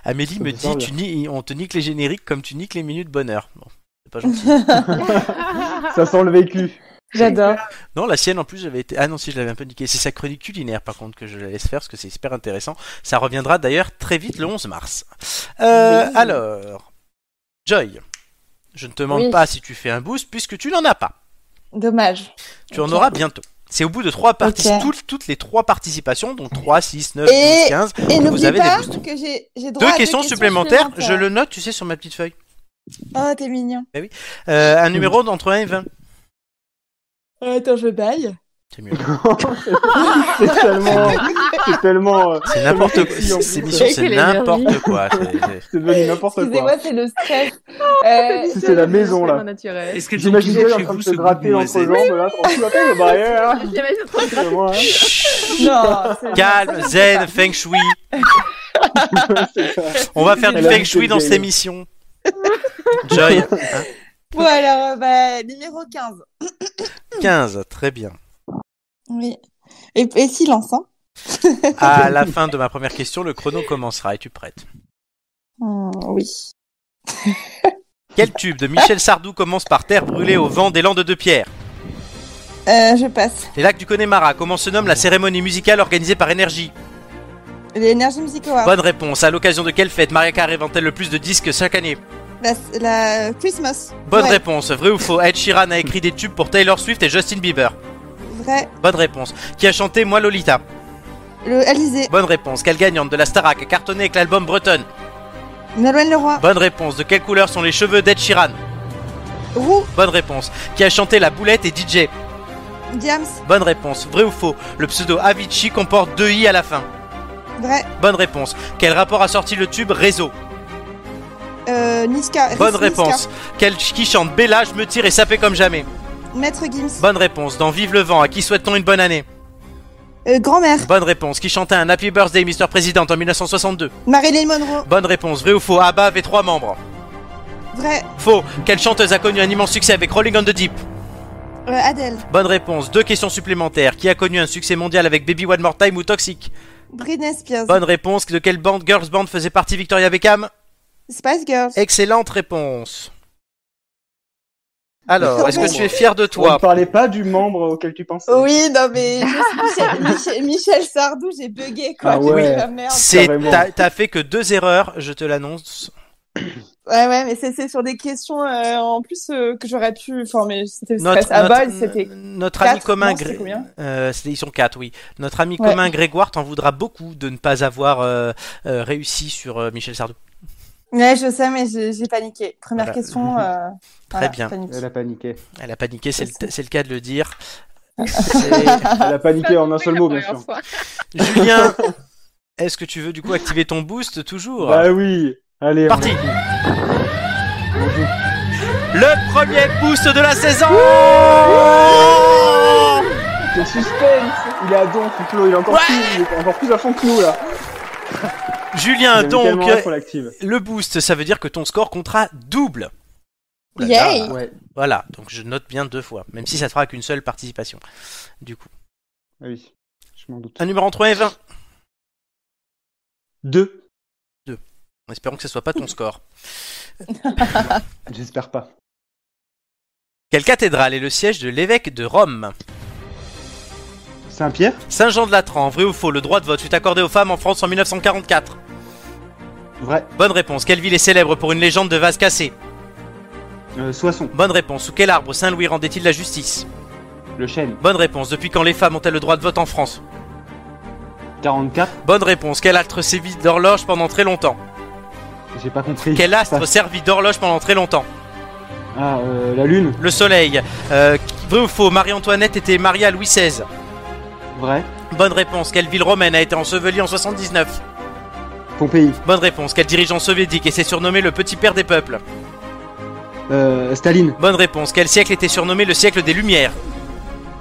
Speaker 1: Amélie
Speaker 3: Ça
Speaker 1: me
Speaker 3: me semble.
Speaker 1: dit, tu ni- on te nique les génériques comme tu niques les minutes bonheur. Bon, c'est pas gentil.
Speaker 3: Ça sent le vécu.
Speaker 2: J'adore.
Speaker 1: Non, la sienne en plus, j'avais été. Ah non, si, je l'avais un peu niqué. C'est sa chronique culinaire, par contre, que je la laisse faire parce que c'est super intéressant. Ça reviendra d'ailleurs très vite le 11 mars. Euh, Alors, Joy, je ne te demande
Speaker 5: Oui.
Speaker 1: pas si tu fais un boost puisque tu n'en as pas.
Speaker 2: Dommage.
Speaker 1: Tu en auras bientôt. C'est au bout de trois parties,
Speaker 2: Ok.
Speaker 1: toutes, toutes les trois participations, donc 3, 6, 9,
Speaker 2: Et-
Speaker 1: 12, 15.
Speaker 2: Et
Speaker 1: vous
Speaker 2: n'oublie
Speaker 1: avez des
Speaker 2: pas
Speaker 1: boosts.
Speaker 2: que j'ai j'ai droit
Speaker 1: Deux
Speaker 2: à
Speaker 1: questions supplémentaires, je le note, tu sais, sur ma petite feuille.
Speaker 2: Oh, t'es mignon.
Speaker 1: Euh, un numéro d'entre 1 et 20.
Speaker 2: Euh, Attends, je baille.
Speaker 1: C'est mieux.
Speaker 3: c'est tellement, c'est tellement, euh,
Speaker 1: C'est n'importe quoi.
Speaker 3: Merci, en plus.
Speaker 1: Ces missions, c'est
Speaker 4: Quelle énergie.
Speaker 1: n'importe quoi. C'est- c'est-
Speaker 3: c'est devenu n'importe quoi.
Speaker 2: Excusez-moi, c'est le stress. Euh,
Speaker 3: Si c'est la maison, là.
Speaker 4: Naturel.
Speaker 8: Est-ce que tu
Speaker 3: J'imagine qu'elle est en train de se gratter
Speaker 8: goût
Speaker 3: entre
Speaker 8: noisette
Speaker 3: jambes, là, tranquille, attends, bah, barrière.
Speaker 4: J'imagine trop de grâce.
Speaker 2: non, c'est-
Speaker 1: Calme,
Speaker 2: ça, je sais
Speaker 1: zen,
Speaker 2: pas.
Speaker 1: feng shui. On va faire du
Speaker 3: Elle a
Speaker 1: feng
Speaker 3: mis
Speaker 1: shui
Speaker 3: ses
Speaker 1: dans cette
Speaker 3: vieilles.
Speaker 1: émission. Joy,
Speaker 2: Bon, alors, euh, bah, numéro 15.
Speaker 1: 15, très bien.
Speaker 2: Oui. Et, et silence, hein.
Speaker 1: À la fin de ma première question, le chrono commencera. Es-tu prête
Speaker 2: Hmm, oui.
Speaker 1: Quel tube de Michel Sardou commence par terre brûlée au vent des Landes de Pierre
Speaker 2: Euh, je passe.
Speaker 1: Les lacs du Connemara, comment se nomme la cérémonie musicale organisée par Énergie
Speaker 2: L'énergie musique award.
Speaker 1: Bonne réponse. À l'occasion de quelle fête Maria Carey vend-elle le plus de disques chaque année
Speaker 2: La, la Christmas.
Speaker 1: Bonne
Speaker 2: Ouais,
Speaker 1: réponse. Vrai ou faux Ed Sheeran a écrit des tubes pour Taylor Swift et Justin Bieber
Speaker 2: Vrai.
Speaker 1: Bonne réponse. Qui a chanté Moi Lolita
Speaker 2: Le Alizé.
Speaker 1: Bonne réponse. Quelle gagnante de la Starac a cartonné avec l'album Breton
Speaker 2: Nolwenn Leroy.
Speaker 1: Bonne réponse. De quelle couleur sont les cheveux d'Ed Sheeran
Speaker 2: Roux.
Speaker 1: Bonne réponse. Qui a chanté La Boulette et DJ
Speaker 2: Diams.
Speaker 1: Bonne réponse. Vrai ou faux Le pseudo Avicii comporte deux i à la fin.
Speaker 2: Vrai.
Speaker 1: Bonne réponse. Quel rapport a sorti le tube Réseau
Speaker 2: Euh, Niska.
Speaker 1: Bonne
Speaker 2: Niska.
Speaker 1: réponse. Quel ch- qui chante Bella, je me tire et sapé comme jamais
Speaker 2: Maître Gims.
Speaker 1: Bonne réponse. Dans Vive le vent, à qui souhaite-t-on une bonne année
Speaker 2: Euh, Grand-mère.
Speaker 1: Bonne réponse. Qui chantait un Happy Birthday Mr President en 1962
Speaker 2: Marilyn Monroe.
Speaker 1: Bonne réponse. Vrai ou faux ABBA avait trois membres
Speaker 2: Vrai.
Speaker 1: Faux. Quelle chanteuse a connu un immense succès avec Rolling on the Deep
Speaker 2: Euh, Adèle.
Speaker 1: Bonne réponse. Deux questions supplémentaires. Qui a connu un succès mondial avec Baby One More Time ou Toxic
Speaker 2: Britney Spears.
Speaker 1: Bonne réponse. De quelle bande Girls Band faisait partie Victoria Beckham
Speaker 2: Spice Girls.
Speaker 1: Excellente réponse. Alors, est-ce que tu es fier de
Speaker 3: On ne
Speaker 1: toi Oh.
Speaker 3: parlait pas du membre auquel tu pensais.
Speaker 2: Oui, non mais Michel, Michel- Michel Sardou, j'ai bugué quoi.
Speaker 3: Ah
Speaker 2: J'ai dit,
Speaker 3: ouais.
Speaker 2: ah, merde.
Speaker 1: C'est
Speaker 3: Carrément.
Speaker 1: t'as t'as fait que deux erreurs, je te l'annonce.
Speaker 2: Ouais, ouais, mais c'est c'est sur des questions euh, en plus euh, que j'aurais pu. Enfin, mais c'était
Speaker 1: Notre,
Speaker 2: stress. Ah,
Speaker 1: notre-
Speaker 2: boy, c'était.
Speaker 1: notre
Speaker 2: quatre,
Speaker 1: ami commun,
Speaker 2: non, c'était
Speaker 1: Gré-
Speaker 2: combien
Speaker 1: euh, c'était- ils sont quatre, oui. Notre ami
Speaker 2: Ouais.
Speaker 1: commun Grégoire t'en voudra beaucoup de ne pas avoir euh, euh, réussi sur euh, Michel Sardou.
Speaker 2: Ouais, je sais, mais j'ai j'ai paniqué. Première
Speaker 1: Voilà. Mhm.
Speaker 2: question. euh,
Speaker 1: Très
Speaker 2: voilà,
Speaker 1: bien. Euh,
Speaker 2: panique.
Speaker 3: Elle a paniqué.
Speaker 1: Elle a paniqué, c'est le, c'est le cas de le dire. C'est-
Speaker 3: Elle a paniqué en un seul mot, bien sûr.
Speaker 1: Julien, est-ce que tu veux du coup activer ton boost toujours
Speaker 3: Bah oui. Allez. on
Speaker 1: Parti.
Speaker 3: est-
Speaker 1: Le premier boost de la saison
Speaker 3: Quel suspense Il est à don, Flo, il est encore plus, il est encore plus à fond que nous là.
Speaker 1: Julien,
Speaker 3: J'avais
Speaker 1: donc,
Speaker 3: tellement hâte qu'on l'active.
Speaker 1: le boost, ça veut dire que ton score comptera double. Ouh Oh là là.
Speaker 2: Yay!
Speaker 3: Ouais.
Speaker 1: Voilà, donc je note bien deux fois, même si ça ne fera qu'une seule participation. Du coup,
Speaker 3: Ah oui. Je m'en doute.
Speaker 1: un numéro entre 1 et 20,
Speaker 3: Deux.
Speaker 1: en espérant que ce soit pas ton score.
Speaker 3: J'espère pas.
Speaker 1: Quelle cathédrale est le siège de l'évêque de Rome
Speaker 3: Saint-Pierre
Speaker 1: Saint-Jean-de-Latran, vrai ou faux, le droit de vote fut accordé aux femmes en France en 1944
Speaker 3: Vrai.
Speaker 1: Bonne réponse, quelle ville est célèbre pour une légende de vase cassé
Speaker 3: Euh, Soissons.
Speaker 1: Bonne réponse, sous quel arbre Saint-Louis rendait-il la justice
Speaker 3: Le chêne.
Speaker 1: Bonne réponse, depuis quand les femmes ont-elles le droit de vote en France
Speaker 3: 44.
Speaker 1: Bonne réponse, quel astre servit d'horloge pendant très longtemps
Speaker 3: J'ai pas compris.
Speaker 1: Quel astre
Speaker 3: Passe.
Speaker 1: servit d'horloge pendant très longtemps
Speaker 3: Ah, euh, la lune.
Speaker 1: Le soleil. Euh, vrai ou faux, Marie-Antoinette était mariée à Louis XVI
Speaker 3: Vrai.
Speaker 1: Bonne réponse. Quelle ville romaine a été ensevelie en 79
Speaker 3: Pompéi.
Speaker 1: Bonne réponse. Quel dirigeant soviétique était surnommé le petit père des peuples
Speaker 3: Euh, Staline.
Speaker 1: Bonne réponse. Quel siècle était surnommé le siècle des Lumières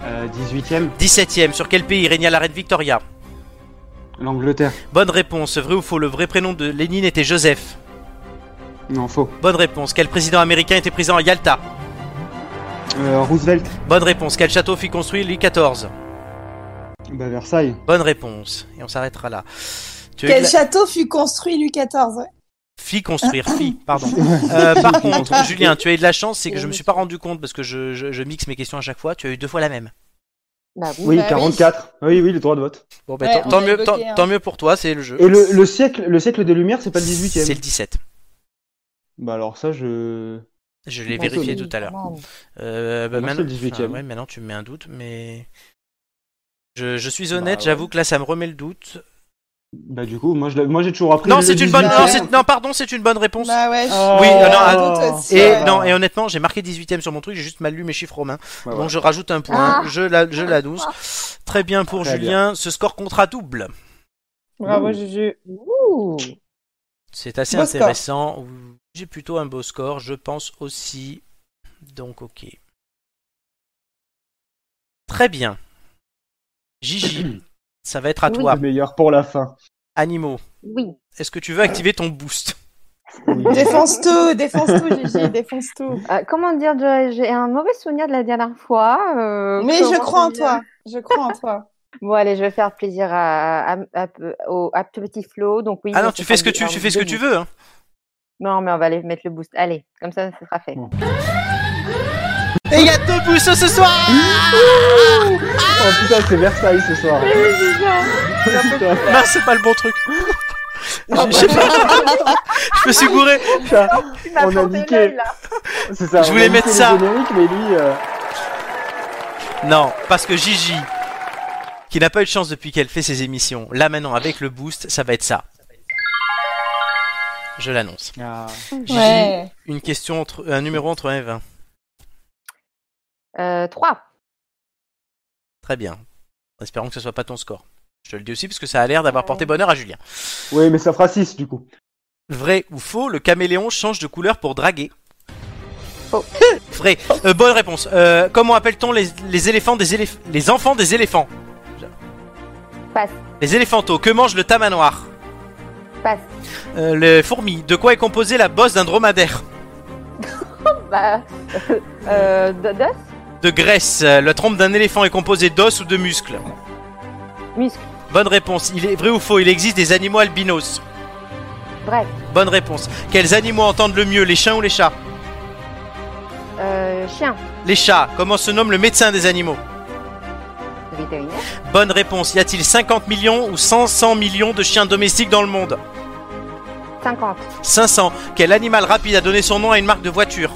Speaker 3: Euh, 18e.
Speaker 1: 17e. Sur quel pays régna la reine Victoria
Speaker 3: L'Angleterre.
Speaker 1: Bonne réponse. Vrai ou faux, le vrai prénom de Lénine était Joseph
Speaker 3: Non, faux.
Speaker 1: Bonne réponse. Quel président américain était présent à Yalta
Speaker 3: Euh, Roosevelt.
Speaker 1: Bonne réponse. Quel château fut construit Louis XIV
Speaker 3: Bah, Versailles.
Speaker 1: Bonne réponse. Et on s'arrêtera là. Tu veux
Speaker 2: Quel château fut construit Louis XIV? ouais.
Speaker 1: Fille construire, fille, pardon. Euh, par contre,
Speaker 3: construire.
Speaker 1: Julien, tu as eu de la chance, c'est que je me suis pas rendu compte parce que je, je- je mixe mes questions à chaque fois. Tu as eu deux fois la même.
Speaker 4: Bah
Speaker 3: Oui,
Speaker 4: oui.
Speaker 2: Bah oui.
Speaker 3: 44. Oui, oui, le droit de vote.
Speaker 1: Bon, ben,
Speaker 2: Ouais,
Speaker 1: tant,
Speaker 2: on
Speaker 1: tant
Speaker 2: est
Speaker 1: mieux,
Speaker 2: bloqué,
Speaker 1: tant,
Speaker 2: hein.
Speaker 1: tant mieux pour toi, c'est le jeu.
Speaker 3: Et le, le siècle, le siècle des Lumières, c'est pas le 18e.
Speaker 1: C'est le 17.
Speaker 3: Bah alors ça, je.
Speaker 1: Je l'ai
Speaker 3: Bon,
Speaker 1: vérifié
Speaker 3: c'est
Speaker 1: tout
Speaker 4: oui,
Speaker 1: à l'heure.
Speaker 4: quand même.
Speaker 1: Euh, bah,
Speaker 3: Moi, c'est
Speaker 1: maintenant,
Speaker 3: le 18e.
Speaker 1: enfin, ouais, maintenant, tu me mets un doute, mais. Je, je suis
Speaker 3: Bah,
Speaker 1: honnête,
Speaker 3: ouais.
Speaker 1: j'avoue que là, ça me remet le doute.
Speaker 3: Bah du coup, moi, je l'ai- moi j'ai toujours appris.
Speaker 1: Non,
Speaker 3: le
Speaker 1: c'est une bonne.
Speaker 2: Bah,
Speaker 3: 18e.
Speaker 1: Non, c'est- non, pardon, c'est une bonne réponse.
Speaker 2: Bah ouais. je-
Speaker 3: Oh.
Speaker 1: Oui, euh,
Speaker 2: j'avais
Speaker 1: non,
Speaker 2: un
Speaker 3: ah,
Speaker 2: doute aussi,
Speaker 1: Et
Speaker 2: ouais.
Speaker 1: non, et honnêtement, j'ai marqué 18ème sur mon truc, j'ai juste mal lu mes chiffres romains.
Speaker 3: Bah,
Speaker 1: Donc
Speaker 3: voilà.
Speaker 1: je rajoute un point, je la je l'annonce. Très bien pour
Speaker 3: Très bien.
Speaker 1: Julien, ce score comptera double.
Speaker 2: Bravo, Juju.
Speaker 4: Ouh.
Speaker 1: C'est assez
Speaker 2: Beau score.
Speaker 1: intéressant. J'ai plutôt un beau score, je pense aussi. Donc ok. Très bien. Gigi, ça va être à
Speaker 4: Oui.
Speaker 1: toi.
Speaker 3: Le meilleur pour la fin.
Speaker 1: Animaux,
Speaker 4: Oui.
Speaker 1: est-ce que tu veux activer ton boost
Speaker 3: Oui.
Speaker 2: Défonce tout, défonce tout, Gigi, défonce tout.
Speaker 4: Euh, comment dire, je- j'ai un mauvais souvenir de la dernière fois. euh,
Speaker 2: Mais
Speaker 4: comment
Speaker 2: je crois en
Speaker 4: dire
Speaker 2: toi. Je crois en toi.
Speaker 4: Bon, allez, je vais faire plaisir à, à, à- au, à Petit Flo. Donc, oui,
Speaker 1: Ah non,
Speaker 4: ça
Speaker 1: tu
Speaker 4: sera
Speaker 1: fais ce que
Speaker 4: du-
Speaker 1: tu,
Speaker 4: un
Speaker 1: tu fais ce que
Speaker 4: deux
Speaker 1: tu
Speaker 4: boosts.
Speaker 1: veux. hein.
Speaker 4: Non, mais on va aller mettre le boost. Allez, comme ça, ça sera fait.
Speaker 3: Bon.
Speaker 1: Et il y a deux boosts ce soir
Speaker 3: Oh putain, c'est Versailles ce soir. Putain,
Speaker 1: Non, c'est pas le bon truc. Je sais pas. Je me suis gouré.
Speaker 3: putain. On a niqué. C'est ça.
Speaker 1: Je
Speaker 3: on
Speaker 1: voulais
Speaker 3: a niqué
Speaker 1: mettre
Speaker 3: le
Speaker 1: ça.
Speaker 3: générique, mais lui, euh,
Speaker 1: Non, parce que Gigi, qui n'a pas eu de chance depuis qu'elle fait ses émissions, là maintenant avec le boost, ça va être ça. Je l'annonce.
Speaker 3: ah,
Speaker 1: Gigi,
Speaker 2: Ouais.
Speaker 1: une question entre un numéro entre 1 et 20.
Speaker 4: Euh, 3.
Speaker 1: Très bien. Espérons que ce soit pas ton score. Je te le dis aussi parce que ça a l'air d'avoir porté bonheur à Julien.
Speaker 3: Oui, mais ça fera 6 du coup.
Speaker 1: Vrai ou faux, le caméléon change de couleur pour draguer.
Speaker 4: Faux.
Speaker 1: Vrai. Euh, bonne réponse. Euh, comment appelle-t-on les, les éléphants des éléph- les enfants des éléphants
Speaker 4: Passe.
Speaker 1: Les éléphantaux. Que mange le tamanoir
Speaker 4: Passe.
Speaker 1: Euh, les fourmis. De quoi est composée la bosse d'un dromadaire
Speaker 4: Bah, euh, d- d'os
Speaker 1: de graisse. La trompe d'un éléphant est composée d'os ou de muscles
Speaker 4: Muscle.
Speaker 1: Bonne réponse. Il est vrai ou faux Il existe des animaux albinos
Speaker 4: Bref,
Speaker 1: Bonne réponse. Quels animaux entendent le mieux, les chiens ou les chats
Speaker 4: euh, chien,
Speaker 1: Les chats. Comment se nomme le médecin des animaux
Speaker 4: le vétérinaire,
Speaker 1: Bonne réponse. Y a-t-il 50 millions ou 500 millions de chiens domestiques dans le monde
Speaker 4: 50,
Speaker 1: 500. Quel animal rapide a donné son nom à une marque de voiture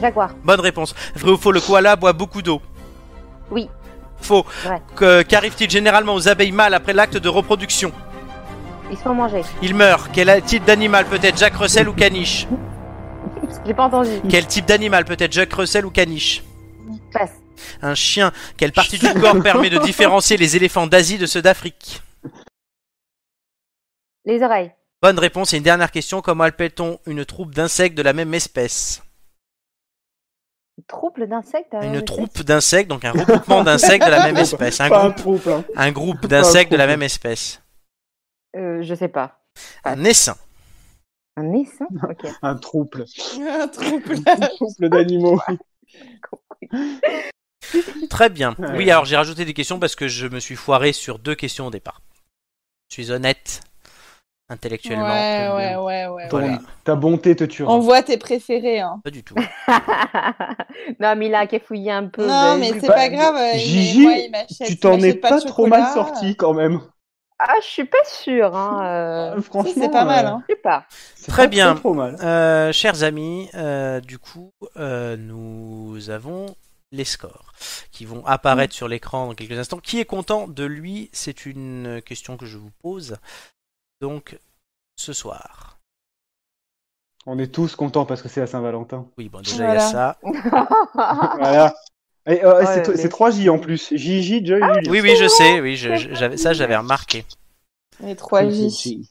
Speaker 4: jaguar,
Speaker 1: Bonne réponse. Vrai ou faux, le koala boit beaucoup d'eau
Speaker 4: Oui.
Speaker 1: Faux.
Speaker 4: Vrai.
Speaker 1: Que- Qu'arrive-t-il généralement aux abeilles mâles après l'acte de reproduction
Speaker 4: ils se font manger.
Speaker 1: Ils meurent. Quel type d'animal peut-être Jacques Russell ou caniche
Speaker 4: J'ai pas entendu.
Speaker 1: Quel type d'animal peut-être Jacques Russell ou caniche
Speaker 4: Passe.
Speaker 1: Un chien. Quelle partie du corps permet de différencier les éléphants d'Asie de ceux d'Afrique
Speaker 4: Les oreilles,
Speaker 1: Bonne réponse. Et une dernière question. Comment appelle-t-on une troupe d'insectes de la même espèce
Speaker 4: une troupe d'insectes. euh,
Speaker 1: Une
Speaker 4: monsieur
Speaker 1: troupe d'insectes, donc un regroupement d'insectes de la même espèce. Un
Speaker 3: Pas un
Speaker 1: groupe,
Speaker 3: troupe, hein.
Speaker 1: un groupe d'insectes de la même espèce.
Speaker 4: Euh, Je sais pas.
Speaker 1: Un essaim.
Speaker 4: Un essaim Ok.
Speaker 3: Un trouble.
Speaker 2: Un trouble.
Speaker 3: Un trouble d'animaux.
Speaker 1: Très bien.
Speaker 3: Ouais.
Speaker 1: Oui, alors j'ai rajouté des questions parce que je me suis foiré sur deux questions au départ. Je suis honnête,
Speaker 2: Ouais,
Speaker 1: intellectuellement.
Speaker 2: ouais, ouais, ouais.
Speaker 1: Voilà.
Speaker 2: ouais.
Speaker 3: Ta bonté te tuera.
Speaker 2: On voit tes préférés. Hein.
Speaker 1: Pas du tout.
Speaker 4: non, mais il a qu'à fouiller un peu.
Speaker 2: Non,
Speaker 4: vous
Speaker 2: mais
Speaker 4: avez
Speaker 2: c'est
Speaker 4: vu.
Speaker 2: pas grave. euh,
Speaker 3: Gigi,
Speaker 2: mais moi, il m'achète-
Speaker 3: Tu
Speaker 2: il
Speaker 3: t'en es
Speaker 2: m'achète
Speaker 3: pas,
Speaker 2: de
Speaker 3: trop mal
Speaker 2: chocolat.
Speaker 3: sorti quand même.
Speaker 4: Ah, je suis pas sûre. Hein, euh,
Speaker 3: Euh,
Speaker 2: Tu sais,
Speaker 3: Franchement,
Speaker 2: C'est pas mal.
Speaker 3: euh,
Speaker 2: Hein.
Speaker 4: Je sais pas.
Speaker 3: c'est
Speaker 1: Très
Speaker 3: pas
Speaker 1: bien.
Speaker 3: trop mal.
Speaker 1: Euh, chers amis, euh, du coup, euh, nous avons les scores qui vont
Speaker 2: Mm.
Speaker 1: apparaître sur l'écran dans quelques instants. Qui est content de lui C'est une question que je vous pose. Donc, ce soir.
Speaker 3: On est tous contents parce que c'est la Saint-Valentin.
Speaker 1: Oui, bon, déjà, il y a
Speaker 2: Voilà.
Speaker 1: ça.
Speaker 2: Ah.
Speaker 3: Voilà. Et, euh,
Speaker 4: Ouais,
Speaker 3: c'est t-
Speaker 4: mais-
Speaker 3: c'est 3J en plus. J.J. Joy, Julie.
Speaker 1: Oui, oui, je sais, oui, je- je- j'avais, ça, j'avais remarqué.
Speaker 2: Les trois J.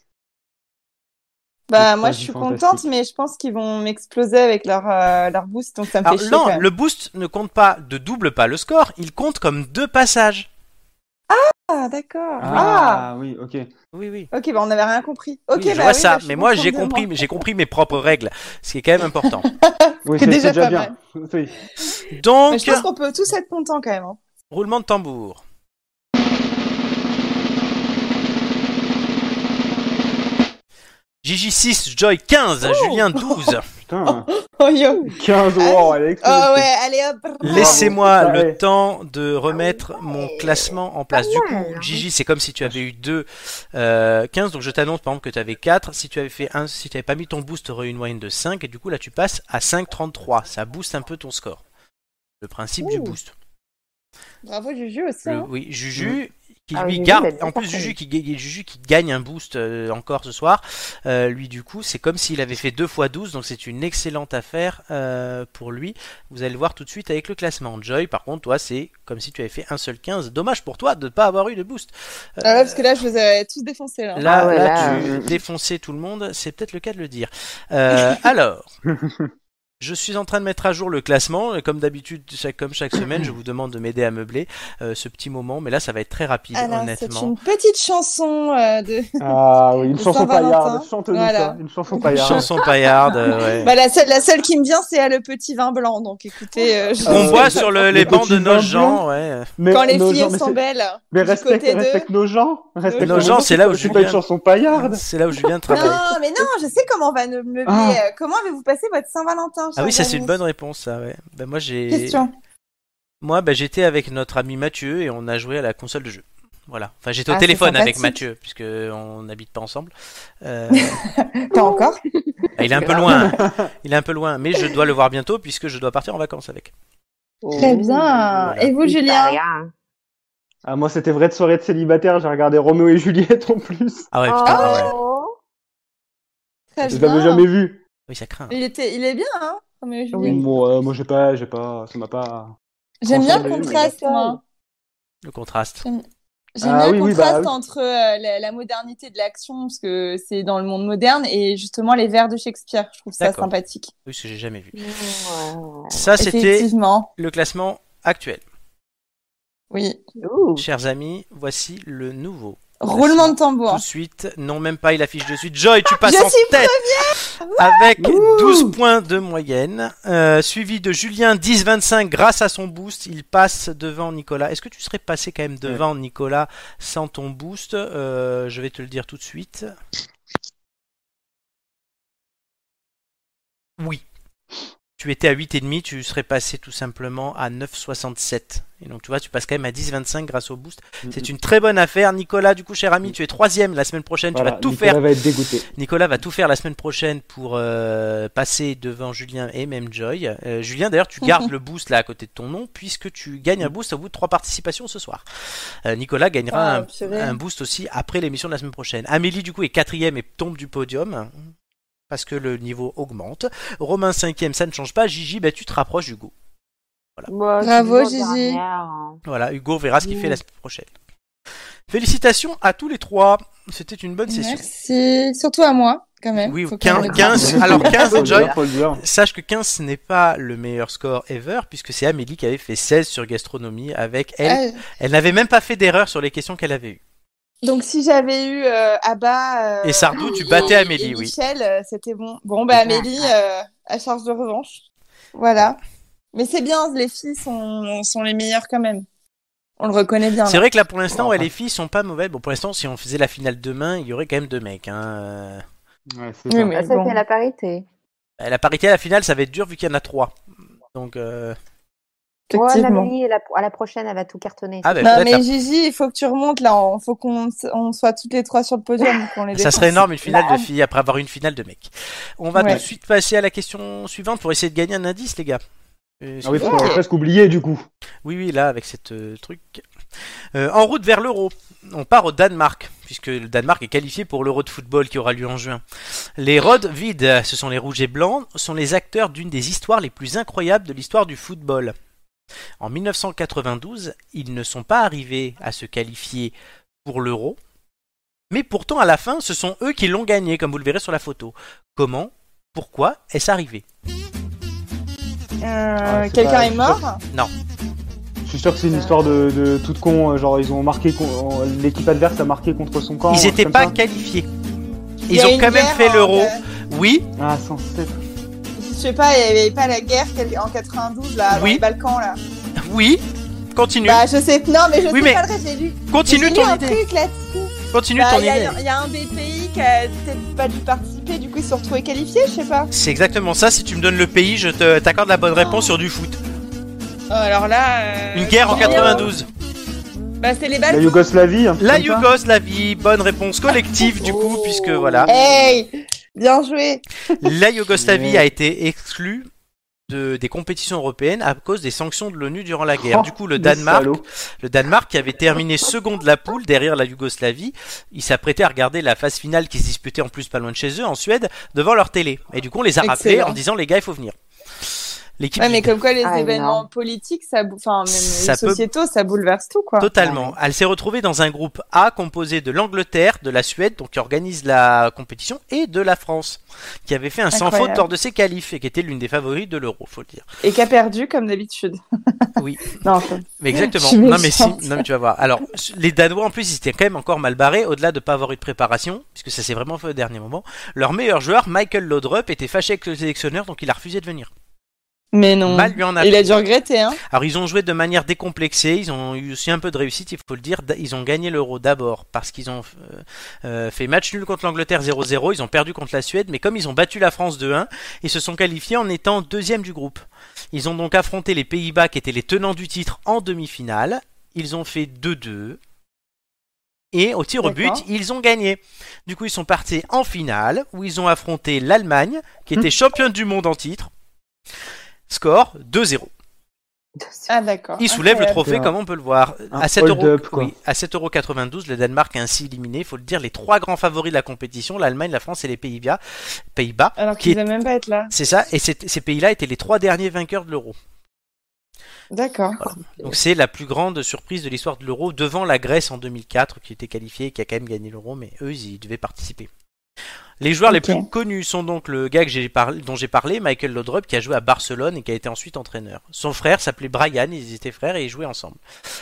Speaker 2: Bah, moi, je suis contente, mais je pense qu'ils vont m'exploser avec leur, euh, leur boost, donc ça me
Speaker 1: Alors,
Speaker 2: fait chier. quand
Speaker 1: non,
Speaker 2: même.
Speaker 1: le boost ne compte pas de double pas le score, il compte comme deux passages.
Speaker 2: Ah, d'accord. Ah.
Speaker 3: Ah, oui, ok.
Speaker 1: Oui, oui.
Speaker 2: Ok, bah, on n'avait rien compris. Ok,
Speaker 1: oui, je
Speaker 2: bah
Speaker 1: vois
Speaker 2: oui,
Speaker 1: ça,
Speaker 2: bah, je suis
Speaker 1: mais moi, j'ai
Speaker 2: contente de
Speaker 1: compris, j'ai compris mes propres règles, ce qui est quand même important.
Speaker 3: Oui, c'est
Speaker 2: C'est déjà
Speaker 3: c'est déjà
Speaker 2: pas
Speaker 3: bien. Oui.
Speaker 2: Mais
Speaker 1: Donc,
Speaker 2: Bah, je pense qu'on peut tous être contents quand même. hein.
Speaker 1: roulement de tambour. Gigi 6, Joy 15, Julien 12.
Speaker 3: Putain,
Speaker 2: Oh yo.
Speaker 3: 15 wow, elle est explosée.
Speaker 2: Oh ouais, allez hop. bravo.
Speaker 1: Laissez-moi
Speaker 3: Bravo.
Speaker 1: le temps de remettre mon classement en place. Du coup, Gigi, c'est comme si tu avais eu 2, euh, 15, donc je t'annonce par exemple que tu avais 4. Si tu avais fait un, si tu avais pas mis ton boost, tu aurais une moyenne de 5, et du coup là tu passes à 5,33. Ça booste un peu ton score. Le principe du boost.
Speaker 2: Bravo Juju aussi.
Speaker 1: Le-
Speaker 2: hein.
Speaker 1: oui, Juju, qui
Speaker 4: Ah,
Speaker 1: lui
Speaker 4: Juju,
Speaker 1: garde,
Speaker 4: il a bien
Speaker 1: en plus
Speaker 4: parfait.
Speaker 1: Juju qui, gagne- Juju qui gagne un boost euh, encore ce soir, euh, lui du coup c'est comme s'il avait fait 2 x 12, donc c'est une excellente affaire euh, pour lui. Vous allez le voir tout de suite avec le classement. Joy par contre toi c'est comme si tu avais fait un seul 15, dommage pour toi de ne pas avoir eu de boost. Euh,
Speaker 2: Ah ouais, parce que là, je vous ai tous défoncés là.
Speaker 1: Là,
Speaker 4: Ah ouais,
Speaker 1: là,
Speaker 4: là,
Speaker 1: tu
Speaker 4: euh.
Speaker 1: défonçais tout le monde, c'est peut-être le cas de le dire. Euh, alors, je suis en train de mettre à jour le classement. Comme d'habitude, chaque, comme chaque semaine, je vous demande de m'aider à meubler euh, ce petit moment, mais là, ça va être très rapide,
Speaker 2: Alors, Ah c'est
Speaker 1: honnêtement.
Speaker 2: une petite chanson euh, de.
Speaker 3: Ah oui, une
Speaker 2: Le
Speaker 3: chanson
Speaker 2: Saint-Valentin.
Speaker 3: paillarde. Chante-nous
Speaker 2: Voilà.
Speaker 3: ça. Une chanson
Speaker 1: Une
Speaker 3: paillarde.
Speaker 1: Chanson paillarde, euh, ouais.
Speaker 2: Bah, la, seule, la seule qui me vient, c'est à le petit vin blanc. Donc écoutez, euh, je-
Speaker 1: Qu'on
Speaker 3: Euh,
Speaker 1: boit sur le-
Speaker 3: le
Speaker 1: les bancs de
Speaker 3: petit
Speaker 1: nos
Speaker 3: vin
Speaker 1: gens, ouais.
Speaker 3: Mais
Speaker 2: quand les
Speaker 3: nos
Speaker 2: filles
Speaker 3: gens-
Speaker 2: elles
Speaker 3: mais
Speaker 2: sont
Speaker 3: c'est-
Speaker 2: belles,
Speaker 3: Mais
Speaker 2: du
Speaker 3: respecte,
Speaker 2: côté
Speaker 3: respecte
Speaker 2: d'eux.
Speaker 3: nos gens. Respecte
Speaker 1: Nos gens, c'est là où
Speaker 3: Je suis pas une
Speaker 1: Julien-
Speaker 3: chanson paillarde.
Speaker 1: C'est là où Julien travaille.
Speaker 2: Non, mais non, je sais comment on va nous meubler.
Speaker 3: Ah.
Speaker 2: euh, Comment avez-vous passé votre Saint-Valentin
Speaker 1: Ah oui, ça
Speaker 2: chers
Speaker 1: c'est une
Speaker 2: amis
Speaker 1: bonne réponse, ça, ouais. Ben, moi, j'ai...
Speaker 2: question.
Speaker 1: Moi, ben, j'étais avec notre ami Mathieu et on a joué à la console de jeu. Voilà. Enfin, j'étais au
Speaker 2: Ah, c'est
Speaker 1: téléphone avec
Speaker 2: sympathique.
Speaker 1: Mathieu, puisque on n'habite pas ensemble. Euh,
Speaker 2: Pas encore
Speaker 1: Ah, il est un peu loin. Il est un peu loin, mais je dois le voir bientôt puisque je dois partir en vacances avec. Oh.
Speaker 2: Très bien. Et vous, Julien
Speaker 3: Ah, moi, c'était vraie de soirée de célibataire. J'ai regardé Roméo et Juliette en plus.
Speaker 1: Ah ouais,
Speaker 4: Oh,
Speaker 1: putain, ah ouais.
Speaker 2: Très
Speaker 3: Je l'avais
Speaker 2: bien.
Speaker 3: jamais vu.
Speaker 1: Oui, ça craint.
Speaker 2: Il, était... il est bien, hein Roméo et Juliette.
Speaker 3: Bon, euh, moi, j'ai pas, j'ai pas, ça m'a pas.
Speaker 2: J'aime bien le
Speaker 3: Franchement,
Speaker 2: contraste,
Speaker 4: oui, oui.
Speaker 2: moi.
Speaker 1: Le contraste.
Speaker 2: J'aime
Speaker 3: Ah
Speaker 2: bien
Speaker 3: oui,
Speaker 2: le
Speaker 3: oui,
Speaker 2: contraste
Speaker 3: bah oui.
Speaker 2: entre euh, la, la modernité de l'action, parce que c'est dans le monde moderne, et justement les vers de Shakespeare. Je trouve ça
Speaker 1: D'accord.
Speaker 2: sympathique.
Speaker 1: Oui, ce que j'ai jamais vu.
Speaker 4: Ouh.
Speaker 1: Ça, c'était
Speaker 2: Effectivement,
Speaker 1: le classement actuel.
Speaker 2: oui.
Speaker 4: Ouh.
Speaker 1: Chers amis, voici le nouveau.
Speaker 2: Roulement de tambour.
Speaker 1: Tout de suite, non, même pas, il affiche de suite. Joy, tu passes
Speaker 2: Ah, Je
Speaker 1: en
Speaker 2: suis
Speaker 1: tête avec 12 points de moyenne, Euh, suivi de Julien 10-25 grâce à son boost. Il passe devant Nicolas. Est-ce que tu serais passé quand même devant Nicolas sans ton boost Euh, Je vais te le dire tout de suite. Oui. Tu étais à 8,5, tu serais passé tout simplement à 9,67. Et donc tu vois, tu passes quand même à 10,25 grâce au boost.
Speaker 3: Mm,
Speaker 1: C'est une très bonne affaire. Nicolas, du coup, cher ami, tu es troisième la semaine prochaine.
Speaker 3: Voilà,
Speaker 1: tu vas tout
Speaker 3: Nicolas
Speaker 1: faire
Speaker 3: va être dégoûté.
Speaker 1: Nicolas va tout faire la semaine prochaine pour euh, passer devant Julien et même Joy. Euh, Julien, d'ailleurs, tu gardes le boost là à côté de ton nom puisque tu gagnes un boost au bout de trois participations ce soir. Euh, Nicolas gagnera
Speaker 8: Ah,
Speaker 1: un,
Speaker 8: purée.
Speaker 1: un boost aussi après l'émission de la semaine prochaine. Amélie, du coup, est quatrième et tombe du podium hein, parce que le niveau augmente. Romain, cinquième, ça ne change pas. Gigi, ben, tu te rapproches d'Hugo.
Speaker 2: Bravo, Gigi.
Speaker 4: hein.
Speaker 1: Voilà, Hugo verra ce qu'il
Speaker 5: Mm.
Speaker 2: Mmh.
Speaker 1: fait la semaine prochaine. Félicitations à tous les trois. C'était une bonne session.
Speaker 2: Merci. Surtout à moi, quand même.
Speaker 1: Oui,
Speaker 2: Faut Oh que
Speaker 1: 15,
Speaker 2: je me
Speaker 1: quinze- alors 15,
Speaker 3: Paul
Speaker 1: Joy,
Speaker 3: Gérard, Paul Gérard.
Speaker 1: Sache que 15 ce n'est pas le meilleur score ever puisque c'est Amélie qui avait fait 16 sur gastronomie avec elle.
Speaker 2: Ah,
Speaker 1: Elle n'avait même pas fait d'erreur sur les questions qu'elle avait eues.
Speaker 2: donc si j'avais eu euh, Abba euh,
Speaker 1: Et Sardou, tu battais
Speaker 2: et-
Speaker 1: Amélie,
Speaker 2: et
Speaker 1: oui.
Speaker 2: Michel, euh, c'était bon. Bon bah Amélie euh, à charge de revanche. Voilà. Mais c'est bien, les filles sont sont les meilleures quand même. On le reconnaît bien.
Speaker 1: C'est vrai que là pour l'instant, ouais,
Speaker 3: Enfin.
Speaker 1: les filles sont pas mauvaises. Bon, pour l'instant, si on faisait la finale demain, il y aurait quand même deux mecs. Hein. Euh,
Speaker 3: Ouais, c'est
Speaker 2: Oui,
Speaker 3: ça.
Speaker 2: mais
Speaker 5: Ah, ça,
Speaker 2: bon.
Speaker 5: c'est la parité.
Speaker 1: La parité à la finale, ça va être dur vu qu'il y en a trois. Donc, euh...
Speaker 5: Ouais,
Speaker 2: Effectivement.
Speaker 5: Amélie, la- à la prochaine, elle va tout cartonner.
Speaker 1: ah, ben,
Speaker 2: Non
Speaker 1: peut-être la-
Speaker 2: mais Gigi, il faut que tu remontes là. On, faut qu'on s- on soit toutes les trois sur le podium. qu'on les
Speaker 1: Ça
Speaker 2: défonce.
Speaker 1: serait énorme une finale
Speaker 2: Bah,
Speaker 1: de filles après avoir une finale de mecs. On va
Speaker 2: Ouais.
Speaker 1: tout de suite passer à la question suivante pour essayer de gagner un indice, les gars. Euh,
Speaker 3: Ah oui,
Speaker 1: c'est-
Speaker 3: parce qu'on l'a presque oublié du coup.
Speaker 1: Oui, oui, là, avec cette euh, truc. Euh, en route vers l'euro, on part au Danemark, puisque le Danemark est qualifié pour l'euro de football qui aura lieu en juin. Les rods vides, euh, ce sont les rouges et blancs, sont les acteurs d'une des histoires les plus incroyables de l'histoire du football. En 1992, ils ne sont pas arrivés à se qualifier pour l'euro, mais pourtant à la fin, ce sont eux qui l'ont gagné, comme vous le verrez sur la photo. Comment Pourquoi est-ce arrivé
Speaker 2: euh,
Speaker 1: Ah,
Speaker 3: Ouais, c'est
Speaker 2: Quelqu'un
Speaker 3: pas-
Speaker 2: est mort.
Speaker 3: Je suis sûr que c'est une histoire de, de toute con. euh, Genre, ils ont marqué. con- euh, L'équipe adverse a marqué contre son camp.
Speaker 1: Ils n'étaient
Speaker 3: comme
Speaker 1: pas
Speaker 3: ça.
Speaker 1: qualifiés.
Speaker 2: Oh, Il y
Speaker 1: Ils
Speaker 2: a
Speaker 1: ont
Speaker 2: une
Speaker 1: quand même
Speaker 2: guerre
Speaker 1: fait
Speaker 2: en-
Speaker 1: l'euro.
Speaker 2: euh,
Speaker 1: Oui,
Speaker 3: Ah, 107.
Speaker 2: Je sais pas, il y avait pas la guerre qu'elle- en 92 là, dans
Speaker 1: Oui.
Speaker 2: les Balkans là.
Speaker 1: Oui, continue.
Speaker 2: Bah je sais, non mais je
Speaker 1: Oui,
Speaker 2: sais
Speaker 1: mais-
Speaker 2: pas le reste, j'ai lu. j'ai
Speaker 1: continue
Speaker 2: lu
Speaker 1: ton
Speaker 2: un
Speaker 1: idée.
Speaker 2: truc là-dessus.
Speaker 1: Continue
Speaker 2: Bah,
Speaker 1: ton
Speaker 2: Il y,
Speaker 1: idée.
Speaker 2: a- il y a un des pays qui a peut-être pas dû participer, du coup ils se sont retrouvés qualifiés, je sais pas.
Speaker 1: C'est exactement ça. Si tu me donnes le pays, je te- t'accorde la bonne réponse sur du foot.
Speaker 2: Oh, alors là. euh,
Speaker 1: Une guerre en
Speaker 2: c'est bien.
Speaker 1: 92.
Speaker 2: Bah c'est les
Speaker 3: La
Speaker 2: Balkans.
Speaker 3: Yougoslavie. un truc
Speaker 1: La
Speaker 3: comme ça
Speaker 1: Yougoslavie, bonne réponse collective du coup, puisque voilà.
Speaker 2: Hey, bien joué.
Speaker 1: La Yougoslavie
Speaker 3: Ouais.
Speaker 1: a été exclue de, des compétitions européennes à cause des sanctions de l'ONU durant la guerre.
Speaker 3: Oh,
Speaker 1: Du coup, le
Speaker 3: des
Speaker 1: Danemark,
Speaker 3: salauds.
Speaker 1: le Danemark qui avait terminé second de la poule derrière la Yougoslavie, il s'apprêtait à regarder la phase finale qui se disputait en plus pas loin de chez eux, en Suède, devant leur télé. Et du coup, on les a rappelés
Speaker 2: Excellent.
Speaker 1: en disant les gars, il faut venir. L'équipe
Speaker 2: Ouais,
Speaker 1: du
Speaker 2: mais comme quoi les
Speaker 5: Ah,
Speaker 2: événements
Speaker 5: énorme.
Speaker 2: politiques, ça, bou- enfin même
Speaker 1: Ça
Speaker 2: les
Speaker 1: peut-
Speaker 2: sociétaux, ça bouleverse tout quoi.
Speaker 1: Totalement. Elle s'est retrouvée dans un groupe A composé de l'Angleterre, de la Suède, donc qui organise la compétition, et de la France, qui avait fait un sans
Speaker 2: Incroyable.
Speaker 1: faute lors de ses qualifs et qui était l'une des favorites de l'Euro, faut le dire.
Speaker 2: Et qui a perdu comme d'habitude.
Speaker 1: Oui.
Speaker 2: Non, enfin,
Speaker 1: Mais exactement.
Speaker 2: Je suis
Speaker 1: Non mais si,
Speaker 2: méchante.
Speaker 1: non mais tu vas voir. Alors les Danois en plus ils étaient quand même encore mal barrés au-delà de pas avoir eu de préparation puisque ça s'est vraiment fait au dernier moment. Leur meilleur joueur Michael Laudrup était fâché avec le sélectionneur donc il a refusé de venir.
Speaker 2: Mais non.
Speaker 1: Mal lui en a
Speaker 2: Il a dû regretter hein.
Speaker 1: Alors ils ont joué de manière décomplexée, ils ont eu aussi un peu de réussite, il faut le dire. D- Ils ont gagné l'euro d'abord parce qu'ils ont euh, euh, fait match nul contre l'Angleterre 0-0, ils ont perdu contre la Suède, mais comme ils ont battu la France 2-1, ils se sont qualifiés en étant deuxième du groupe. Ils ont donc affronté les Pays-Bas qui étaient les tenants du titre en demi-finale, ils ont fait 2-2. Et au tir au but,
Speaker 2: D'accord.
Speaker 1: ils ont gagné. Du coup, ils sont partis en finale où ils ont affronté l'Allemagne, qui était championne du monde en titre. Score 2-0.
Speaker 2: Ah d'accord.
Speaker 1: Il soulève le
Speaker 2: Incroyable.
Speaker 1: trophée
Speaker 3: Ouais.
Speaker 1: comme on peut le voir.
Speaker 3: Un
Speaker 1: À 7
Speaker 3: hold
Speaker 1: euros,
Speaker 3: up, quoi.
Speaker 1: oui, à 7,92€, le Danemark est ainsi éliminé. Il faut le dire, les trois grands favoris de la compétition, l'Allemagne, la France et les Pays-Bas. Pays-Bas.
Speaker 2: Alors
Speaker 1: qui
Speaker 2: qu'ils
Speaker 1: est-
Speaker 2: aiment même pas être là.
Speaker 1: C'est ça. Et c'est- ces pays-là étaient les trois derniers vainqueurs de l'euro.
Speaker 2: D'accord.
Speaker 1: Donc c'est la plus grande surprise de l'histoire de l'euro devant la Grèce en 2004 qui était qualifiée et qui a quand même gagné l'euro, mais eux ils y devaient participer. Les joueurs
Speaker 8: Ok.
Speaker 1: les plus connus sont donc le gars que j'ai parlé- dont j'ai parlé, Michael Laudrup, qui a joué à Barcelone et qui a été ensuite entraîneur. Son frère s'appelait Brian, ils étaient frères et ils jouaient ensemble.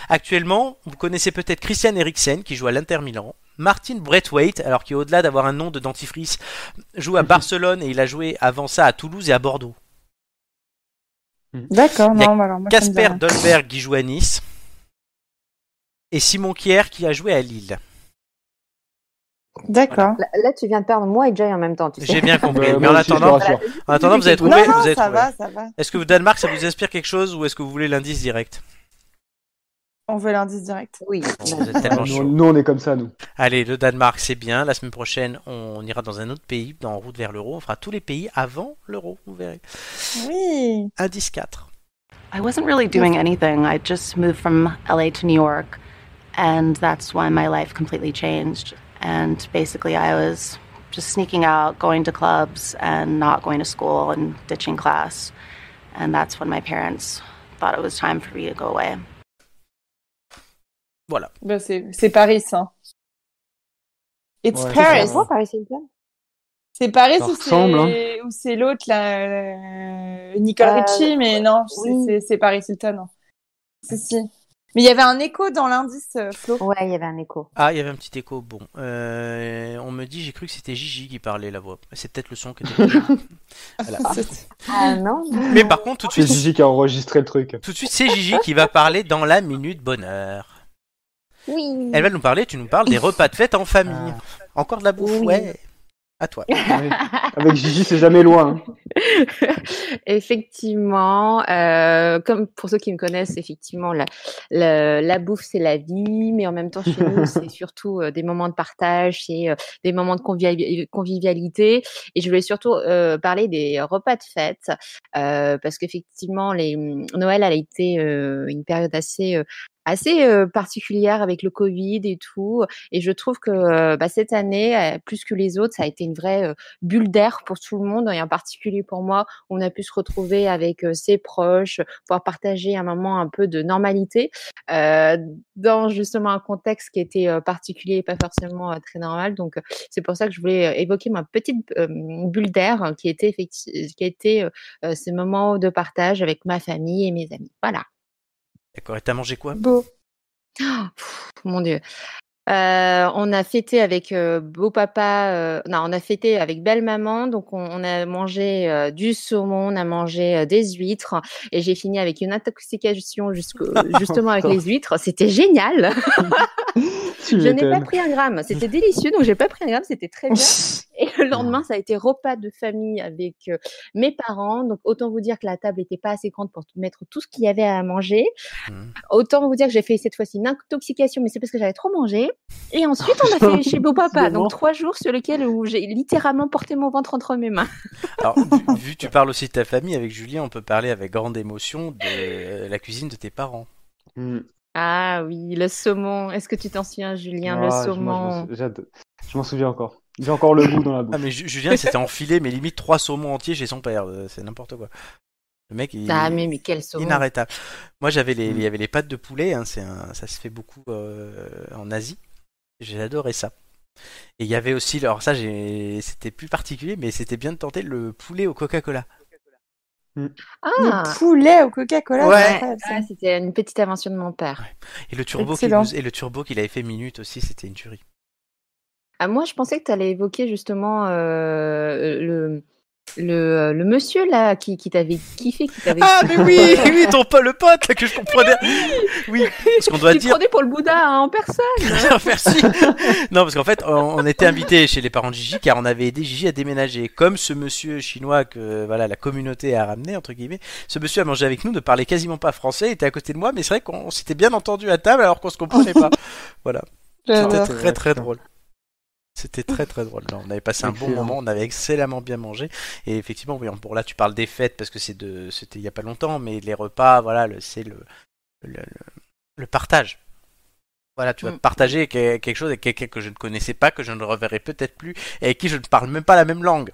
Speaker 1: Actuellement, vous connaissez peut-être Christian Eriksen, qui joue à l'Inter Milan. Martin Braithwaite, alors qui au-delà d'avoir un nom de dentifrice, joue à Barcelone et il a joué avant ça à Toulouse et à Bordeaux.
Speaker 2: D'accord,
Speaker 1: Il y a
Speaker 2: non, bah alors moi. ça me dit
Speaker 1: Casper
Speaker 2: rien.
Speaker 1: Dolberg qui joue à Nice. Et Simon Kier qui a joué à Lille.
Speaker 2: D'accord.
Speaker 5: Là, là, tu viens de perdre moi et Jay en même temps. Tu sais.
Speaker 1: J'ai bien compris.
Speaker 3: Euh,
Speaker 1: Mais
Speaker 3: moi
Speaker 1: en
Speaker 3: aussi, je te
Speaker 1: attendant,
Speaker 3: rassure.
Speaker 1: en attendant, vous avez
Speaker 2: Non,
Speaker 1: trouvé.
Speaker 2: non,
Speaker 1: vous avez
Speaker 2: ça
Speaker 1: trouvé.
Speaker 2: va, ça va.
Speaker 1: Est-ce que vous, Danemark, ça vous inspire quelque chose ou est-ce que vous voulez l'indice direct
Speaker 2: On veut l'indice direct.
Speaker 5: Oui.
Speaker 1: Vous êtes tellement
Speaker 3: Nous,
Speaker 1: chaud.
Speaker 3: nous, on est comme ça, nous.
Speaker 1: Allez, le Danemark, c'est bien. La semaine prochaine, on ira dans un autre pays, dans route vers l'euro. On fera tous les pays avant l'euro, vous verrez.
Speaker 2: Oui.
Speaker 1: Indice 4.
Speaker 10: I wasn't really doing anything. I just moved from LA to New York, and that's when my life completely changed. And basically, I was just sneaking out, going to clubs, and not going to school and ditching class. And that's when my parents thought it was time for me to go away.
Speaker 1: Voilà.
Speaker 8: Bah, c'est c'est Paris, hein. ça. It's
Speaker 3: Ouais,
Speaker 8: Paris.
Speaker 3: c'est
Speaker 5: Moi, Euh, Paris Hilton.
Speaker 8: C'est Paris
Speaker 3: Ça
Speaker 8: ou
Speaker 3: ressemble,
Speaker 1: hein.
Speaker 8: c'est ou c'est l'autre là, euh, Nicole
Speaker 5: Euh,
Speaker 8: Richie, mais non, c'est-
Speaker 5: oui.
Speaker 8: c'est c'est Paris Hilton. non. Si si. Mais il y avait un écho dans l'indice, euh, Flo.
Speaker 5: Ouais, il y avait un écho.
Speaker 1: Ah, il y avait un petit écho. Bon, Euh, on me dit, j'ai cru que c'était Gigi qui parlait la voix. C'est peut-être le son que Voilà.
Speaker 5: Ah non
Speaker 1: Mais par contre, tout de
Speaker 3: C'est
Speaker 1: suite,
Speaker 3: Gigi qui a enregistré le truc.
Speaker 1: tout de suite, c'est Gigi qui va parler dans la minute bonheur.
Speaker 5: Oui.
Speaker 1: Elle va nous parler, tu nous parles des repas de fête en famille. Ah. Encore de la bouffe,
Speaker 5: Oui.
Speaker 1: ouais. À toi.
Speaker 3: Ouais. Avec Gigi, c'est jamais loin. hein.
Speaker 4: effectivement, euh, comme pour ceux qui me connaissent, effectivement, la, la, la bouffe, c'est la vie, mais en même temps, chez nous, c'est surtout euh, des moments de partage, c'est euh, des moments de convivi- convivialité. Et je voulais surtout euh, parler des repas de fête, euh, parce qu'effectivement, les- Noël elle a été euh, une période assez... euh, assez euh, particulière avec le Covid et tout. Et je trouve que euh, bah, cette année, euh, plus que les autres, ça a été une vraie euh, bulle d'air pour tout le monde, et en particulier pour moi, on a pu se retrouver avec euh, ses proches, pouvoir partager un moment un peu de normalité euh, dans justement un contexte qui était euh, particulier et pas forcément euh, très normal. Donc euh, c'est pour ça que je voulais euh, évoquer ma petite euh, bulle d'air hein, qui était effecti- qui était euh, euh, ces moments de partage avec ma famille et mes amis. Voilà.
Speaker 1: D'accord, et t'as mangé quoi
Speaker 8: Beau.
Speaker 4: Mon Dieu. Euh, on a fêté avec euh, beau papa, euh, non, on a fêté avec belle maman, donc on, on a mangé euh, du saumon, on a mangé euh, des huîtres, et j'ai fini avec une intoxication jusqu'au, justement avec les huîtres. C'était génial.
Speaker 3: Tu
Speaker 4: Je n'ai pas
Speaker 3: m'étonnes.
Speaker 4: pris un gramme. C'était délicieux, donc j'ai pas pris un gramme. C'était très bien. Et le
Speaker 8: Ah.
Speaker 4: lendemain, ça a été repas de famille avec euh, mes parents. Donc, autant vous dire que la table n'était pas assez grande pour t- mettre tout ce qu'il y avait à manger.
Speaker 8: Mmh.
Speaker 1: Mhm.
Speaker 4: Autant vous dire que j'ai fait cette fois-ci une intoxication, mais c'est parce que j'avais trop mangé. Et ensuite, on a fait chez Beau Papa.
Speaker 3: Décidément.
Speaker 4: Donc, trois jours sur lesquels où j'ai littéralement porté mon ventre entre mes mains.
Speaker 1: Alors, vu- vu que tu parles aussi de ta famille, avec Julien, on peut parler avec grande émotion de euh, la cuisine de tes parents.
Speaker 3: Mm.
Speaker 4: Ah oui, le saumon. Est-ce que tu t'en souviens, Julien Le
Speaker 3: Ah, je- moi,
Speaker 4: saumon.
Speaker 3: Je m'en sou- j'ad- je m'en souviens encore. J'ai encore le goût dans la
Speaker 1: Ah,
Speaker 3: bouche.
Speaker 1: mais Ju- Julien s'était enfilé, mais limite trois saumons entiers chez son père. euh, C'est n'importe quoi. Le mec, il.
Speaker 4: Ah, mais, mais quel saumon.
Speaker 1: Inarrêtable. Moi, j'avais les,
Speaker 3: Mm.
Speaker 1: il y avait les pâtes de poulet. hein, c'est un- ça se fait beaucoup euh, en Asie. J'ai adoré ça. Et il y avait aussi, alors ça, j'ai- c'était plus particulier, mais c'était bien de tenter le poulet au Coca-Cola.
Speaker 4: Ah,
Speaker 2: Le poulet au Coca-Cola.
Speaker 1: Ouais.
Speaker 2: c'est incroyable, ça.
Speaker 4: Ah, c'était une petite invention de mon père.
Speaker 1: Et le turbo qu'il
Speaker 2: Excellent.
Speaker 1: nous- et le turbo qu'il avait fait minute aussi, c'était une tuerie.
Speaker 4: Ah, moi, je pensais que tu allais évoquer justement euh, le, le, le monsieur là qui, qui t'avait kiffé, qui t'avait.
Speaker 1: Ah mais oui, oui, ton pote, le pote là, que je comprenais. Oui, parce qu'on doit
Speaker 4: tu
Speaker 1: dire.
Speaker 4: prenais pour le Bouddha hein, en personne.
Speaker 1: Merci. Non, parce qu'en fait, on, on était invité chez les parents de Gigi car on avait aidé Gigi à déménager. Comme ce monsieur chinois que voilà la communauté a ramené entre guillemets, ce monsieur a mangé avec nous, ne parlait quasiment pas français, était à côté de moi, mais c'est vrai qu'on on s'était bien entendu à table alors qu'on se comprenait pas. C'était
Speaker 4: Euh,
Speaker 2: J'adore.
Speaker 1: très très drôle. C'était très très drôle. Non, on avait passé un bon
Speaker 3: Excellent.
Speaker 1: moment, on avait excellemment bien mangé. Et effectivement, oui, bon là tu parles des fêtes parce que c'est de, c'était il y a pas longtemps, mais les repas, voilà, le, c'est le, le, le- le partage. Voilà, tu vas
Speaker 4: Mm.
Speaker 1: partager que- quelque chose avec quelqu'un que je ne connaissais pas, que je ne reverrai peut-être plus, et avec qui je ne parle même pas la même langue.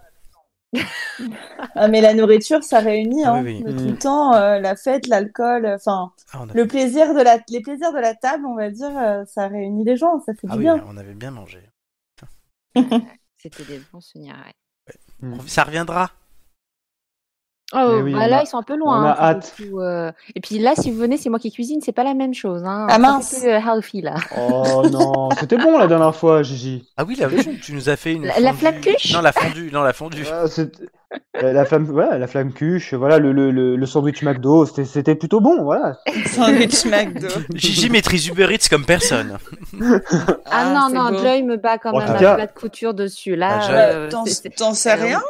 Speaker 2: Ah, mais la nourriture, ça réunit
Speaker 1: Ah
Speaker 2: hein,
Speaker 1: oui,
Speaker 2: de
Speaker 3: oui.
Speaker 2: tout le temps, euh, la fête, l'alcool, euh, enfin
Speaker 1: Ah, on a-
Speaker 2: le plaisir de la, les plaisirs de la table, on va dire, euh, ça réunit les gens, ça fait
Speaker 1: ah
Speaker 2: du
Speaker 1: oui,
Speaker 2: bien.
Speaker 1: on avait bien mangé.
Speaker 4: C'était des bons souvenirs, ouais.
Speaker 1: Ça reviendra.
Speaker 4: Oh,
Speaker 1: Mais oui,
Speaker 4: bah
Speaker 1: on
Speaker 4: là,
Speaker 1: a-
Speaker 4: ils sont un peu
Speaker 1: on
Speaker 4: loin.
Speaker 1: a
Speaker 4: hein, pour
Speaker 1: hâte.
Speaker 4: le coup, euh. Et puis là, si vous venez, c'est moi qui cuisine, c'est pas la même chose. Hein.
Speaker 2: Ah,
Speaker 4: C'est un
Speaker 2: mince.
Speaker 4: peu, euh, healthy, là.
Speaker 3: Oh non, c'était bon la dernière fois, Gigi.
Speaker 1: Ah oui, là, tu, tu nous as fait une.
Speaker 4: La- la
Speaker 1: fondue-
Speaker 4: flamme cuche
Speaker 1: Non, la fondue. Non, la fondue.
Speaker 3: Ah, Euh, La flamme, voilà, la flamme cuche, voilà, le, le, le, le sandwich McDo, c'était- c'était plutôt bon, voilà.
Speaker 2: Sandwich McDo.
Speaker 1: Gigi maîtrise Uber Eats comme personne.
Speaker 4: Ah, non,
Speaker 2: c'est
Speaker 4: non,
Speaker 2: beau.
Speaker 4: Joy me bat quand
Speaker 1: Bon, en
Speaker 4: même
Speaker 1: tout
Speaker 4: à
Speaker 1: cas-
Speaker 4: plat de couture dessus. Là,
Speaker 1: Ah, Joy.
Speaker 4: euh,
Speaker 2: Bah, T'en-
Speaker 4: c'est- c'est-
Speaker 2: t'en sais
Speaker 4: euh,
Speaker 2: rien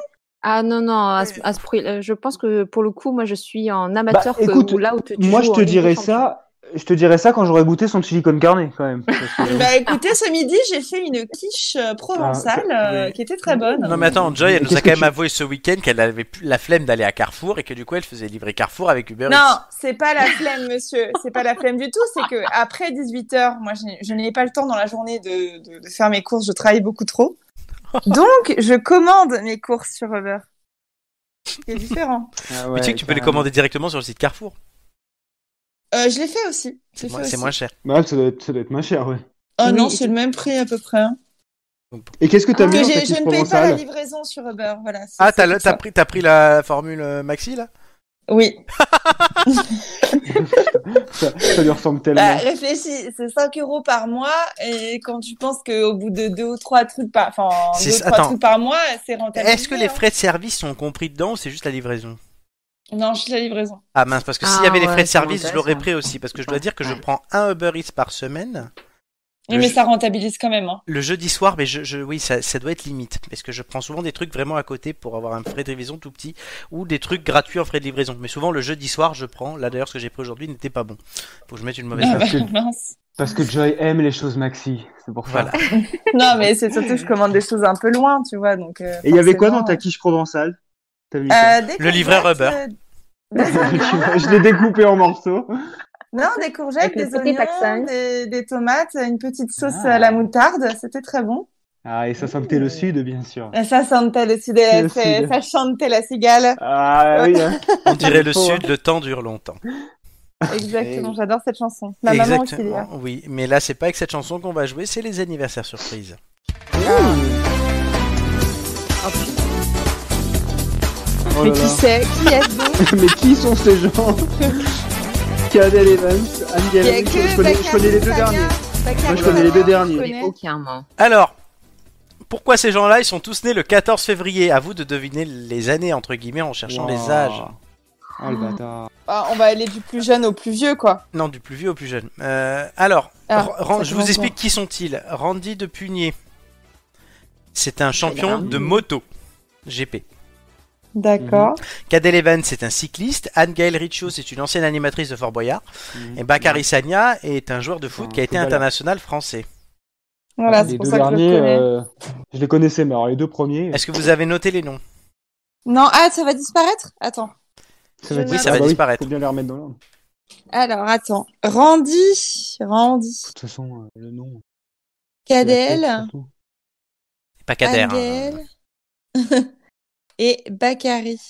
Speaker 4: Ah non, non, à ce, à ce prix, euh, je pense que pour le coup, moi, je suis
Speaker 1: Bah,
Speaker 4: en amateur. que-
Speaker 3: écoute,
Speaker 4: où là où tu- tu
Speaker 3: Moi,
Speaker 4: joues
Speaker 3: je te
Speaker 4: en Ligue des
Speaker 3: dirais
Speaker 4: Champions.
Speaker 3: ça, je te dirais ça quand j'aurais goûté son chili con carne, quand même. parce que-
Speaker 2: Bah écoutez, ce midi, j'ai fait une quiche euh, provençale euh, qui était très bonne.
Speaker 1: Ah, Non mais attends, Joy, elle nous
Speaker 3: qu'est-ce
Speaker 1: a
Speaker 3: que
Speaker 1: quand même avoué ce week-end qu'elle avait plus la flemme d'aller à Carrefour et que du coup elle faisait livrer Carrefour avec Uber
Speaker 2: Non,
Speaker 1: Eats.
Speaker 2: c'est pas la flemme, monsieur. C'est pas la flemme du tout. C'est que après 18 h moi, je n'ai- je n'ai pas le temps dans la journée de, de- de faire mes courses. Je travaille beaucoup trop. Donc, je commande mes courses sur Uber. C'est différent.
Speaker 3: Ah
Speaker 1: mais tu sais
Speaker 3: ouais,
Speaker 1: que tu peux les
Speaker 3: carrément.
Speaker 1: commander directement sur le site Carrefour.
Speaker 2: Euh, je l'ai fait aussi. Je l'ai
Speaker 1: C'est
Speaker 2: fait
Speaker 1: moins,
Speaker 2: aussi.
Speaker 1: c'est moins cher.
Speaker 3: Bah, ça doit être, ça doit être moins cher, ouais.
Speaker 2: Oh non,
Speaker 4: Oui,
Speaker 2: c'est le même prix à peu près. hein.
Speaker 3: Et qu'est-ce que t'as
Speaker 2: Que
Speaker 3: mis dans ta
Speaker 2: j'ai- je
Speaker 3: quiche
Speaker 2: ne paye pas la
Speaker 3: provençale
Speaker 2: livraison sur Uber. Voilà. c'est-
Speaker 1: Ah,
Speaker 2: c'est
Speaker 1: t'as,
Speaker 2: pour
Speaker 1: le-
Speaker 2: ça.
Speaker 1: t'as pris, t'as pris la formule euh, maxi là
Speaker 2: Oui.
Speaker 3: ça, ça lui ressemble tellement.
Speaker 2: Bah, réfléchis, c'est 5 euros par mois et quand tu penses qu'au bout de deux ou trois trucs par, enfin,
Speaker 1: C'est-
Speaker 2: deux ou trois
Speaker 1: attends.
Speaker 2: trucs par mois, c'est rentable.
Speaker 1: Est-ce que les frais de service sont compris dedans ou c'est juste la livraison
Speaker 2: Non, je fais la livraison.
Speaker 1: Ah mince, parce que s'il
Speaker 4: Ah
Speaker 1: y avait les
Speaker 4: ouais,
Speaker 1: frais de
Speaker 4: ça
Speaker 1: service, je
Speaker 4: m'intéresse,
Speaker 1: l'aurais
Speaker 4: ouais.
Speaker 1: pris aussi. Parce que je dois dire que je
Speaker 4: Ouais.
Speaker 1: prends un Uber Eats par semaine.
Speaker 2: Oui,
Speaker 1: Le
Speaker 2: mais
Speaker 1: je-
Speaker 2: ça rentabilise quand même. hein.
Speaker 1: Le jeudi soir, mais je, je- oui, ça, ça doit être limite. Parce que je prends souvent des trucs vraiment à côté pour avoir un frais de livraison tout petit ou des trucs gratuits en frais de livraison. Mais souvent, le jeudi soir, je prends. Là, d'ailleurs, ce que j'ai pris aujourd'hui n'était pas bon. Faut que je mette une mauvaise
Speaker 2: Ah
Speaker 1: note.
Speaker 2: bah,
Speaker 3: que-
Speaker 2: mince.
Speaker 3: Parce que Joy aime les choses maxi, c'est pour ça.
Speaker 1: Voilà.
Speaker 2: Non, mais c'est surtout que je commande des choses un peu loin, tu vois. Donc, euh,
Speaker 3: Et il y avait quoi dans
Speaker 2: forcément,
Speaker 3: ta quiche provençale T'as vu
Speaker 2: euh, des
Speaker 1: Le livret
Speaker 2: courgettes,
Speaker 1: Uber.
Speaker 2: euh,
Speaker 3: Je l'ai découpé en morceaux.
Speaker 2: Non, des courgettes,
Speaker 4: Avec le
Speaker 2: des
Speaker 4: petit
Speaker 2: oignons,
Speaker 4: paxal.
Speaker 2: des, des tomates, une petite sauce
Speaker 3: Ah.
Speaker 2: à la moutarde. C'était très bon.
Speaker 3: Ah, et ça sentait le sud, bien sûr.
Speaker 2: Et ça sentait le sud,
Speaker 3: Le sud.
Speaker 2: ça chantait la cigale.
Speaker 3: Ah oui, hein.
Speaker 1: On dirait le
Speaker 3: Faut, hein.
Speaker 1: sud, le temps dure longtemps.
Speaker 2: Exactement, j'adore cette chanson. Ma maman aussi.
Speaker 1: Exactement,
Speaker 2: d'ailleurs.
Speaker 1: oui. Mais là, c'est pas avec cette chanson qu'on va jouer, c'est les anniversaires surprises.
Speaker 3: Oh
Speaker 2: Mais
Speaker 3: là
Speaker 2: qui
Speaker 3: là.
Speaker 2: c'est Qui est-ce donc
Speaker 3: Mais qui sont ces gens Cadel Evans, Anne
Speaker 2: Il y a
Speaker 3: Gallagher,
Speaker 2: que
Speaker 3: je connais, je connais les deux derniers. Moi, je connais les deux derniers.
Speaker 4: Aucun, moi.
Speaker 1: Alors, pourquoi ces gens-là, ils sont tous nés le 14 février À vous de deviner les années, entre guillemets, en cherchant les
Speaker 3: Wow.
Speaker 1: âges.
Speaker 3: Oh le bâtard.
Speaker 8: Bah, on va aller du plus jeune au plus vieux, quoi.
Speaker 1: Non, du plus vieux au plus jeune. Euh, alors,
Speaker 8: Ah,
Speaker 1: Ra- Ran-
Speaker 8: ça
Speaker 1: je vous
Speaker 8: commence
Speaker 1: explique qui sont-ils. Randy de Punier. C'est un champion
Speaker 4: bien.
Speaker 1: de moto. GP.
Speaker 3: Mhm.
Speaker 2: D'accord.
Speaker 1: Cadel Evans, c'est un cycliste. Anne-Gaëlle Richaud, c'est une ancienne animatrice de Fort Boyard.
Speaker 8: Mmh.
Speaker 1: Et Bakary Sagna est un joueur de foot
Speaker 3: Un
Speaker 1: qui a été
Speaker 3: footballeur.
Speaker 1: international français.
Speaker 2: Voilà,
Speaker 3: les
Speaker 2: c'est pour
Speaker 3: deux
Speaker 2: ça que je le
Speaker 3: derniers,
Speaker 2: connais.
Speaker 3: euh, je les connaissais, mais alors les deux premiers,
Speaker 1: Est-ce que vous avez noté les noms
Speaker 8: Non, ah, ça va disparaître Attends.
Speaker 3: ça va,
Speaker 8: je
Speaker 3: disparaître.
Speaker 8: Oui,
Speaker 1: ça va
Speaker 3: Ah bah
Speaker 1: disparaître.
Speaker 3: faut bien les remettre dans l'ordre.
Speaker 8: Alors, attends. Randy, Randy,
Speaker 3: De toute façon, euh, le nom. c'est la tête,
Speaker 8: Cadel,
Speaker 3: surtout.
Speaker 1: Pas Kader. hein.
Speaker 8: Angel et Bakary.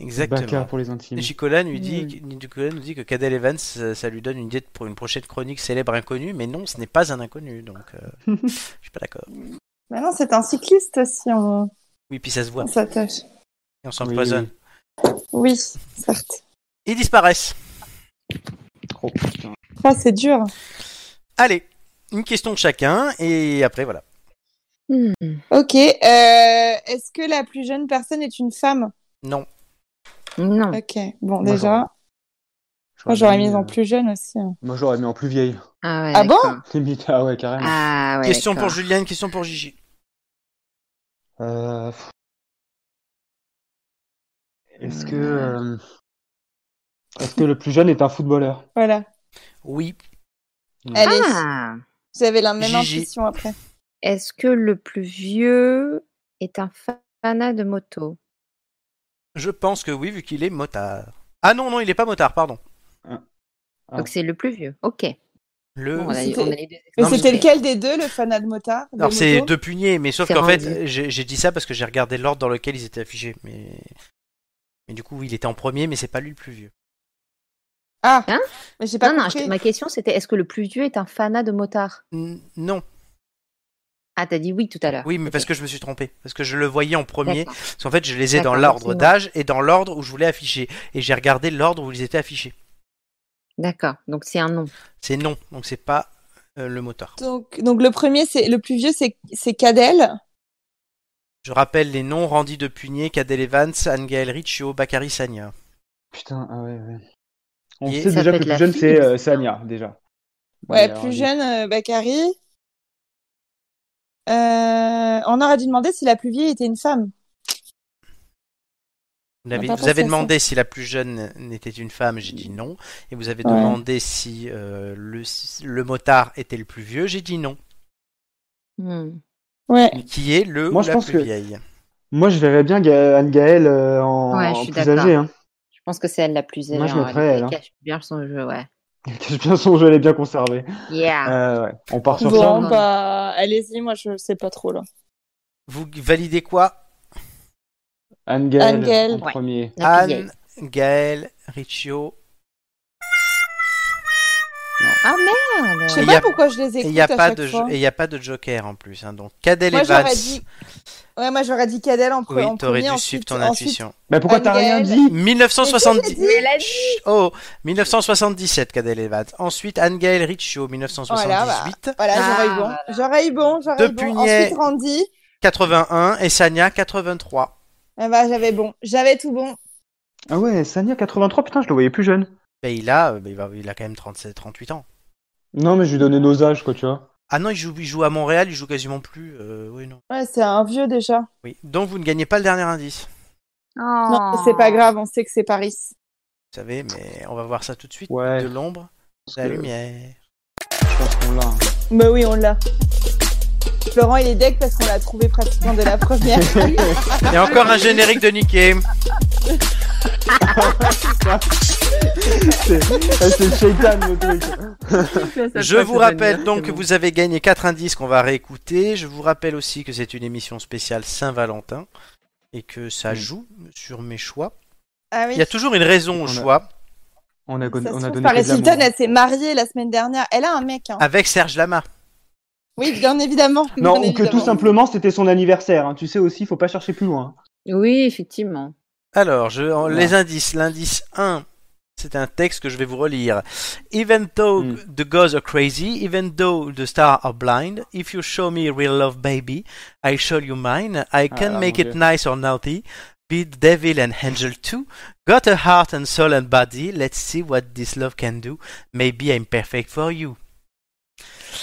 Speaker 1: Exactement.
Speaker 3: Baka pour les intimes.
Speaker 1: Nicolas nous dit,
Speaker 8: Mmh.
Speaker 1: Nicolas nous dit que Cadel Evans, ça, ça lui donne une idée de- pour une prochaine chronique célèbre inconnue, mais non, ce n'est pas un inconnu, donc euh, je suis pas d'accord.
Speaker 2: Mais Bah non, c'est un cycliste si on,
Speaker 1: Oui, puis ça se voit,
Speaker 2: on s'attache.
Speaker 1: et on
Speaker 3: Oui,
Speaker 1: s'empoisonne.
Speaker 3: oui.
Speaker 2: Oui, certes.
Speaker 1: Ils disparaissent.
Speaker 3: Oh, putain.
Speaker 2: Ah, c'est dur.
Speaker 1: Allez, une question de chacun, et après voilà.
Speaker 4: Hmm.
Speaker 8: Ok. euh, Est-ce que la plus jeune personne est une femme
Speaker 1: Non.
Speaker 4: Non.
Speaker 8: Ok.
Speaker 3: Moi,
Speaker 8: Bon,
Speaker 3: j'aurais-
Speaker 8: déjà. Moi, j'aurais mis
Speaker 3: euh,
Speaker 8: en plus jeune aussi. hein.
Speaker 3: Moi, j'aurais mis en plus vieille.
Speaker 4: Ah, ouais,
Speaker 8: Ah bon
Speaker 4: d'accord.
Speaker 3: Limite, ah ouais, carrément.
Speaker 4: Ah, ouais,
Speaker 1: question pour
Speaker 4: d'accord.
Speaker 1: Julien, question pour Gigi.
Speaker 3: Euh, pff. Est-ce que.
Speaker 1: Hmm.
Speaker 3: euh, Est-ce que le plus jeune est un footballeur
Speaker 8: Voilà.
Speaker 1: Oui.
Speaker 8: Allez.
Speaker 4: Ah.
Speaker 8: Vous avez la même
Speaker 1: Gigi.
Speaker 8: intuition après.
Speaker 4: Est-ce que le plus vieux est un fanat de moto
Speaker 1: Je pense que oui, vu qu'il est motard. Ah non, non, il est pas motard, pardon.
Speaker 3: Ah.
Speaker 4: Donc c'est le plus vieux. Ok.
Speaker 1: Le...
Speaker 4: Bon, on a-
Speaker 8: c'était-
Speaker 4: on a les deux
Speaker 8: Mais
Speaker 1: Non, mais
Speaker 8: c'était
Speaker 4: exemples.
Speaker 8: lequel des deux, le fanat de motard de
Speaker 1: Alors c'est
Speaker 8: moto
Speaker 1: deux puniers, mais sauf
Speaker 4: C'est
Speaker 1: qu'en fait,
Speaker 4: Randy.
Speaker 1: j'ai j'ai dit ça parce que j'ai regardé l'ordre dans lequel ils étaient affichés, mais... Mais du coup, il était en premier, mais c'est pas lui le plus vieux.
Speaker 8: Ah.
Speaker 4: Hein
Speaker 8: mais j'ai pas
Speaker 4: non, non,
Speaker 8: compris.
Speaker 4: je- ma question c'était est-ce que le plus vieux est un fanat de motard
Speaker 1: N- non.
Speaker 8: Ah, t'as dit oui tout à l'heure.
Speaker 1: Oui, mais parce que je me suis trompé, parce que je le voyais en premier.
Speaker 8: D'accord.
Speaker 1: Parce qu'en fait, je les ai dans
Speaker 8: D'accord,
Speaker 1: l'ordre
Speaker 8: excuse-moi.
Speaker 1: d'âge et dans l'ordre où je voulais afficher. Et j'ai regardé l'ordre où ils étaient affichés.
Speaker 8: D'accord, donc c'est un nom.
Speaker 1: C'est non, donc c'est pas euh, le moteur.
Speaker 2: Donc, donc le premier, c'est le plus vieux, c'est c'est Cadel.
Speaker 1: Je rappelle les noms Randy de Punier, Cadel Evans, Anne-Gaëlle Riccio, Bakary Sagna.
Speaker 3: Putain, ah ouais, ouais. On
Speaker 1: Et
Speaker 3: sait
Speaker 1: ça
Speaker 3: déjà
Speaker 1: peut
Speaker 3: que
Speaker 1: être
Speaker 3: le
Speaker 1: la
Speaker 3: plus jeune,
Speaker 1: fille,
Speaker 3: c'est
Speaker 1: c'est
Speaker 3: euh, Sania, déjà.
Speaker 2: Ouais,
Speaker 3: Bon,
Speaker 2: plus
Speaker 3: alors,
Speaker 2: jeune, euh, Bakary. Euh, on aurait dû demander si la plus vieille était une femme.
Speaker 1: Vous avez,
Speaker 2: On n'a
Speaker 1: vous
Speaker 2: pas
Speaker 1: avez
Speaker 2: pensé à
Speaker 1: demandé si la plus jeune n'était une femme, j'ai dit non. Et vous avez
Speaker 2: Ouais.
Speaker 1: demandé si euh, le, le motard était le plus vieux, j'ai dit non.
Speaker 4: Hmm.
Speaker 2: Ouais.
Speaker 1: Qui est le
Speaker 3: Moi,
Speaker 1: ou
Speaker 3: je
Speaker 1: la
Speaker 3: pense
Speaker 1: plus
Speaker 3: que-
Speaker 1: vieille
Speaker 3: Moi, je verrais bien Ga- Anne-Gaëlle euh, en,
Speaker 8: Ouais,
Speaker 3: en
Speaker 8: je suis
Speaker 3: plus
Speaker 8: d'accord.
Speaker 3: âgée. Hein.
Speaker 8: Je pense que c'est elle la plus
Speaker 3: Moi,
Speaker 8: âgée.
Speaker 3: je
Speaker 8: en
Speaker 3: mettrais
Speaker 8: réalité.
Speaker 3: elle, hein.
Speaker 8: Elle cache bien son jeu, ouais.
Speaker 3: Elle cache bien son jeu, elle est bien conservée.
Speaker 1: Ah.
Speaker 8: Yeah.
Speaker 3: Euh, ouais. On part sur ça.
Speaker 2: Bon, bah, allez-y, moi je sais pas trop là.
Speaker 1: Vous validez quoi
Speaker 3: Anne-Gaëlle, en
Speaker 2: Anne-Gaëlle.
Speaker 3: premier.
Speaker 8: La plus
Speaker 1: Anne, Gaëlle, Riccio.
Speaker 8: Ah merde
Speaker 2: Je sais
Speaker 1: Et
Speaker 2: pas
Speaker 1: y a-
Speaker 2: pourquoi je les
Speaker 1: Et
Speaker 2: écoute
Speaker 1: il n'y a,
Speaker 2: à
Speaker 1: pas
Speaker 2: chaque
Speaker 1: de jo-
Speaker 2: fois.
Speaker 1: et y a pas de joker en plus. hein. Donc Cadel
Speaker 2: Moi
Speaker 1: Evans.
Speaker 2: j'aurais dit, ouais, moi j'aurais dit Cadel en, pre-
Speaker 1: Oui,
Speaker 2: en
Speaker 1: t'aurais
Speaker 2: premier.
Speaker 1: dû suivre
Speaker 2: ensuite-
Speaker 1: ton
Speaker 2: ensuite-
Speaker 1: intuition.
Speaker 3: Mais Bah, pourquoi t'as rien
Speaker 2: Anne-Gaëlle.
Speaker 3: dit
Speaker 2: Mais
Speaker 1: 1970.
Speaker 2: qu'est-ce qu'elle a dit
Speaker 1: Chut, Oh, 1977, Cadel Evans. Ensuite, Anne-Gaëlle Riccio, 1978.
Speaker 2: Voilà, bah, voilà, j'aurais eu bon. J'aurais eu bon, j'aurais
Speaker 1: De
Speaker 2: eu bon.
Speaker 1: Pugnet.
Speaker 2: Ensuite Randy,
Speaker 1: 81 et Sania 83.
Speaker 2: eh ben, j'avais bon, j'avais tout bon.
Speaker 3: Ah ouais, Sania, 83, putain, je le voyais plus jeune.
Speaker 1: Ben, il a, euh, ben, il va- il a quand même 37, 38 ans.
Speaker 3: Non, mais je lui donnais nos âges, quoi, tu vois.
Speaker 1: Ah non, il joue, il joue à Montréal, il joue quasiment plus. euh, oui, non.
Speaker 2: Ouais, c'est un vieux déjà.
Speaker 1: Oui. Donc vous ne gagnez pas le dernier indice.
Speaker 2: Non,
Speaker 4: Ah.
Speaker 2: mais c'est pas grave, on sait que c'est Paris.
Speaker 1: Vous savez, mais on va voir ça tout de suite.
Speaker 3: Ouais.
Speaker 1: De l'ombre,
Speaker 3: Parce
Speaker 1: la
Speaker 3: que
Speaker 1: lumière.
Speaker 3: Je pense qu'on l'a. hein.
Speaker 2: Bah oui, on l'a. Florent, il est deck parce qu'on l'a trouvé pratiquement de la première.
Speaker 3: Ah,
Speaker 1: Et encore un générique de Nicky.
Speaker 3: C'est eh, c'est Shaitan, le truc.
Speaker 1: Je vous rappelle donc que vous avez gagné 4 indices qu'on va réécouter. Je vous rappelle aussi que c'est une émission spéciale Saint-Valentin et que ça joue sur mes choix.
Speaker 2: ah oui.
Speaker 1: Il y a toujours une raison au
Speaker 3: On a-
Speaker 1: choix.
Speaker 3: On a, con-
Speaker 2: Ça se
Speaker 3: on a
Speaker 2: trouve,
Speaker 3: donné
Speaker 2: Paris
Speaker 3: que de l'amour.
Speaker 2: Hilton, elle s'est mariée la semaine dernière. Elle a un mec. Hein.
Speaker 1: Avec Serge Lama.
Speaker 2: Oui, bien évidemment.
Speaker 3: Non,
Speaker 2: bien
Speaker 3: ou que tout
Speaker 2: évidemment.
Speaker 3: simplement, c'était son anniversaire. hein. Tu sais aussi, faut pas chercher plus loin. hein.
Speaker 8: Oui, effectivement.
Speaker 1: Alors, je, en- les indices. L'indice 1, c'est un texte que je vais vous relire. Even though
Speaker 3: Mm.
Speaker 1: the girls are crazy, even though the stars are blind, if you show me real love, baby, I show you mine. I can
Speaker 3: Ah, là,
Speaker 1: make
Speaker 3: mon
Speaker 1: it
Speaker 3: Dieu.
Speaker 1: nice or naughty. Be the devil and angel too. Got a heart and soul and body. Let's see what this love can do. Maybe I'm perfect for you.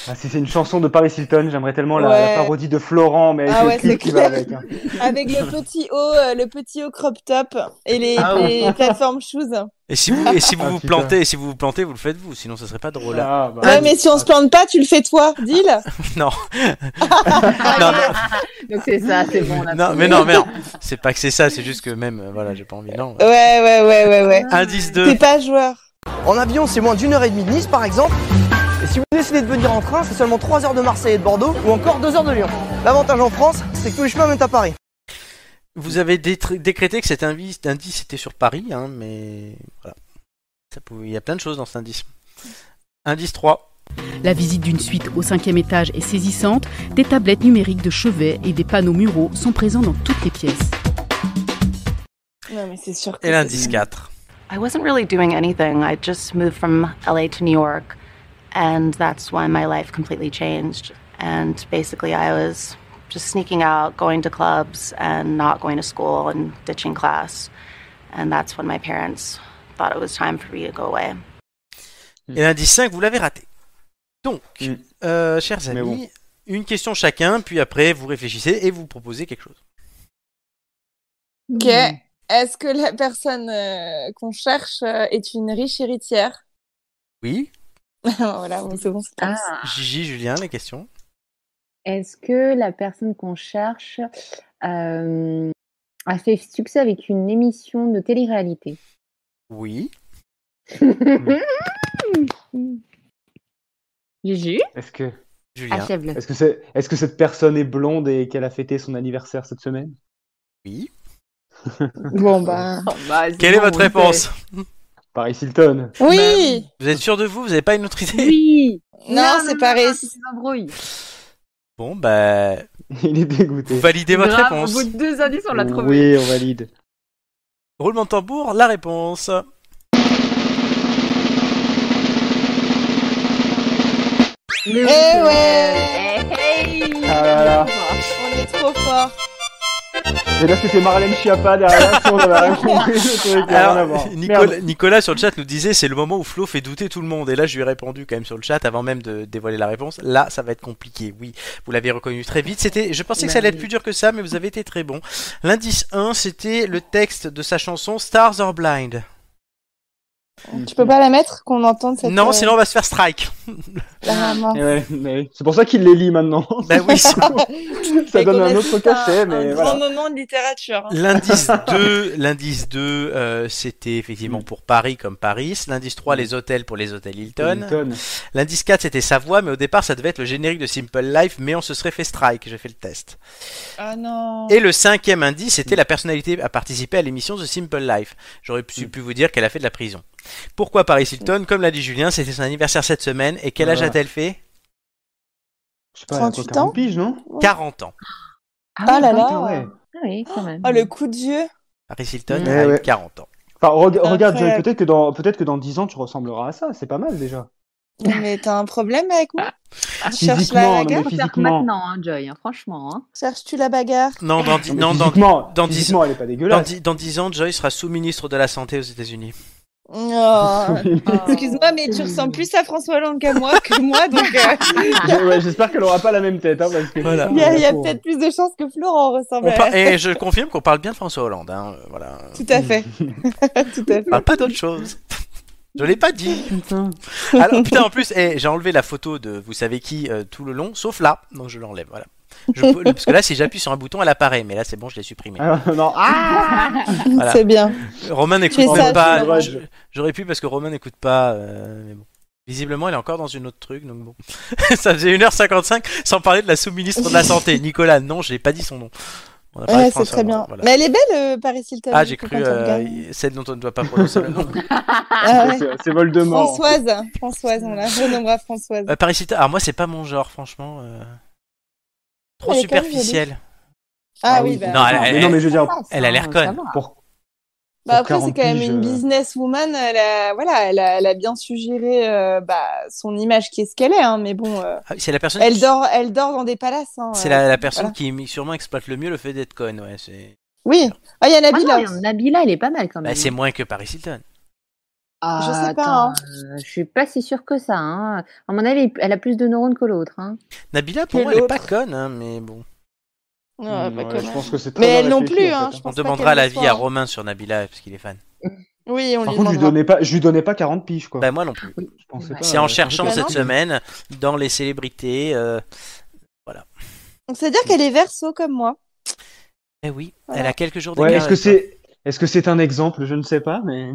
Speaker 3: Ah, si c'est une chanson de Paris Hilton, j'aimerais tellement la, la
Speaker 2: Ouais.
Speaker 3: parodie de Florent, mais avec
Speaker 2: Ah
Speaker 3: le
Speaker 2: ouais,
Speaker 3: cul
Speaker 2: c'est
Speaker 3: qui va
Speaker 2: clair.
Speaker 3: avec. hein.
Speaker 2: Avec le petit haut, euh, le petit haut crop top et les,
Speaker 1: Ah oui.
Speaker 2: les plateformes shoes.
Speaker 1: Et si vous, et si vous,
Speaker 3: Ah,
Speaker 1: vous
Speaker 3: putain.
Speaker 1: plantez, et si vous vous plantez, vous le faites vous. Sinon, ça serait pas drôle.
Speaker 3: Ah, bah,
Speaker 2: Ouais, mais si on se plante pas, tu le fais toi, deal.
Speaker 1: Non.
Speaker 8: Ah,
Speaker 1: non, non.
Speaker 8: Donc c'est ça, c'est bon.
Speaker 1: Non, mais non, mais non. C'est pas que c'est ça, c'est juste que même, euh, voilà, j'ai pas envie. Non.
Speaker 2: Ouais, ouais, ouais, ouais, ouais.
Speaker 1: Indice
Speaker 2: T'es
Speaker 1: 2.
Speaker 2: pas joueur.
Speaker 12: En avion, c'est moins d'une heure et demie de Nice, par exemple. Et si vous décidez de venir en train, c'est seulement 3 heures de Marseille et de Bordeaux, ou encore 2 heures de Lyon. L'avantage en France, c'est que tous les chemins mènent à Paris.
Speaker 1: Vous avez détr- décrété que cet indice, indice était sur Paris, hein, mais voilà. Ça pouvait- Il y a plein de choses dans cet indice. Indice 3.
Speaker 9: La visite d'une suite au cinquième étage est saisissante. Des tablettes numériques de chevet et des panneaux muraux sont présents dans toutes les pièces.
Speaker 2: Non, mais c'est sûr que.
Speaker 1: Et l'indice 4.
Speaker 10: I wasn't really doing anything. I just moved from LA to New York, and that's when my life completely changed. And basically, I was just sneaking out, going to clubs, and not going to school and ditching class. And that's when my parents thought it was time for me to go away.
Speaker 1: Et l'indice 5, vous l'avez raté. Donc,
Speaker 3: Mm.
Speaker 1: euh, chers
Speaker 3: Mais
Speaker 1: amis, une question chacun, puis après vous réfléchissez et vous proposez quelque chose.
Speaker 2: Ok. Est-ce que la personne euh, qu'on cherche euh, est une riche héritière
Speaker 1: Oui,
Speaker 2: Voilà, bon, c'est bon. c'est bon.
Speaker 8: Ah.
Speaker 1: Gigi, Julien, les questions.
Speaker 8: Est-ce que la personne qu'on cherche euh, a fait succès avec une émission de télé-réalité
Speaker 1: Oui.
Speaker 8: Jésus
Speaker 3: Est-ce que,
Speaker 2: Ah,
Speaker 1: Julien.
Speaker 8: Achève-le.
Speaker 3: est-ce que, c'est, est-ce que cette personne est blonde et qu'elle a fêté son anniversaire cette semaine
Speaker 1: Oui.
Speaker 2: Bon, bah.
Speaker 1: Quelle est votre réponse
Speaker 3: Paris Hilton.
Speaker 2: Oui Bah,
Speaker 1: Vous êtes sûr de vous Vous n'avez pas une autre idée
Speaker 8: Oui
Speaker 2: Non, c'est Paris.
Speaker 8: c'est un brouille.
Speaker 1: Bon, bah.
Speaker 3: Il est dégoûté.
Speaker 1: Vous validez votre
Speaker 4: Grave,
Speaker 1: réponse.
Speaker 4: Au bout de deux indices, on l'a trouvé.
Speaker 3: Oui, on valide.
Speaker 1: Roulement de tambour, la réponse.
Speaker 2: Eh ouais
Speaker 3: Ah là là.
Speaker 2: On est trop fort.
Speaker 3: Mais là, c'était Marlène Schiappa derrière, si on avait rien compris, le truc, il y a rien à
Speaker 1: Alors,
Speaker 3: voir.
Speaker 1: Nicolas,
Speaker 3: Merde.
Speaker 1: Nicolas sur le chat nous disait c'est le moment où Flo fait douter tout le monde. Et là, je lui ai répondu quand même sur le chat avant même de dévoiler la réponse. Là, ça va être compliqué. Oui, vous l'avez reconnu très vite. C'était, je pensais que ça allait être plus dur que ça, mais vous avez été très bon. L'indice 1, c'était le texte de sa chanson Stars Are Blind.
Speaker 2: Tu peux pas la mettre qu'on entende cette.
Speaker 1: Non,
Speaker 2: euh,
Speaker 1: sinon on va se faire strike.
Speaker 2: Ah, mince.
Speaker 3: Eh ouais, mais oui. C'est pour ça qu'il les lit maintenant.
Speaker 1: Bah oui, c'est-
Speaker 3: ça
Speaker 2: Et
Speaker 3: donne
Speaker 2: qu'on
Speaker 3: un
Speaker 2: a
Speaker 3: autre
Speaker 2: tout un-
Speaker 3: cachet, mais
Speaker 2: un
Speaker 3: voilà.
Speaker 2: grand moment de littérature.
Speaker 1: L'indice 2, l'indice 2 euh, c'était effectivement pour Paris comme Paris. L'indice 3, les hôtels pour les hôtels Hilton.
Speaker 3: Hilton.
Speaker 1: L'indice 4, c'était sa voix, mais au départ, ça devait être le générique de Simple Life, mais on se serait fait strike. J'ai fait le test.
Speaker 2: Ah non.
Speaker 1: Et le cinquième indice, c'était la personnalité à participer à l'émission The Simple Life. J'aurais
Speaker 3: Mm.
Speaker 1: pu, pu vous dire qu'elle a fait de la prison. Pourquoi Paris Hilton Comme l'a dit Julien, c'était son anniversaire cette semaine. Et quel âge
Speaker 3: Voilà.
Speaker 1: a-t-elle fait
Speaker 3: Je sais pas, elle a quoi,
Speaker 2: 38
Speaker 3: 40
Speaker 2: ans
Speaker 3: piges, non
Speaker 1: 40 ans.
Speaker 2: Ah là là.
Speaker 3: ouais.
Speaker 2: Ah oui, quand même. Oh, le coup de vieux.
Speaker 1: Paris Hilton
Speaker 3: Mm.
Speaker 1: a
Speaker 3: Eh
Speaker 1: eu
Speaker 3: ouais.
Speaker 1: 40 ans.
Speaker 3: Enfin, reg- regarde, Joey,
Speaker 2: Incroyable.
Speaker 3: peut-être que, dans... peut que dans 10 ans, tu ressembleras à ça. C'est pas mal déjà.
Speaker 2: Mais t'as un problème avec moi Ah, Tu cherches
Speaker 3: Ah. Physiquement,
Speaker 2: la
Speaker 3: non, mais
Speaker 2: bagarre
Speaker 3: physiquement. Maintenant,
Speaker 2: hein, Joy, franchement. hein. Cherches-tu la bagarre
Speaker 1: Non, dans, dix-
Speaker 3: mais
Speaker 1: non, dans,
Speaker 3: physiquement,
Speaker 1: dans dix-
Speaker 3: physiquement, elle est pas
Speaker 1: dans,
Speaker 3: dégueulasse. Ah
Speaker 1: dix- dans 10 ans, Joy sera sous-ministre de la Santé aux États-Unis.
Speaker 2: Oh, Excuse-moi, mais tu ressembles plus à François Hollande qu'à moi, que moi, donc il
Speaker 3: Ouais, ouais, J'espère qu'elle aura pas la même tête. Hein, parce que
Speaker 1: Voilà.
Speaker 2: y a, y a
Speaker 3: Pour-
Speaker 2: peut-être plus de chances que Florent ressemble
Speaker 1: On
Speaker 2: à
Speaker 1: par- Et je confirme qu'on parle bien de François Hollande. hein, euh, Voilà.
Speaker 2: Tout à fait. Tout à
Speaker 1: On parle
Speaker 2: fait.
Speaker 1: Ah, pas d'autre chose. Je l'ai pas dit. Alors putain en plus, eh, j'ai enlevé la photo de vous savez qui euh, tout le long, sauf là. Donc je l'enlève. Voilà. Je peux- parce que là, si j'appuie sur un bouton, elle apparaît. Mais là, c'est bon, je l'ai supprimée.
Speaker 3: Ah, non. Ah
Speaker 1: Voilà.
Speaker 2: C'est bien.
Speaker 1: Romain
Speaker 2: Tu es
Speaker 1: n'écoute même
Speaker 2: sage,
Speaker 1: pas.
Speaker 2: Florent.
Speaker 1: je- J'aurais pu parce que Romain n'écoute pas. euh, mais bon. Visiblement, il est encore dans une autre truc, donc bon. Ça faisait 1h55 sans parler de la sous-ministre de la Santé, Nicolas. Non, je n'ai pas dit son nom. On a parlé de
Speaker 2: Ouais, Ah, c'est
Speaker 1: François
Speaker 2: très bien.
Speaker 1: Hollande, voilà.
Speaker 2: Mais elle est belle, euh, Paris Hilton.
Speaker 1: Ah, j'ai
Speaker 2: du coup,
Speaker 1: cru
Speaker 2: quand on
Speaker 1: euh,
Speaker 2: regarde.
Speaker 1: celle dont on ne doit pas prononcer le nom.
Speaker 2: Ah ouais.
Speaker 3: C'est Voldemort.
Speaker 2: Françoise, Françoise, on la renommera Françoise.
Speaker 1: Euh, Paris Hilton. Alors moi, c'est pas mon genre, franchement. euh, Trop
Speaker 2: Elle est quand même
Speaker 1: superficielle.
Speaker 2: Ah oui, bah,
Speaker 1: Non, elle,
Speaker 3: Mais
Speaker 1: elle-
Speaker 3: non, mais je veux dire,
Speaker 1: elle a l'air conne.
Speaker 3: pour-
Speaker 2: Bah
Speaker 3: Pour
Speaker 2: après, c'est
Speaker 3: 40
Speaker 2: quand même
Speaker 3: piges,
Speaker 2: une
Speaker 3: euh.
Speaker 2: businesswoman. Elle a, voilà, elle a, elle a bien suggéré euh, bah, son image qui est ce qu'elle est. hein, mais bon, euh,
Speaker 1: Ah, C'est la personne.
Speaker 2: elle
Speaker 1: qui-
Speaker 2: dort, elle dort dans des palaces. hein,
Speaker 1: C'est
Speaker 2: euh,
Speaker 1: la, la personne
Speaker 2: voilà.
Speaker 1: qui sûrement exploite le mieux le fait d'être conne. Ouais, c'est.
Speaker 2: Oui. Ah, il y a
Speaker 8: bah
Speaker 4: Ah non,
Speaker 2: Nabila.
Speaker 4: il y en a Nabila, elle est pas
Speaker 2: Ah,
Speaker 4: mal quand même.
Speaker 1: Bah, c'est moins que Paris Hilton.
Speaker 4: Ah,
Speaker 2: je sais pas,
Speaker 4: attends,
Speaker 2: hein.
Speaker 4: euh, je suis pas si sûre que ça. hein. À mon avis, elle a plus de neurones que l'autre. hein.
Speaker 1: Nabila, pour
Speaker 2: Que
Speaker 1: moi, elle est
Speaker 2: l'autre.
Speaker 1: pas conne, hein, mais bon.
Speaker 2: Ouais, bah,
Speaker 3: Ouais,
Speaker 2: quand
Speaker 3: je
Speaker 2: même.
Speaker 3: pense que c'est très
Speaker 2: Mais
Speaker 3: bien
Speaker 2: elles non
Speaker 3: réfléchi,
Speaker 2: plus.
Speaker 3: en
Speaker 2: hein,
Speaker 3: fait,
Speaker 2: je
Speaker 1: On
Speaker 2: pense pas
Speaker 1: demandera
Speaker 2: qu'elles le hein.
Speaker 1: l'avis
Speaker 2: soient,
Speaker 1: à
Speaker 2: hein.
Speaker 1: Romain sur Nabila, parce qu'il est fan.
Speaker 2: Oui, on
Speaker 3: Par contre, je
Speaker 2: lui
Speaker 3: lui
Speaker 2: demandera.
Speaker 3: donnais pas, je lui donnais pas 40 piges, quoi.
Speaker 1: Bah, moi non plus.
Speaker 3: Je pensais pas,
Speaker 1: C'est
Speaker 3: euh,
Speaker 1: en
Speaker 3: je
Speaker 1: cherchant
Speaker 3: pensais
Speaker 1: cette
Speaker 3: pas.
Speaker 1: semaine dans les célébrités. euh,
Speaker 2: Donc, c'est-à-dire qu'elle est verso comme moi.
Speaker 1: Eh oui,
Speaker 2: Voilà.
Speaker 1: elle a quelques jours d'écart.
Speaker 3: Ouais, est-ce que
Speaker 1: avec toi.
Speaker 3: c'est, est-ce que c'est un exemple Je ne sais pas, mais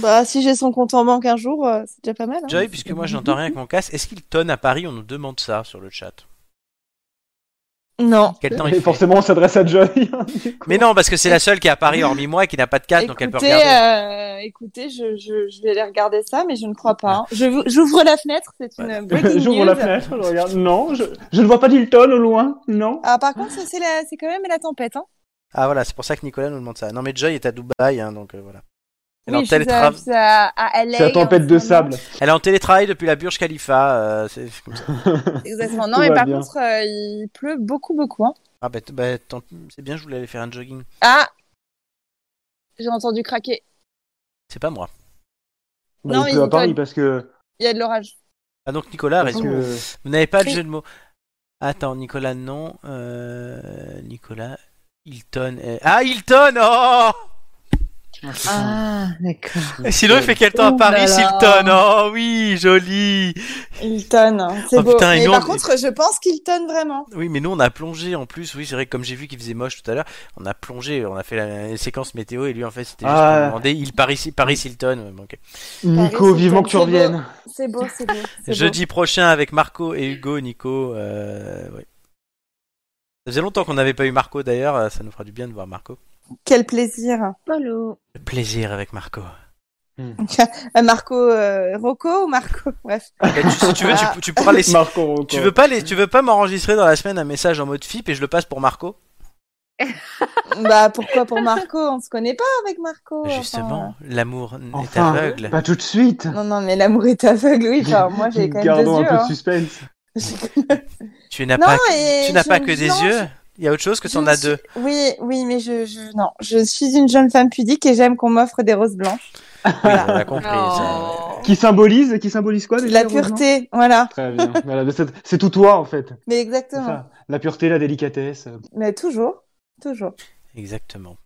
Speaker 2: Bah, si j'ai son compte en banque un jour, euh, c'est déjà pas mal. hein.
Speaker 1: Joy, puisque moi je n'entends rien avec mon casque, est-ce qu'il tonne à Paris On nous demande ça sur le chat.
Speaker 2: Non.
Speaker 1: Quel temps
Speaker 3: Et
Speaker 1: il fait
Speaker 3: forcément, on s'adresse à Joy.
Speaker 1: Mais non, parce que c'est la seule qui est à Paris hormis moi et qui n'a pas de casque, donc elle peut
Speaker 2: Écoutez,
Speaker 1: regarder.
Speaker 2: euh, écoutez, je, je, je vais aller regarder ça, mais je ne crois pas. hein. Je vous- J'ouvre la fenêtre, c'est une breaking
Speaker 3: J'ouvre
Speaker 2: news.
Speaker 3: la fenêtre, je regarde. Non, je, je ne vois pas d'Hilton au loin. Non.
Speaker 2: Ah, par contre, ça, c'est la- c'est quand même la tempête. Hein.
Speaker 1: Ah voilà, c'est pour ça que Nicolas nous demande ça. Non mais Joy est à Dubaï, hein, donc euh, voilà. Elle, est en
Speaker 2: Oui, je suis à,
Speaker 1: télétrava-
Speaker 2: je suis à, à LA.
Speaker 3: C'est la tempête
Speaker 2: en
Speaker 3: de
Speaker 2: ce moment.
Speaker 3: sable.
Speaker 1: elle est en télétravail depuis la Burj Khalifa. euh, c'est c'est comme ça.
Speaker 2: Exactement. Non,
Speaker 3: Tout
Speaker 2: mais
Speaker 3: va
Speaker 2: par
Speaker 3: bien.
Speaker 2: contre, euh, il pleut beaucoup, beaucoup. hein.
Speaker 1: Ah bah, t- bah, tant pis, c'est bien, je voulais aller faire un jogging.
Speaker 2: Ah J'ai entendu craquer.
Speaker 1: C'est pas moi.
Speaker 3: Bah,
Speaker 2: Non, mais
Speaker 3: il pleut à
Speaker 2: il
Speaker 3: Paris
Speaker 2: donne-
Speaker 3: parce que.
Speaker 2: Il y a de l'orage.
Speaker 1: Ah donc Nicolas,
Speaker 3: parce
Speaker 1: raison.
Speaker 3: que-
Speaker 1: Vous n'avez pas de
Speaker 2: Oui.
Speaker 1: jeu de mots. Attends, Nicolas, non. Euh, Nicolas, Hilton. euh, Ah Hilton Oh
Speaker 4: Ah, d'accord.
Speaker 1: Et Sinon il fait quel temps à
Speaker 4: Ouh
Speaker 1: Paris,
Speaker 4: là là.
Speaker 1: Hilton Oh oui, joli.
Speaker 2: Il tonne. C'est
Speaker 1: Oh,
Speaker 2: beau.
Speaker 1: putain, et
Speaker 2: mais
Speaker 1: nous,
Speaker 2: par
Speaker 1: on-
Speaker 2: contre, je pense qu'il tonne vraiment.
Speaker 1: Oui, mais nous on a plongé en plus. Oui, c'est vrai que comme j'ai vu qu'il faisait moche tout à l'heure, on a plongé, on a fait la, la séquence météo et lui en fait c'était juste
Speaker 3: Ah.
Speaker 1: pour demander il Paris, Paris Hilton. ouais, ok.
Speaker 3: Nico,
Speaker 2: Paris,
Speaker 3: vivement que
Speaker 2: c'est
Speaker 3: tu
Speaker 2: beau.
Speaker 3: reviennes.
Speaker 2: C'est beau, c'est beau. c'est beau.
Speaker 1: Jeudi prochain avec Marco et Hugo, Nico. euh, ouais. Ça faisait longtemps qu'on n'avait pas eu Marco d'ailleurs, euh, ça nous fera du bien de voir Marco.
Speaker 2: Quel plaisir.
Speaker 4: Polo.
Speaker 1: Le plaisir avec Marco.
Speaker 2: Marco euh, Rocco ou Marco Bref.
Speaker 1: Bah, tu- si tu veux, tu, tu pourras laisser. tu veux pas les, tu veux pas m'enregistrer dans la semaine un message en mode FIP et je le passe pour Marco
Speaker 2: Bah pourquoi pour Marco On se connaît pas avec Marco. enfin,
Speaker 1: Justement, l'amour n- est
Speaker 3: Enfin,
Speaker 1: aveugle.
Speaker 3: Pas tout de suite.
Speaker 2: Non, non, mais l'amour est aveugle, oui. Enfin, moi, j'ai quand même
Speaker 3: Gardons un
Speaker 2: deux yeux.
Speaker 3: peu de
Speaker 2: hein.
Speaker 3: suspense.
Speaker 1: Tu n'as
Speaker 2: Non,
Speaker 1: pas,
Speaker 2: et
Speaker 1: tu n'as
Speaker 2: je
Speaker 1: pas
Speaker 2: me
Speaker 1: que des
Speaker 2: lance-
Speaker 1: yeux. Il y a autre chose que t'en as deux.
Speaker 2: Oui, oui, mais je, je, non, je suis une jeune femme pudique et j'aime qu'on m'offre des roses blanches.
Speaker 1: On l'a compris.
Speaker 8: Oh.
Speaker 3: Qui symbolise, qui symbolise quoi déjà,
Speaker 2: La pureté, voilà.
Speaker 3: Très bien. Voilà, mais c'est- c'est tout toi en fait.
Speaker 2: Mais
Speaker 3: C'est
Speaker 2: exactement.
Speaker 3: ça. La pureté, la délicatesse.
Speaker 2: Mais toujours, toujours.
Speaker 1: Exactement.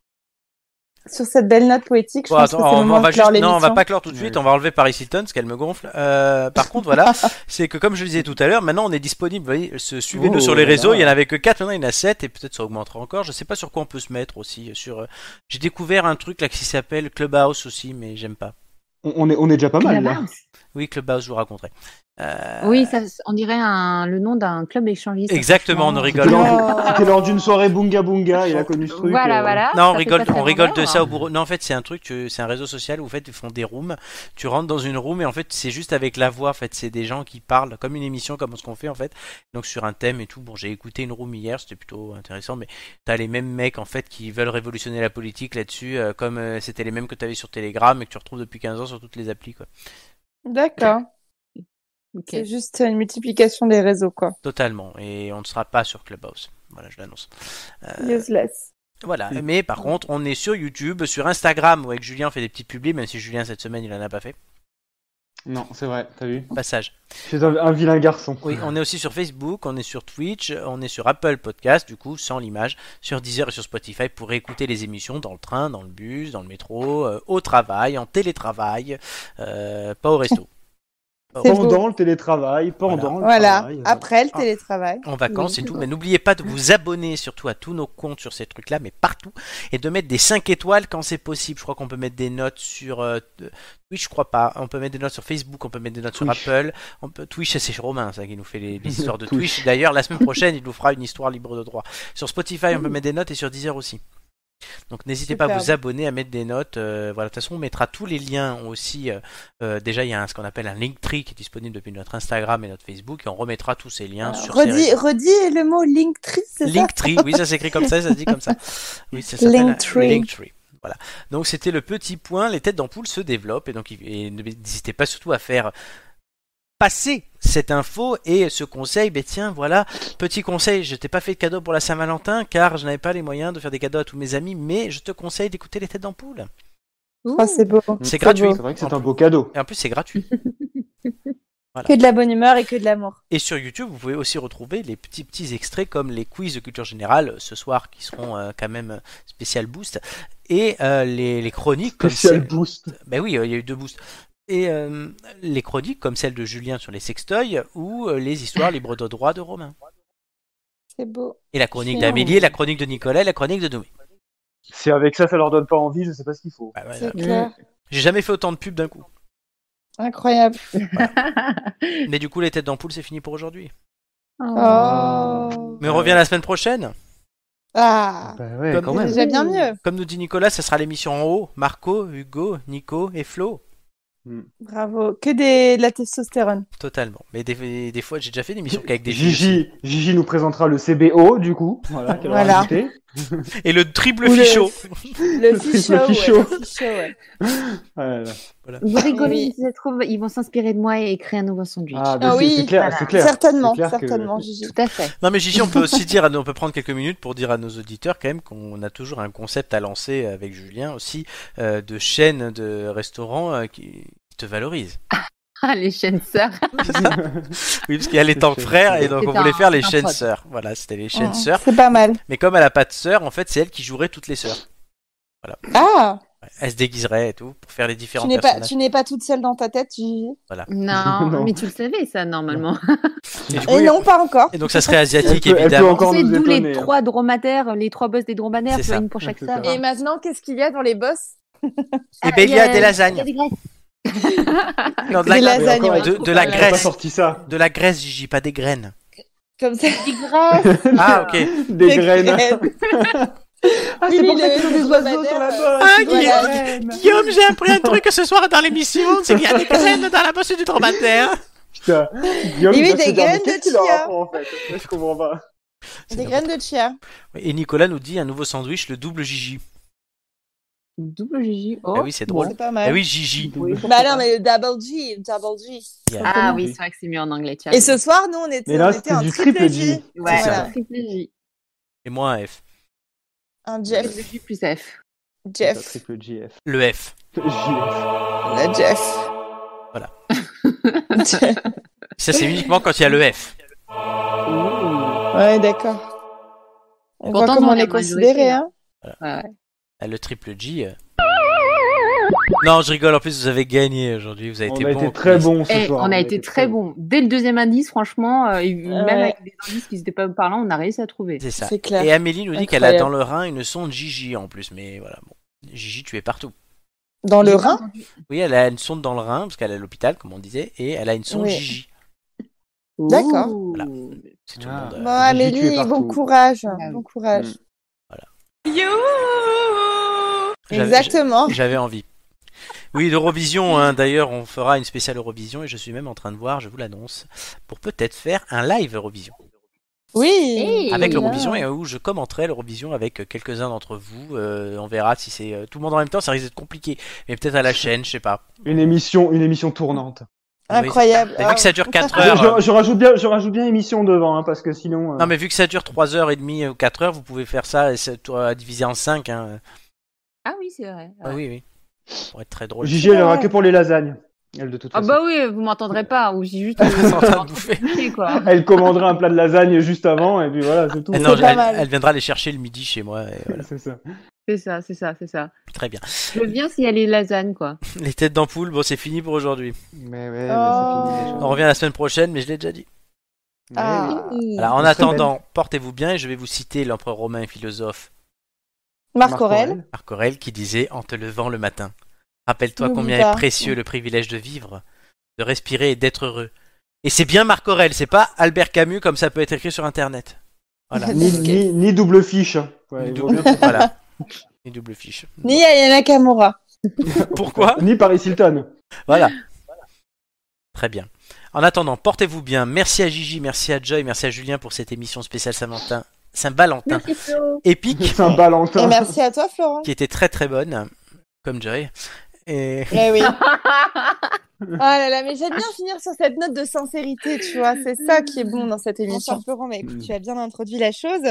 Speaker 2: Sur cette belle note poétique, je
Speaker 1: Bon,
Speaker 2: pense
Speaker 1: attends,
Speaker 2: que c'est le
Speaker 1: on,
Speaker 2: moment
Speaker 1: on va
Speaker 2: de clore
Speaker 1: juste- non, on va
Speaker 2: l'émission.
Speaker 1: pas clore tout de suite, on va enlever Paris Hilton parce qu'elle me gonfle. Euh, par contre, voilà, c'est que comme je le disais tout à l'heure, maintenant on est disponible. vous voyez, se- Suivez-nous
Speaker 13: Oh
Speaker 1: sur les
Speaker 13: là
Speaker 1: réseaux,
Speaker 13: là.
Speaker 1: il y en avait que 4, maintenant il y en a 7 et peut-être ça augmentera encore. Je sais pas sur quoi on peut se mettre aussi. Sur, euh, J'ai découvert un truc là qui s'appelle Clubhouse aussi, mais j'aime pas.
Speaker 3: On, on est, on est déjà pas mal là.
Speaker 8: Clubhouse.
Speaker 1: Oui, Clubhouse, je vous raconterai. Euh,
Speaker 8: Oh Oui, ça, on dirait un- le nom d'un club échangiste.
Speaker 1: Exactement, on
Speaker 3: C'était
Speaker 1: rigole.
Speaker 3: lors- c'était lors d'une soirée Bunga Bunga, il a connu ce truc.
Speaker 8: Voilà, voilà.
Speaker 1: Non, on
Speaker 8: Ah, ça fait
Speaker 1: rigole,
Speaker 8: pas très
Speaker 1: on rigole de
Speaker 8: vendeur,
Speaker 1: ça
Speaker 8: hein.
Speaker 1: au bourreau. Non, en fait, c'est un truc, tu- c'est un réseau social où en fait, ils font des rooms. Tu rentres dans une room et en fait, c'est juste avec la voix. En fait, c'est des gens qui parlent comme une émission, comme ce qu'on fait en fait. Donc sur un thème et tout. Bon, j'ai écouté une room hier, c'était plutôt intéressant. Mais t'as les mêmes mecs en fait qui veulent révolutionner la politique là-dessus, euh, comme euh, c'était les mêmes que t'avais sur Telegram et que tu retrouves depuis 15 ans sur toutes les applis, quoi.
Speaker 2: D'accord. C'est juste une multiplication des réseaux, quoi.
Speaker 1: Totalement. Et on ne sera pas sur Clubhouse. Voilà, je l'annonce. Euh,
Speaker 2: Useless.
Speaker 1: Voilà, mais par contre, on est sur YouTube, sur Instagram, où avec Julien on fait des petites publis, même si Julien cette semaine il en a pas fait.
Speaker 3: Non, c'est vrai, t'as vu
Speaker 1: Passage.
Speaker 3: Je suis un, un vilain garçon.
Speaker 1: Oui, on est aussi sur Facebook, on est sur Twitch, on est sur Apple Podcast, du coup, sans l'image, sur Deezer et sur Spotify pour écouter les émissions dans le train, dans le bus, dans le métro, euh, au travail, en télétravail, euh, pas au resto.
Speaker 2: C'est beau.
Speaker 3: pendant le télétravail, pendant le
Speaker 2: Voilà,
Speaker 3: travail.
Speaker 2: après le télétravail.
Speaker 1: en vacances
Speaker 2: Oui.
Speaker 1: et tout. Mais n'oubliez pas de vous abonner surtout à tous nos comptes sur ces trucs-là, mais partout, et de mettre des 5 étoiles quand c'est possible. Je crois qu'on peut mettre des notes sur euh, t- Twitch, je crois pas. On peut mettre des notes sur Facebook, on peut mettre des notes sur Apple. On peut... Twitch, c'est Romain ça qui nous fait les, les histoires de Twitch.
Speaker 13: Twitch.
Speaker 1: D'ailleurs, la semaine prochaine, il nous fera une histoire libre de droit. Sur Spotify, on peut mettre des notes et sur Deezer aussi. Donc n'hésitez pas à
Speaker 13: Superbe.
Speaker 1: vous abonner, à mettre des notes. euh, voilà, de toute façon, on mettra tous les liens aussi. euh, euh, déjà, il y a un- ce qu'on appelle un Linktree qui est disponible depuis notre Instagram et notre Facebook, et on remettra tous ces liens sur ces
Speaker 2: Redis,
Speaker 1: réseaux.
Speaker 2: redis le mot Linktree, c'est ça
Speaker 1: Linktree, oui, ça s'écrit comme ça, ça se dit comme ça. Oui, ça s'appelle un
Speaker 2: Linktree.
Speaker 1: Linktree. Voilà. Donc c'était le petit point, les têtes d'ampoule se développent et donc il- et ne- n'hésitez pas surtout à faire passer cette info et ce conseil. Ben tiens, voilà, petit conseil, je t'ai pas fait de cadeau pour la Saint-Valentin car je n'avais pas les moyens de faire des cadeaux à tous mes amis, mais je te conseille d'écouter les têtes d'ampoule.
Speaker 2: Oh, c'est beau.
Speaker 1: C'est gratuit.
Speaker 3: C'est vrai que c'est un beau cadeau.
Speaker 1: Et en plus, c'est gratuit. Voilà.
Speaker 2: Que de la bonne humeur et que de l'amour.
Speaker 1: Et sur YouTube, vous pouvez aussi retrouver les petits petits extraits comme les quiz de culture générale euh, ce soir qui seront euh, quand même euh, spécial boost et euh, les, les chroniques comme
Speaker 3: Spécial
Speaker 1: celle- Ben oui, euh, il y a eu deux boosts. Et euh, les chroniques comme celle de Julien sur les sextoys ou euh, les histoires libres de droit de Romain.
Speaker 2: C'est beau.
Speaker 1: Et la chronique
Speaker 2: Génial.
Speaker 1: d'Amélie, la chronique de Nicolas, et la chronique de Doumé.
Speaker 3: Si avec ça, ça leur donne pas envie, je sais pas ce qu'il faut.
Speaker 2: C'est clair.
Speaker 1: Bah, J'ai jamais fait autant de pubs d'un coup.
Speaker 2: Incroyable.
Speaker 1: Mais du coup, les têtes d'ampoule, c'est fini pour aujourd'hui.
Speaker 2: Oh.
Speaker 1: Mais on revient la semaine prochaine.
Speaker 2: Ah.
Speaker 3: Ben ouais,
Speaker 2: quand même. Déjà bien mieux.
Speaker 1: Comme nous dit Nicolas, ça sera l'émission en haut. Marco, Hugo, Nico et Flo.
Speaker 2: Bravo. Que des... de la testostérone.
Speaker 1: Totalement. Mais des, des fois, j'ai déjà fait des missions qu'avec des filles
Speaker 3: Gigi, Gigi nous présentera le CBO du coup. Voilà. qu'elle aura
Speaker 1: Voilà.
Speaker 3: invité.
Speaker 1: aussi. Et le triple
Speaker 3: Ou le-
Speaker 1: fichot.
Speaker 2: Le fichot, ouais,
Speaker 3: fichot.
Speaker 2: le fichot, ouais.
Speaker 3: Ouais, Ah, ouais.
Speaker 8: Vous rigolez,
Speaker 2: Oui.
Speaker 8: si ça se trouve, ils vont s'inspirer de moi et créer un nouveau sandwich.
Speaker 3: Ah, mais Ah c'est- oui. c'est clair, c'est clair. Certainement, C'est clair que- certainement,
Speaker 2: Gigi.
Speaker 8: Tout à fait.
Speaker 1: Non mais Gigi, on peut aussi dire, à nos- on peut prendre quelques minutes pour dire à nos auditeurs quand même qu'on a toujours un concept à lancer avec Julien aussi euh, de chaîne de restaurants euh, qui te valorise.
Speaker 8: Ah, les chaînes sœurs.
Speaker 1: Oui, parce qu'il y a les temps frères et donc
Speaker 8: C'est
Speaker 1: on voulait
Speaker 8: un-
Speaker 1: faire les
Speaker 8: c'est un
Speaker 1: chaînes
Speaker 8: prod.
Speaker 1: sœurs. Voilà, c'était les chaînes
Speaker 2: Mm,
Speaker 1: sœurs.
Speaker 2: C'est pas mal.
Speaker 1: Mais comme elle a pas de sœur, en fait, c'est elle qui jouerait toutes les sœurs. Voilà.
Speaker 2: Ah.
Speaker 1: Elle se déguiserait et tout pour faire les
Speaker 2: Tu
Speaker 1: différents
Speaker 2: n'es pas,
Speaker 1: personnages.
Speaker 2: tu n'es pas toute seule dans ta tête, Gigi.
Speaker 1: Voilà.
Speaker 8: Non,
Speaker 1: Non.
Speaker 8: mais tu le savais, ça, normalement.
Speaker 1: Et du coup,
Speaker 2: Et non, pas encore.
Speaker 1: Et donc ça serait asiatique
Speaker 3: Elle peut- elle peut
Speaker 1: évidemment.
Speaker 3: encore
Speaker 8: C'est
Speaker 3: nous
Speaker 8: d'où les
Speaker 3: étonner, hein.
Speaker 8: trois dromadaires, les trois boss des dromadaires,
Speaker 1: C'est
Speaker 8: tu vois,
Speaker 1: ça.
Speaker 8: une pour chaque
Speaker 1: C'est
Speaker 8: sœur.
Speaker 2: Et maintenant, qu'est-ce qu'il y a dans les bosses
Speaker 1: Et ben, il y a des lasagnes. Non, de la,
Speaker 2: Des lasagnes,
Speaker 1: de-
Speaker 2: ouais.
Speaker 1: de, de la
Speaker 2: Voilà.
Speaker 1: graisse.
Speaker 2: Pas
Speaker 1: De la graisse, Gigi, pas des graines.
Speaker 2: Comme ça.
Speaker 1: Ah, ok.
Speaker 3: Des graines.
Speaker 2: Ah,
Speaker 14: c'est pour ça qu'il y a des oiseaux sur la
Speaker 2: euh,
Speaker 14: bosse.
Speaker 1: Ah,
Speaker 14: Voilà.
Speaker 1: Guillaume, Guillaume, j'ai appris un truc ce soir dans l'émission, c'est qu'il y a des graines dans la bosse du dromadaire.
Speaker 3: Putain, Guillaume,
Speaker 2: Il y a
Speaker 3: ça,
Speaker 2: des
Speaker 3: c'est dans
Speaker 2: graines
Speaker 3: lesquelles
Speaker 2: de
Speaker 3: tu leur
Speaker 2: chia.
Speaker 3: apprends, en fait. Je comprends pas.
Speaker 2: Des graines de chia.
Speaker 1: Et Nicolas nous dit un nouveau sandwich, le double Gigi.
Speaker 8: Double Gigi.
Speaker 1: Ah oui, c'est drôle.
Speaker 2: C'est pas mal.
Speaker 8: Eh
Speaker 1: Ah oui, Gigi.
Speaker 2: Bah non, mais le double G, le double G.
Speaker 1: Yeah.
Speaker 8: Ah oui, c'est vrai que c'est mieux en anglais. tiens.
Speaker 2: Et ce soir, nous, on était,
Speaker 1: Mais là,
Speaker 2: on
Speaker 1: c'était
Speaker 2: était en
Speaker 1: du
Speaker 2: triple,
Speaker 1: triple
Speaker 2: G.
Speaker 1: G.
Speaker 8: Ouais,
Speaker 1: C'est ça.
Speaker 8: un triple J.
Speaker 1: Et moi, un F.
Speaker 2: Un
Speaker 8: Double
Speaker 2: Jeff.
Speaker 8: J plus F.
Speaker 2: Jeff.
Speaker 3: Triple GF.
Speaker 1: Le F.
Speaker 2: La Jeff.
Speaker 1: Voilà. Ça, c'est uniquement quand il y a le F.
Speaker 2: Ouais, d'accord. On voit
Speaker 8: Pourtant,
Speaker 2: comment
Speaker 8: on
Speaker 2: on
Speaker 8: est
Speaker 2: est considéré, hein.
Speaker 1: Ah, Le triple G. euh. Non, je rigole. En plus, vous avez gagné aujourd'hui. Vous avez
Speaker 3: On
Speaker 1: été
Speaker 3: a
Speaker 1: bon.
Speaker 3: été très bon ce
Speaker 8: Eh,
Speaker 3: soir.
Speaker 8: on a été très bon. Dès le deuxième indice, franchement, euh, et même avec des indices qui n'étaient pas parlants, on a réussi à trouver.
Speaker 1: C'est ça. Et Amélie nous dit qu'elle a dans le rein une sonde Gigi en plus. Mais voilà, bon. Gigi, tu es partout.
Speaker 2: Dans le rein
Speaker 1: Oui, elle a une sonde dans le rein, parce qu'elle est à l'hôpital, comme on disait, et elle a une sonde
Speaker 2: Oui.
Speaker 1: Gigi.
Speaker 2: D'accord.
Speaker 1: Voilà. C'est tout le monde. euh,
Speaker 2: Bon, Amélie, bon courage.
Speaker 8: Ah
Speaker 2: Bon courage.
Speaker 1: j'avais-
Speaker 2: Exactement.
Speaker 1: J'avais envie. Oui, d'Eurovision, hein. d'ailleurs, on fera une spéciale Eurovision, et je suis même en train de voir, je vous l'annonce, pour peut-être faire un live Eurovision.
Speaker 2: Oui.
Speaker 1: avec l'Eurovision, et où je commenterai l'Eurovision avec quelques-uns d'entre vous. Euh, on verra si c'est euh, tout le monde en même temps, ça risque d'être compliqué. Mais peut-être à la chaîne, je sais pas.
Speaker 3: Une émission, une émission tournante.
Speaker 1: Oui.
Speaker 2: Incroyable.
Speaker 1: Mais vu que ça dure 4
Speaker 3: Je,
Speaker 1: heures. hein.
Speaker 3: je- je rajoute bien, je rajoute bien émission devant, hein, parce que sinon. euh,
Speaker 1: Non mais vu que ça dure 3h30 ou 4h, vous pouvez faire ça et c'est euh, divisé en 5. Hein.
Speaker 8: Ah oui, c'est vrai.
Speaker 1: Ah oui, oui. Ça pourrait être très drôle.
Speaker 3: Gigi, elle aura que pour les lasagnes. Elle, de toute
Speaker 8: Ah
Speaker 3: façon.
Speaker 8: bah oui, vous m'entendrez pas, ou j'ai juste
Speaker 1: en train de bouffer.
Speaker 8: quoi.
Speaker 3: Elle commandera un plat de lasagne juste avant, et puis voilà, c'est tout.
Speaker 1: Eh non, elle, elle viendra les chercher le midi chez moi. et voilà.
Speaker 3: C'est ça.
Speaker 8: C'est ça, c'est ça, c'est ça.
Speaker 1: Très bien.
Speaker 8: Je viens s'il y a les lasagnes, quoi.
Speaker 1: Les têtes d'ampoule, bon c'est fini pour aujourd'hui.
Speaker 3: Mais ouais,
Speaker 8: bah,
Speaker 3: c'est fini déjà.
Speaker 1: On revient la semaine prochaine, mais je l'ai déjà dit.
Speaker 2: Oh. Ah.
Speaker 1: Alors, en
Speaker 3: Une semaine.
Speaker 1: attendant, portez-vous bien et je vais vous citer l'empereur romain et philosophe
Speaker 2: Marc Aurel.
Speaker 1: Marc Aurel qui disait en te levant le matin. Rappelle-toi
Speaker 2: N'oublie
Speaker 1: combien
Speaker 2: pas.
Speaker 1: est précieux le privilège de vivre, de respirer et d'être heureux. Et c'est bien Marc Aurel, c'est pas Albert Camus comme ça peut être écrit sur internet. Voilà.
Speaker 3: Ni, ni- ni double fiche. hein. Ouais,
Speaker 1: Ni
Speaker 3: il vaut
Speaker 1: double,
Speaker 3: mieux qu'on-
Speaker 1: voilà. Ni double fiche.
Speaker 2: Ni Ayana Kamura.
Speaker 1: Pourquoi
Speaker 3: Ni Paris Hilton.
Speaker 1: Voilà. Très bien. En attendant, portez-vous bien. Merci à Gigi, merci à Joy, merci à Julien pour cette émission spéciale Saint-Valentin. Saint-Valentin. Épique,
Speaker 3: Saint-Valentin.
Speaker 2: Et merci à toi, Florent.
Speaker 1: qui était très très bonne, comme Joy. Et
Speaker 2: Eh oui. Oh là là, mais j'aime bien finir sur cette note de sincérité, tu vois. C'est ça qui est bon dans cette émission. Mm. Florent, mais écoute, tu as bien introduit la chose.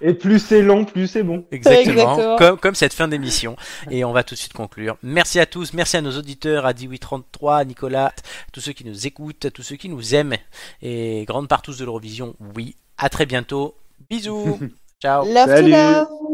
Speaker 3: Et plus c'est long, plus c'est bon.
Speaker 1: exactement,
Speaker 2: Exactement.
Speaker 1: Comme, comme cette fin d'émission. Et on va tout de suite conclure. Merci à tous, merci à nos auditeurs, à 1833, à Nicolas, à tous ceux qui nous écoutent, à tous ceux qui nous aiment. Et grande partouze de l'Eurovision, oui. À très bientôt. Bisous. Ciao.
Speaker 2: Love to
Speaker 3: Salut.
Speaker 2: love.